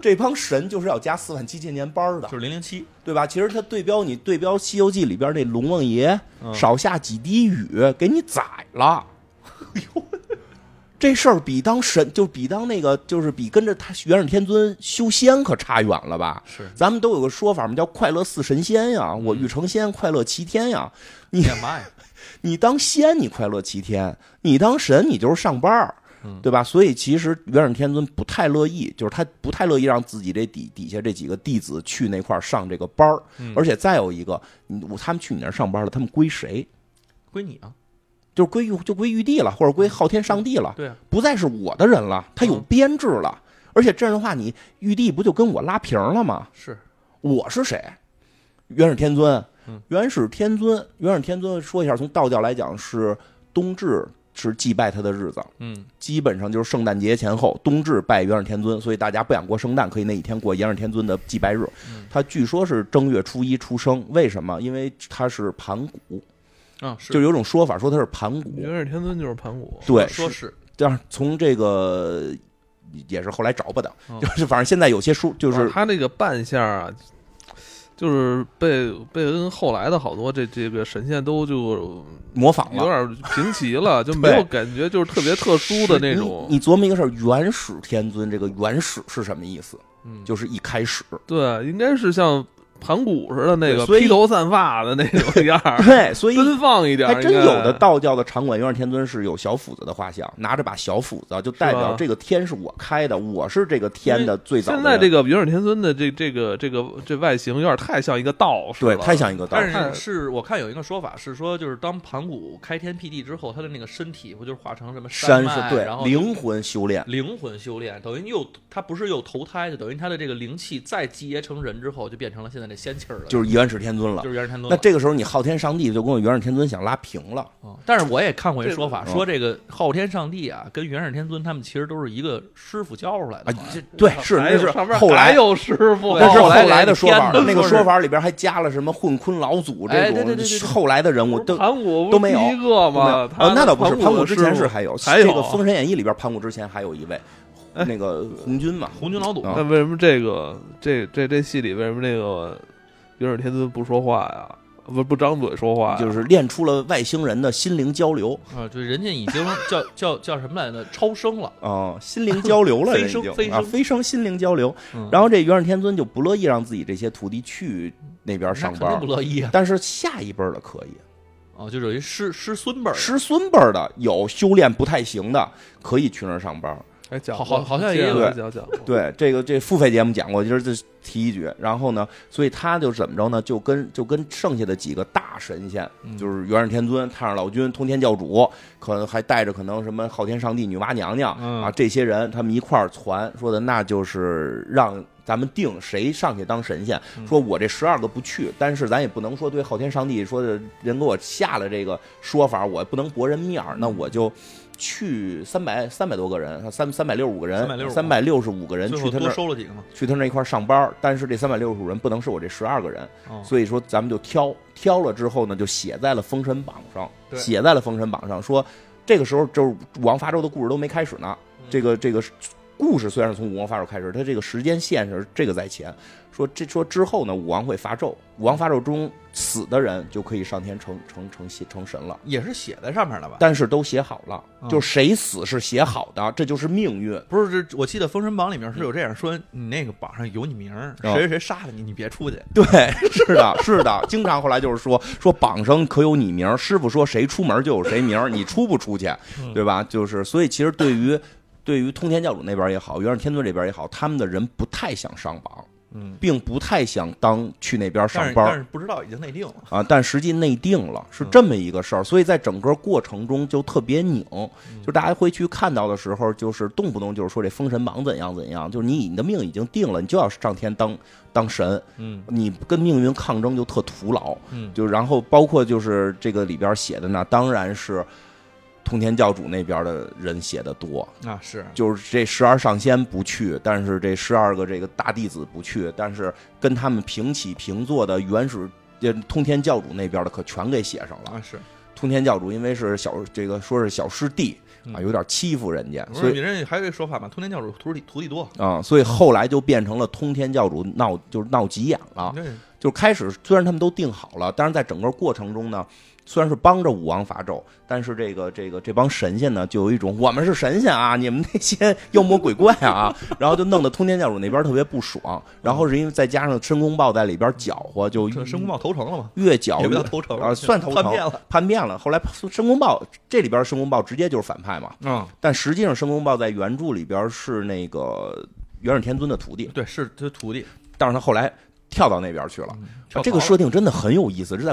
S2: 这帮神就是要加四万七千年班儿的
S3: 就，是零零七，
S2: 对吧？其实它对标你对标《西游记》里边那龙王爷，
S3: 嗯
S2: 少下几滴雨给你宰了。哎呦，这事儿比当神就比当那个就是比跟着他元始天尊修仙可差远了吧？
S3: 是
S2: 咱们都有个说法嘛，叫快乐似神仙呀，我欲成仙，快乐齐天呀。你
S3: 干嘛哎呀？
S2: 你当仙，你快乐齐天；你当神，你就是上班儿
S3: 嗯，
S2: 对吧？所以其实元始天尊不太乐意，就是他不太乐意让自己这底底下这几个弟子去那块儿上这个班儿。
S3: 嗯
S2: 而且再有一个，你我他们去你那儿上班了，他们归谁？
S3: 归你啊，
S2: 就是归玉，就归玉帝了，或者归昊天上帝了，
S3: 对啊，
S2: 不再是我的人了，他有
S3: 嗯
S2: 编制了。而且这样的话，你玉帝不就跟我拉平了吗？
S3: 是
S2: 我是谁？元始天尊
S3: 嗯，
S2: 元始天尊，元始天尊说一下，从道教来讲是冬至是祭拜他的日子，
S3: 嗯，
S2: 基本上就是圣诞节前后，冬至拜元始天尊，所以大家不想过圣诞，可以那一天过元始天尊的祭拜日
S3: 嗯。
S2: 他据说是正月初一出生，为什么？因为他是盘古，
S3: 啊是，
S2: 就有种说法说他是盘古，
S1: 元始天尊就是盘古，
S2: 对，
S3: 说是
S2: 但是从这个也是后来找吧的
S3: 嗯，
S2: 就是反正现在有些书就
S1: 就是他那个扮相啊，就是被被跟后来的好多这这个神仙都就
S2: 模仿了
S1: 有。点平齐了，就没有感觉就是特别特殊的那种。
S2: 你你琢磨一个事儿，元始天尊这个元始是什么意思？
S3: 嗯
S2: 就是一开始。
S1: 对，应该是像盘古似的那个
S2: 对所以
S1: 披头散发的那 种样儿，
S2: 对，所以
S1: 奔放一点儿。
S2: 还真
S1: 应该
S2: 有的道教的场馆元始天尊是有小斧子的画像，拿着把小斧子啊，就
S1: 是
S2: 代表
S1: 吧
S2: 这个天是我开的，我是这个天的最早的
S1: 现在
S2: 人。
S1: 这个元始天尊的这这个这个这外形有点太像一个道士了，
S2: 对，太像一个道士。
S3: 但是是我看有一个说法是说，就是当盘古开天辟地之后，他的那个身体不就是化成什么
S2: 山
S3: 脉，
S2: 是对
S3: 然后
S2: 灵魂修炼，
S3: 灵魂修炼，等于又他不是又投胎的，等于他的这个灵气再集结成人之后，就变成了现在这仙气儿了，
S2: 就是元始天尊了
S3: 就。是元始天尊
S2: 那
S3: 了。
S2: 这个时候，你昊天上帝就跟我元始天尊想拉平了，
S3: 啊但是我也看过一
S1: 这个
S3: 说法，
S2: 嗯
S3: 说这个昊天上帝啊，跟元始天尊他们其实都是一个师傅教出来的
S2: 啊
S3: 好像，
S2: 这对是
S1: 还
S2: 那
S1: 有
S2: 是
S1: 上面
S2: 后
S1: 还
S2: 来，
S1: 有师傅，
S2: 那是
S3: 后
S2: 后
S3: 来
S2: 来
S3: 连
S2: 的说法
S3: 天都，
S2: 那个
S3: 说
S2: 说
S3: 是
S2: 法里边还加了什么混坤老祖这
S3: 哎对对对
S2: 种
S3: 对对
S2: 后来的人物
S1: 不是
S2: 都
S1: 哦盘古不
S2: 都没有
S1: 第一个吗？他
S2: 哦，那倒不是，盘
S1: 古
S2: 古
S1: 的
S2: 之前
S1: 师傅
S2: 是还有，
S1: 还有
S2: 这个
S1: 啊
S2: 《封神演义》里边，盘古之前还有一位，那个红军嘛，
S3: 哎红军老
S2: 啊
S3: 祖。
S1: 那为什么这个这这这戏里为什么那个元始天尊不说话呀？不不张嘴说话呀？
S2: 就是练出了外星人的心灵交流
S3: 啊，对，人家已经叫叫叫什么来着？超生了，
S2: 啊，心灵交流了，
S3: 飞
S2: 人已
S3: 升
S2: 经
S3: 飞
S2: 啊，
S3: 升
S2: 飞升心灵交流
S3: 嗯。
S2: 然后这元始天尊就不乐意让自己这些徒弟去那边上
S3: 那肯定
S2: 班
S3: 不，乐意啊。
S2: 但是下一辈儿的可以，
S3: 哦，就等于师师孙辈儿，
S2: 师孙辈儿的有修炼不太行的，可以去那儿上班。
S1: 哎讲
S3: 好好好像也
S1: 也
S3: 有
S1: 讲讲
S2: 对，这个这付费节目讲过，今儿就提一句。然后呢，所以他就怎么着呢？就跟就跟剩下的几个大神仙，
S3: 嗯
S2: 就是元始天尊、太上老君、通天教主，可能还带着可能什么昊天上帝、女娲娘娘、
S3: 嗯
S2: 啊，这些人他们一块儿传说的，那就是让。咱们定谁上去当神仙？说我这十二个不去，但是咱也不能说对昊天上帝说的人给我下了这个说法，我不能驳人面儿，那我就去三百三百多个人，三三百六十五个人，
S3: 365
S2: 三百六十五个人
S3: 最
S2: 去
S3: 后
S2: 他
S3: 多
S2: 那儿
S3: 收了几个嘛。
S2: 去他那一块儿上班儿，但是这三百六十五人不能是我这十二个人，
S3: 哦，
S2: 所以说咱们就挑挑了之后呢，就写在了《封神榜》上，
S3: 对
S2: 写
S3: 嗯
S2: 在了《封神榜》上，说这个时候就是王伐纣的故事都没开始呢，这个这个故事虽然是从武王发胄开始，它这个时间线是这个在前。说这说之后呢，武王会发咒，武王发咒中死的人就可以上天成成成仙成神了。
S3: 也是写在上面了吧？
S2: 但是都写好了，
S3: 嗯
S2: 就谁死是写好的，这就是命运。
S3: 不是，这我记得《封神榜》里面是有这样说，你那个榜上有你名儿，
S2: 哦
S3: 谁谁谁杀了你，你别出去。
S2: 对，是的，是的。经常后来就是说说榜上可有你名儿，师傅说谁出门就有谁名儿，你出不出去，
S3: 嗯
S2: 对吧？就是所以其实对于对于通天教主那边也好，元始天尊这边也好，他们的人不太想上榜，
S3: 嗯，
S2: 并不太想当去那边
S3: 但
S2: 上
S3: 是
S2: 班
S3: 但
S2: 儿
S3: 是不嗯知道已经内定了。
S2: 啊，但实际内定了是这么一个事儿，所以在整个过程中就特别拧，
S3: 嗯
S2: 就大家会去看到的时候，就是动不动就是说这封神榜怎样怎样，就是你你的命已经定了，你就要上天当当神，
S3: 嗯
S2: 你跟命运抗争就特徒劳，
S3: 嗯，
S2: 就然后包括就是这个里边写的呢，当然是通天教主那边的人写的多，
S3: 那啊是
S2: 就是这十二上仙不去，但是这十二个这个大弟子不去，但是跟他们平起平坐的原始。呃通天教主那边的可全给写上了。
S3: 啊是。
S2: 通天教主因为是小这个说是小师弟啊，
S3: 嗯
S2: 有点欺负人家，
S3: 不
S2: 所
S3: 是，
S2: 以
S3: 人家还有一说法嘛，通天教主徒弟徒弟多
S2: 啊、所以后来就变成了通天教主闹就是闹急眼了。
S3: 对，
S2: 就是开始虽然他们都定好了，但是在整个过程中呢，虽然是帮着武王伐纣，但是这个这个这帮神仙呢，就有一种我们是神仙啊，你们那些 妖魔鬼怪啊，然后就弄得通天教主那边特别不爽，然后是因为再加上申公豹在里边搅和，就
S3: 这申公豹投诚了嘛，
S2: 越搅
S3: 也不
S2: 越
S3: 叫投诚
S2: 啊，算投诚
S3: 叛变了。
S2: 叛变了。后来申公豹这里边申公豹直接就是反派嘛，
S3: 嗯，
S2: 但实际上申公豹在原著里边是那个元始天尊的徒弟，
S3: 对，是他徒弟。
S2: 但是他后来跳到那边去了。
S3: 跳槽
S2: 啊这个
S3: 了
S2: 设定真的很有意思，是在，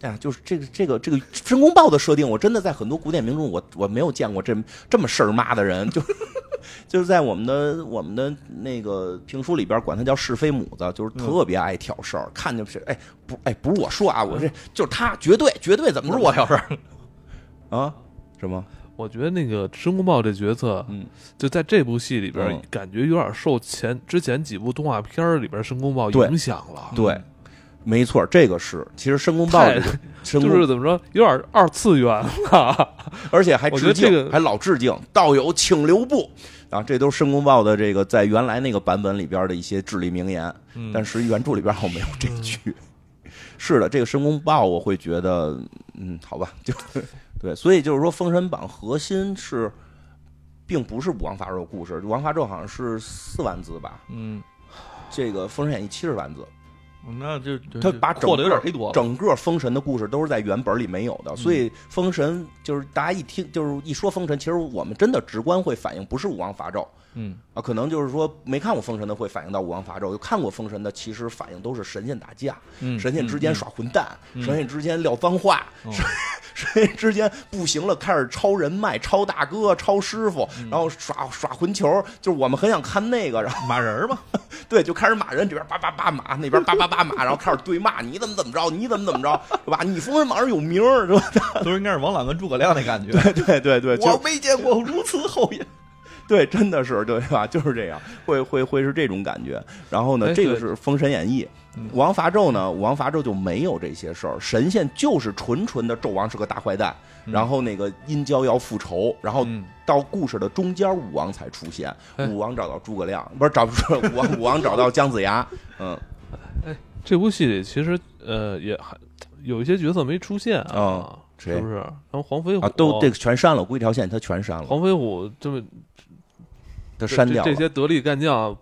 S2: 哎呀，就是这个这个这个申公豹的设定，我真的在很多古典名中我我没有见过这这么事儿妈的人，就是 就是在我们的我们的那个评书里边管他叫是非母子，就是特别爱挑事儿，看见谁哎不哎不是我说啊，我这就是他绝对绝对怎么
S3: 不是我挑事
S2: 儿啊什么
S1: 我觉得那个申公豹这角色，
S2: 嗯，
S1: 就在这部戏里边
S2: 嗯
S1: 儿，感觉有点受前之前几部动画片儿里边儿申公豹
S2: 对
S1: 影响了，
S3: 哦
S2: 对。没错，这个是，其实申公豹
S1: 太
S2: 这个，申公
S1: 就是怎么说，有点二次元了。
S2: 而且还
S1: 我觉
S2: 致
S1: 得
S2: 敬，
S1: 这个
S2: 还老致敬。道友请留步啊，这都是申公豹的这个在原来那个版本里边的一些至理名言，
S3: 嗯
S2: 但是原著里边好像没有这句。
S1: 嗯
S2: 是的，这个申公豹我会觉得，嗯，好吧，就对，所以就是说，《封神榜》核心是。并不是武王伐纣的故事，武王伐纣好像是四万字吧，
S3: 嗯，
S2: 这个《封神演义》七十万字，
S3: 哦那就
S2: 他把整
S3: 嗯扩的有
S2: 个
S3: 点忒多了。嗯
S2: 整个封神的故事都是在原本里没有的，所以封神就是大家一听就是一说封神，其实我们真的直观会反应不是武王伐纣
S3: 嗯，
S2: 啊，可能就是说没看过封神的会反映到武王伐纣，有看过封神的其实反应都是神仙打架，
S3: 嗯
S2: 神仙之间耍混蛋，
S3: 嗯
S2: 神仙之间撂脏话，
S3: 哦
S2: 神神仙之间不行了开始超人脉、超大哥、超师傅，
S3: 嗯
S2: 然后耍耍混球，就是我们很想看那个，然后。
S3: 马人儿嘛，
S2: 对，就开始骂人，这边叭叭叭骂，那边叭叭叭骂，然后开始对骂，你怎么怎么着，你怎么怎么着，对吧？你封神榜上有名儿，是吧？
S3: 都是应该是王朗跟诸葛亮那感觉。
S2: 对对对，
S3: 我
S2: 就
S3: 没见过如此厚颜。
S2: 对，真的是对吧？就是这样，会会会是这种感觉。然后呢，
S1: 哎
S2: 这个
S1: 对
S2: 是《封神演义》
S3: 嗯，
S2: 王伐纣呢，王伐纣就没有这些事儿，神仙就是纯纯的纣王是个大坏蛋，
S3: 嗯
S2: 然后那个殷郊要复仇，然后
S3: 嗯
S2: 到故事的中间，武王才出现，
S1: 哎
S2: 武王找到诸葛亮，不是找不是武王，武王找到姜子牙，嗯
S1: 这部戏里其实呃也还有一些角色没出现啊
S2: 哦，谁
S1: 是不是？然后黄飞虎哦
S2: 啊，都这个全删了，我估计这条线他全删了。
S1: 黄飞虎这么这
S2: 他删掉
S1: 这
S2: 了
S1: 这，些得力干将，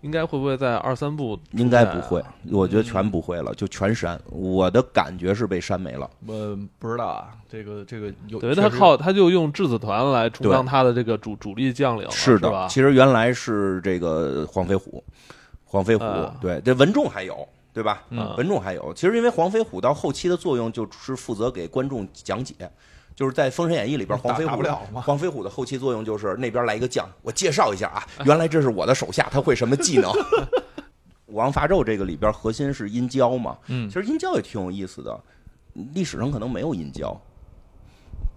S1: 应该会不会在二三部？
S2: 应该不会，
S1: 嗯
S2: 我觉得全不会了，就全删。我的感觉是被删没了。
S3: 我不知道啊，这个这个有
S1: 等于他
S3: 确实
S1: 靠他就用质子团来充
S2: 对
S1: 当他的这个主主力将领了，是
S2: 的，
S1: 吧？
S2: 其实原来是这个黄飞虎，黄飞虎
S1: 啊
S2: 对这文仲还有。对吧？
S1: 嗯
S2: 文仲还有，其实因为黄飞虎到后期的作用就是负责给观众讲解，就是在《封神演义》里边，
S3: 打
S2: 黄飞
S3: 嗯打
S2: 虎
S3: 不了了吗
S2: 黄飞虎的后期作用就是那边来一个将，我介绍一下啊，原来这是我的手下，他会什么技能？ 武王伐纣这个里边核心是殷郊嘛，
S3: 嗯
S2: 其实殷郊也挺有意思的，历史上可能没有殷郊，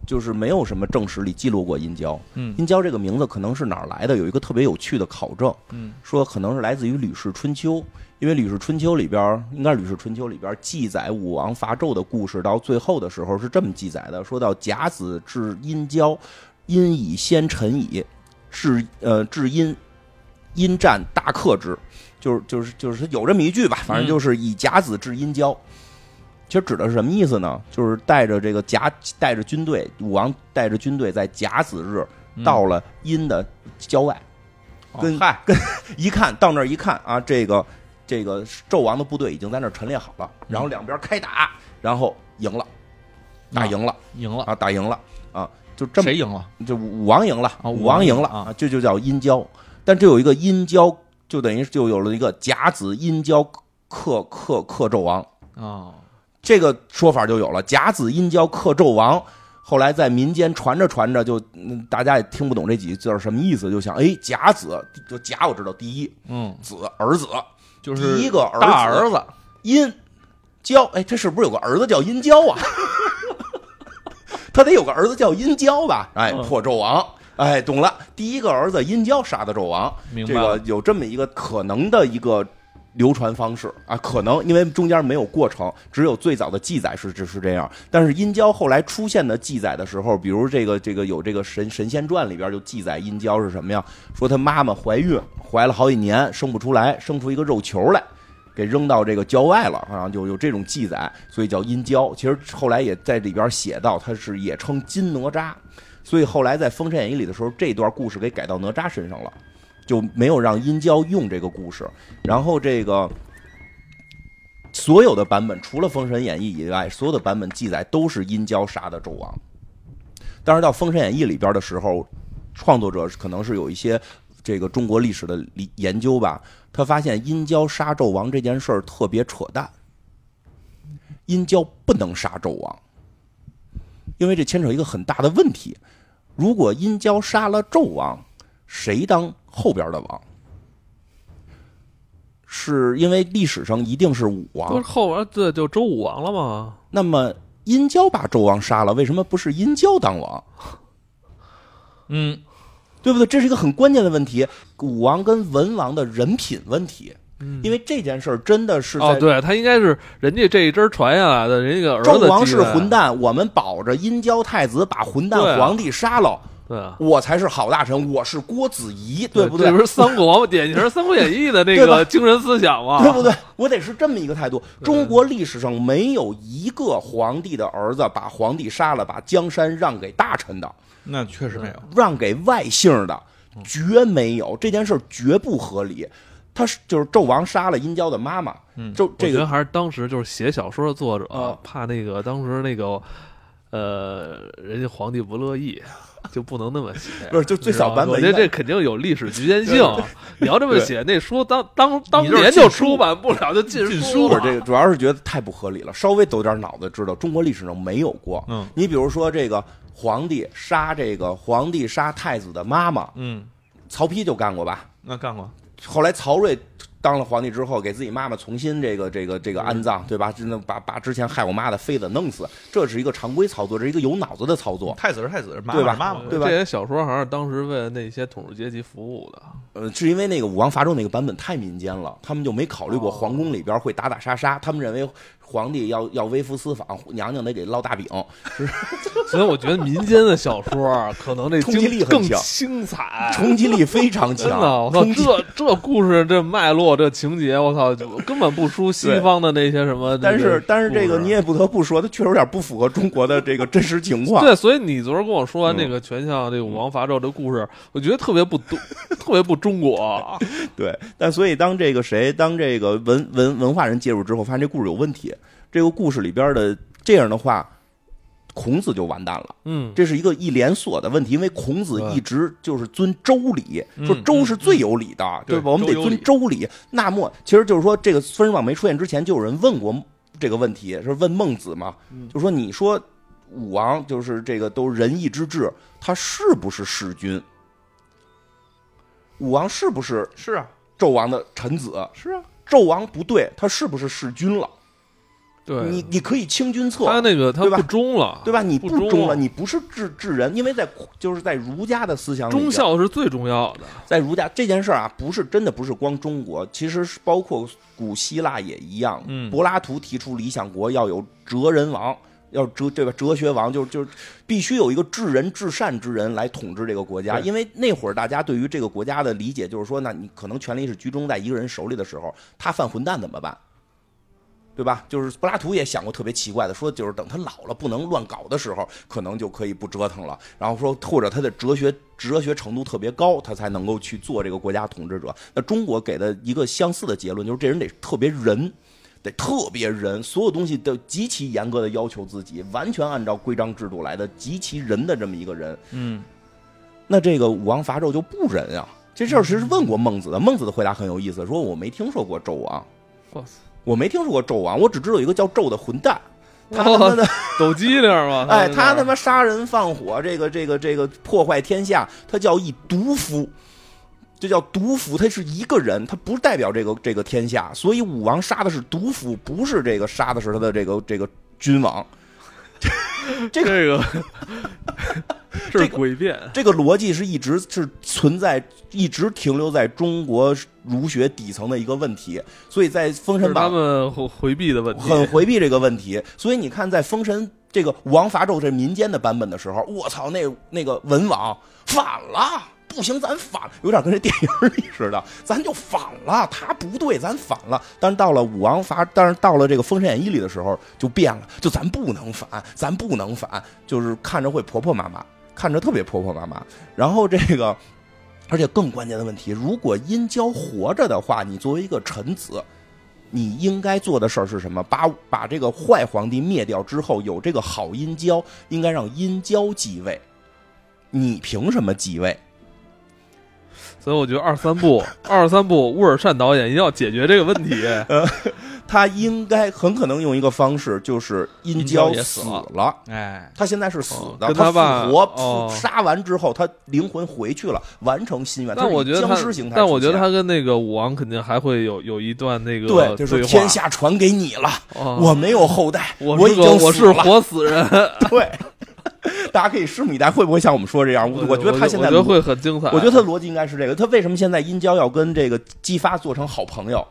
S2: 就是没有什么正史里记录过殷郊。
S3: 嗯
S2: 殷郊这个名字可能是哪儿来的？有一个特别有趣的考证，
S3: 嗯，
S2: 说可能是来自于《吕氏春秋》，因为《吕氏春秋》里边儿，应该是《吕氏春秋》里边儿记载武王伐纣的故事，到最后的时候是这么记载的：说到甲子至殷郊，殷以先臣矣，至呃至殷殷战大克之，就是就是就是有这么一句吧，
S3: 嗯
S2: 反正就是以甲子制殷郊。其实指的是什么意思呢？就是带着这个甲，带着军队，武王带着军队在甲子日到了殷的郊外，
S3: 嗯哦
S2: 跟
S3: 嗨，
S2: 一看到那儿一看啊，这个这个纣王的部队已经在那儿陈列好了，然后两边开打，然后赢了，打赢了
S3: 赢了，
S2: 啊，打赢了啊，就这么
S3: 谁赢了？
S2: 就武王赢了
S3: 啊
S2: 武
S3: 武王
S2: 赢
S3: 赢
S2: 了
S3: 了啊，
S2: 这就叫殷郊。但这有一个殷郊，就等于就有了一个甲子殷郊克克克纣王
S3: 哦，
S2: 这个说法就有了。甲子殷郊克纣王，后来在民间传着传着就，嗯大家也听不懂这几个字儿什么意思，就想哎，甲子就甲我知道第一
S3: 嗯，
S2: 子儿子
S3: 就是
S2: 第一个儿子
S3: 大儿子，
S2: 殷郊，哎，这是不是有个儿子叫殷郊啊？ 他得有个儿子叫殷郊吧？哎，
S1: 嗯
S2: 破纣王，哎，懂了，第一个儿子殷郊杀的纣王，
S3: 明
S2: 这
S3: 白了
S2: 个有这么一个可能的一个流传方式啊，可能因为中间没有过程，只有最早的记载是只是这样。但是殷郊后来出现的记载的时候，比如这个这个有这个神神仙传里边就记载殷郊是什么呀？说他妈妈怀孕，怀了好几年生不出来，生出一个肉球来。给扔到这个郊外了，好像就有这种记载，所以叫殷郊。其实后来也在里边写到，他是也称金哪吒，所以后来在《封神演义》里的时候，这段故事给改到哪吒身上了。就没有让殷郊用这个故事。然后这个所有的版本，除了《封神演义》以外，所有的版本记载都是殷郊杀的纣王。但是到《封神演义》里边的时候，创作者可能是有一些这个中国历史的理研究吧，他发现殷郊杀纣王这件事儿特别扯淡，殷郊不能杀纣王，因为这牵扯一个很大的问题。如果殷郊杀了纣王，谁当后边的王？是因为历史上一定是武
S1: 不是
S2: 王，
S1: 后边这就周武王了吗？
S2: 那么殷郊把纣王杀了，为什么不是殷郊当王？
S3: 嗯，
S2: 对不对？这是一个很关键的问题，武王跟文王的人品问题，
S1: 嗯
S2: 因为这件事儿真的是在、
S1: 哦，对他应该是人家这一支传下来的，人家个儿子
S2: 纣王
S1: 继
S2: 是
S1: 位
S2: 混，蛋，我们保着殷郊太子把混
S1: 对
S2: 蛋
S1: 啊
S2: 皇帝杀了，
S1: 对啊，
S2: 我才是好大臣，我是郭子仪，对不对？
S1: 这不是三国王典型《三国演义》的那
S2: 对吧
S1: 个精神思想吗？
S2: 对不对？我得是这么一个态度。中国历史上没有一个皇帝的儿子把皇帝杀了，把江山让给大臣的，
S3: 那确实没有，
S2: 让给外姓的，绝没有这件事儿绝不合理。他是就是纣王杀了殷郊的妈妈，纣
S1: 我
S2: 这
S1: 觉
S2: 个
S1: 得还是当时就是写小说的作者、
S2: 啊
S1: 怕那个当时那个呃，人家皇帝不乐意，就不能那么写。
S2: 不是就最
S1: 你知道
S2: 小
S1: 吗
S2: 版
S1: 我
S2: 本
S1: 觉
S2: 应
S1: 得
S2: 该，
S1: 这肯定有历史局限性。你要这么
S2: 对
S1: 写，那书当当当
S3: 你就是
S1: 年
S3: 禁
S1: 就
S3: 书
S1: 出版不了，就禁
S3: 禁
S1: 书
S3: 书
S2: 不
S1: 了
S2: 是。这个，主要是觉得太不合理了。稍微走点脑子，知道中国历史上没有过。
S3: 嗯
S2: 你比如说这个皇帝杀这个皇帝杀太子的妈妈，
S3: 嗯，
S2: 曹丕就干过吧？
S3: 那干过，
S2: 后来曹睿当了皇帝之后，给自己妈妈重新这个这个这个安葬，对吧？真的把把之前害我妈的妃子弄死，这是一个常规操作，这是一个有脑子的操作。
S3: 太子是太子，妈
S2: 对吧
S3: 妈是妈妈，
S2: 啊对吧
S1: 这些小说还是当时为了那些统治阶级服务的。
S2: 呃，是因为那个武王伐纣那个版本太民间了，他们就没考虑过
S1: 哦
S2: 皇宫里边会打打杀杀，他们认为皇帝要要微服私访，娘娘得给烙大饼。
S1: 所以我觉得民间的小说啊可能这
S2: 冲击
S1: 精
S2: 力很
S1: 更
S2: 强
S1: 精彩。
S2: 冲击力非常
S1: 真的，
S2: 强
S1: 我，操，
S2: 冲击。
S1: 这这故事这脉络这情节，我操，就根本不输西方的那些什么。
S2: 但是但是这个
S1: 故事
S2: 你也不得不说，它确实有点不符合中国的这个真实情 况。
S1: 对，所以你昨儿跟我说完这
S2: 嗯
S1: 个全像这个武王伐纣这故事，我觉得特别不中特别不中 国。啊
S2: 对，但所以当这个谁，当这个文文文化人介入之后，发现这故事有问题，这个故事里边的这样的话，孔子就完蛋了。
S1: 嗯，
S2: 这是一个一连锁的问题，因为孔子
S1: 对
S2: 一直就是遵周礼，
S3: 嗯
S2: 说周是最有理的，对吧？
S3: 对
S2: 我们得
S3: 周有
S2: 遵
S3: 礼
S2: 周礼。那么，其实就是说，这个《孙子榜》没出现之前，就有人问过这个问题，是问孟子嘛？
S3: 嗯
S2: 就说你说武王就是这个都仁义之治，他是不是弑君？武王是不是
S3: 是啊，
S2: 纣王的臣子，
S3: 是啊，
S2: 纣王不对，他是不是弑君了？
S1: 对，
S2: 你你可以清君侧，
S1: 他那个他
S2: 对吧
S1: 不忠了，
S2: 对吧？你
S1: 啊不
S2: 不
S1: 忠
S2: 忠了，你不是治治人，因为在就是在儒家的思想里边，
S1: 忠孝是最重要的。
S2: 在儒家这件事儿啊，不是真的不是光中国，其实是包括古希腊也一样。
S3: 嗯
S2: 柏拉图提出理想国要有哲人王，要哲这个哲学王，就是就是必须有一个至仁至善之人来统治这个国家，
S1: 对
S2: 因为那会儿大家对于这个国家的理解就是说，那你可能权力是集中在一个人手里的时候，他犯混蛋怎么办？对吧？就是柏拉图也想过特别奇怪的，说就是等他老了不能乱搞的时候，可能就可以不折腾了。然后说或者他的哲学哲学程度特别高，他才能够去做这个国家统治者。那中国给的一个相似的结论就是，这人得特别仁。得特别仁，所有东西都极其严格的要求自己，完全按照规章制度来的，极其仁的这么一个人。
S3: 嗯，
S2: 那这个武王伐纣就不仁啊！这事儿其实问过孟子的，孟子的回答很有意思，说我没听说过纣王，
S1: 哇塞，
S2: 我没听说过纣王，我只知道有一个叫纣的混蛋，他
S1: 哇
S2: 他妈的，
S1: 抖机灵嘛，
S2: 哎，
S1: 在
S2: 他
S1: 那
S2: 他
S1: 儿
S2: 妈杀人放火，这个这个这个破坏天下，他叫一毒夫。这叫毒夫，他是一个人，他不代表这个这个天下，所以武王杀的是毒夫，不是这个杀的是他的这个这个君王。
S1: 这个
S2: 这
S1: 是
S2: 个
S1: 诡辩，
S2: 这个逻辑是一直是存在，一直停留在中国儒学底层的一个问题，所以在《封
S1: 这
S2: 神
S1: 是他
S2: 榜》
S1: 们回回避的问题。
S2: 很回避这个问题。所以你看，在《封神》这个王伐纣这民间的版本的时候，我操，那那个文王反了。不行，咱反了，有点跟这电影里似的，咱就反了，他不对，咱反了。但是到了武王伐，但是到了这个《封神演义》里的时候就变了，就咱不能反，咱不能反，就是看着会婆婆妈妈，看着特别婆婆妈妈。然后这个，而且更关键的问题，如果殷郊活着的话，你作为一个臣子，你应该做的事儿是什么？把把这个坏皇帝灭掉之后，有这个好殷郊，应该让殷郊继位。你凭什么继位？
S1: 所以我觉得二三 部，二三部，乌尔善导演一定要解决这个问题。
S2: 呃他应该很可能用一个方式，就是殷郊
S3: 殷郊也
S2: 死
S3: 死了
S2: 了。
S3: 哎，
S2: 他现在是死的，
S1: 跟
S2: 他
S1: 他爸
S2: 复活、
S1: 哦
S2: 复杀完之后，他灵魂回去了，完成心愿。
S1: 但我觉得
S2: 他
S1: 他
S2: 是以僵尸形，态出现，
S1: 但我觉得他跟那个武王肯定还会有有一段那个
S2: 对，就
S1: 对
S2: 是
S1: 话。
S2: 天下传给你了，
S1: 哦
S2: 我没有后代，
S1: 我
S2: 我
S1: 是
S2: 已
S1: 个
S2: 经
S1: 我
S2: 死
S1: 是
S2: 了
S1: 活死人，
S2: 对， 大家可以拭目以待，会不会像我们说这样？我我觉得他现在
S1: 我觉得会很精彩。
S2: 我觉得他的逻辑应该是这个。他为什么现在殷郊要跟这个姬发做成好朋友？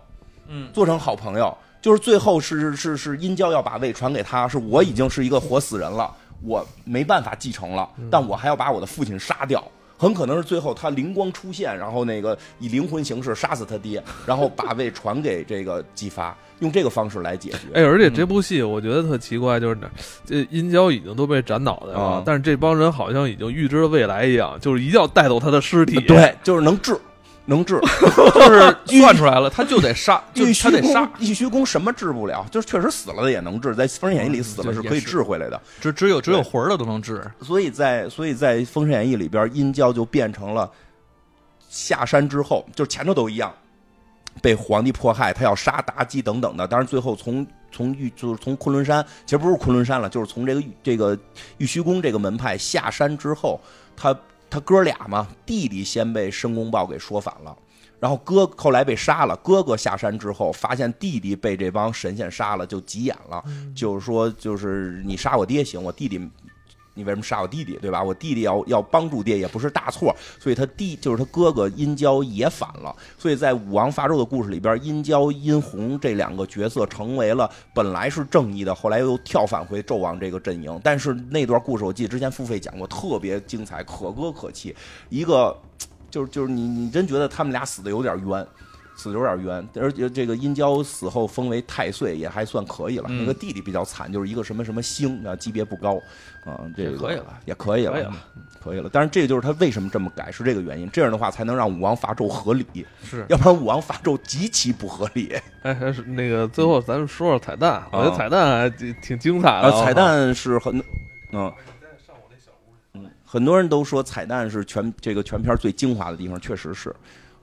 S3: 嗯，
S2: 做成好朋友，就是最后是是是殷郊要把位传给他，是我已经是一个活死人了，我没办法继承了，但我还要把我的父亲杀掉。很可能是最后他灵光出现，然后那个以灵魂形式杀死他爹，然后把位传给这个姬 发，用这个方式来解决。
S1: 哎，而且这部戏我觉得特奇怪，就是哪这殷郊已经都被斩脑袋了，
S2: 啊
S1: 但是这帮人好像已经预知了未来一样，就是一定要带走他的尸体。，
S2: 对，就是能治，能 治。
S3: 就是算出来了，他就得 杀，就
S2: 玉
S3: 他
S2: 虚
S3: 得
S2: 宫
S3: 杀，，
S2: 玉虚宫什么治不了？就是确实死了的也能治，在《封神演义》里死了
S3: 嗯
S2: 是
S3: 这
S2: 可以
S3: 也是
S2: 治回来的。
S3: 只只有只有魂儿的都能治。
S2: 所以在所以在《封神演义》里边，殷郊就变成了下山之后，就是前头都一样，被皇帝迫害，他要杀妲己等等的。当然，最后从从玉就是从昆仑山，其实不是昆仑山了，就是从这个玉这个玉虚宫这个门派下山之后，他他哥俩嘛，弟弟先被申公豹给说反了。然后哥后来被杀了，哥哥下山之后发现弟弟被这帮神仙杀了，就急眼了，就是说，就是你杀我爹行，我弟弟你为什么杀我弟弟，对吧？我弟弟要要帮助爹也不是大错，所以他弟就是他哥哥殷郊也反了，所以在武王伐纣的故事里边，殷郊、殷红这两个角色成为了本来是正义的，后来又跳返回纣王这个阵营。但是那段故事我记得之前付费讲过，特别精彩，可歌可泣。一个就是就是你你真觉得他们俩死的有点冤。死的有点冤，而且这个殷郊死后封为太岁也还算可以了。
S3: 嗯
S2: 那个弟弟比较惨，就是一个什么什么星啊，级别不高，啊、这个
S3: 也可以了，
S2: 也可以了，
S3: 可以了
S2: 嗯可以了。但是这就是他为什么这么改，是这个原因。这样的话才能让武王伐纣合理，
S3: 是，
S2: 要不然武王伐纣极其不合理。
S1: 哎，还是那个最后咱们说说彩蛋，我觉得彩蛋还挺挺精彩的
S2: 啊，
S1: 啊。
S2: 彩蛋是很，嗯。嗯很多人都说彩蛋是全这个全片最精华的地方，确实是，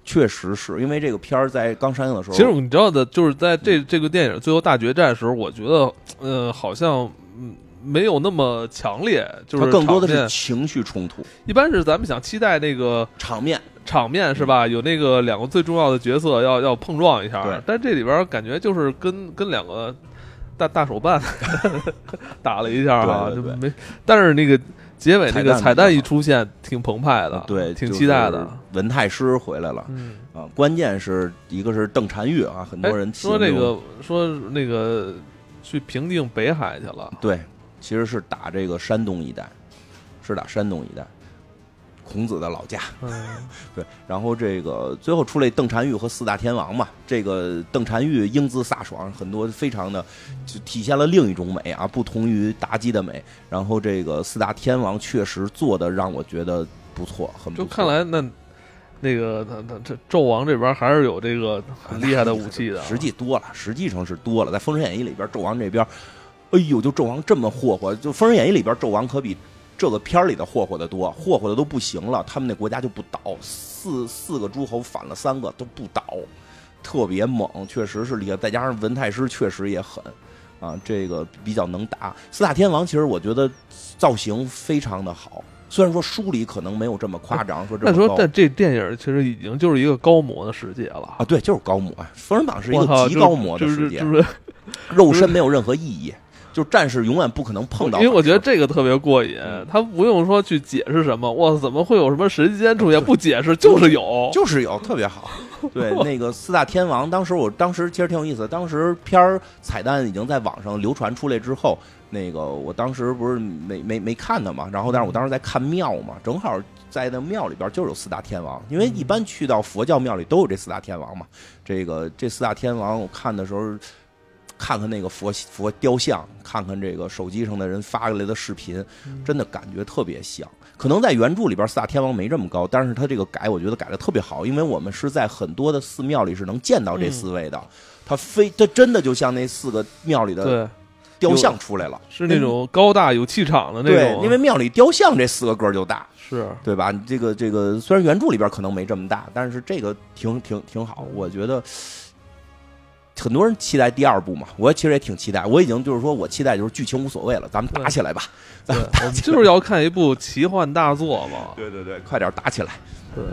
S2: 确实是因为这个片儿在刚上映的时候，
S1: 其实你知道的，就是在这这个电影最后大决战的时候，我觉得，呃，好像嗯没有那么强烈，就是
S2: 它更多的
S1: 场
S2: 是
S1: 面
S2: 情绪冲突、
S1: 一般是咱们想期待那个
S2: 场面。
S1: 场面是吧？有那个两个最重要的角色要要碰撞一下
S2: 嗯对，
S1: 但这里边感觉就是跟跟两个大大手办 打了一下啊，
S2: 对
S1: 就
S2: 对对
S1: 没，但是那个结尾那个
S2: 彩蛋比较
S1: 彩蛋一出现，挺澎湃的，
S2: 对，
S1: 啊挺
S2: 就是
S1: 期待的。
S2: 文太师回来了
S1: 嗯，
S2: 啊！关键是一个是邓婵玉啊，很多人
S1: 哎
S2: 喜
S1: 说
S2: 欢
S1: 这
S2: 种
S1: 个说那个去平定北海去了，
S2: 对其实是打这个山东一带，是打山东一带，孔子的老家。
S1: 嗯，
S2: 对，然后这个最后出来邓婵玉和四大天王嘛，这个邓婵玉英姿飒爽，很多非常的就体现了另一种美啊，不同于妲己的美。然后这个四大天王确实做的让我觉得不错，很 不
S1: 就
S2: 错。
S1: 看来那那个他他这纣王这边还是有这个很厉害的武器的啊，
S2: 实际多了，实际上是多了。在《封神演义》里边，纣王这边，哎呦，就纣王这么霍霍，就《封神演义》里边，纣王可比这个片儿里的霍霍的多，霍霍的都不行了，他们那国家就不倒，四四个诸侯反了三个都不倒，特别猛，确实是厉害。再加上文太师确实也狠。啊，这个比较能打。四大天王其实我觉得造型非常的好，虽然说书里可能没有这么夸张，说这
S1: 那
S2: 么
S1: 说
S2: 高
S1: 但这电影其实已经就是一个高模的世界了
S2: 啊，，对，就是高模，啊封神榜是一
S1: 我操
S2: 个极高模的
S1: 就
S2: 世
S1: 是
S2: 界，
S1: 就是就是
S2: 肉身没有任何意义，就是战士永远不可能碰到。
S1: 因为我觉得这个特别过瘾，
S2: 嗯
S1: 他不用说去解释什么，哇，怎么会有什么神仙出现？不解释就是有，
S2: 就是有特 别好，对那个四大天王，当时我当时其实挺有意思的，当时片儿彩蛋已经在网上流传出来之后，那个我当时不是没没没看它嘛，然后但是我当时在看庙嘛，正好在那庙里边就有四大天王，因为一般去到佛教庙里都有这四大天王嘛，这个这四大天王我看的时候。看看那个佛佛雕像，看看这个手机上的人发过来的视频，
S1: 嗯
S2: 真的感觉特别像。可能在原著里边四大天王没这么高，但是他这个改，我觉得改的特别好，因为我们是在很多的寺庙里是能见到这四位的。他非他真的就像那四个庙里的
S1: 嗯对，
S2: 雕像出来了，
S1: 是那种高大有气场的那
S2: 对
S1: 种，，
S2: 因为庙里雕像这四个个儿就大，
S1: 是
S2: 对吧？你这个这个虽然原著里边可能没这么大，但是这个挺挺挺好，我觉得。很多人期待第二部嘛，我其实也挺期待。我已经就是说我期待就是剧情无所谓了，咱们打
S1: 对
S2: 起来吧，
S1: 对，我们就是要看一部奇幻大作嘛。
S2: 对对对，快点打起来。
S1: 对，《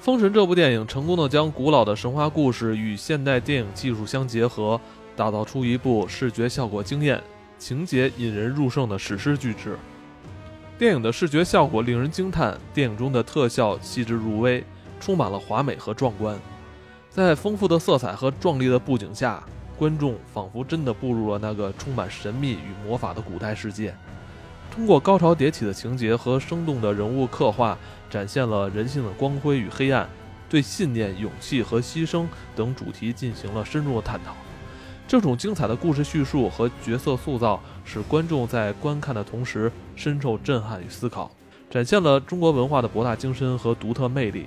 S1: 封神》这部电影成功的将古老的神话故事与现代电影技术相结合，打造出一部视觉效果惊艳、情节引人入胜的史诗巨制。电影的视觉效果令人惊叹，电影中的特效细致入微，充满了华美和壮观。在丰富的色彩和壮丽的布景下，观众仿佛真的步入了那个充满神秘与魔法的古代世界。通过高潮迭起的情节和生动的人物刻画，展现了人性的光辉与黑暗，对信念、勇气和牺牲等主题进行了深入的探讨。这种精彩的故事叙述和角色塑造，使观众在观看的同时深受震撼与思考，展现了中国文化的博大精深和独特魅力，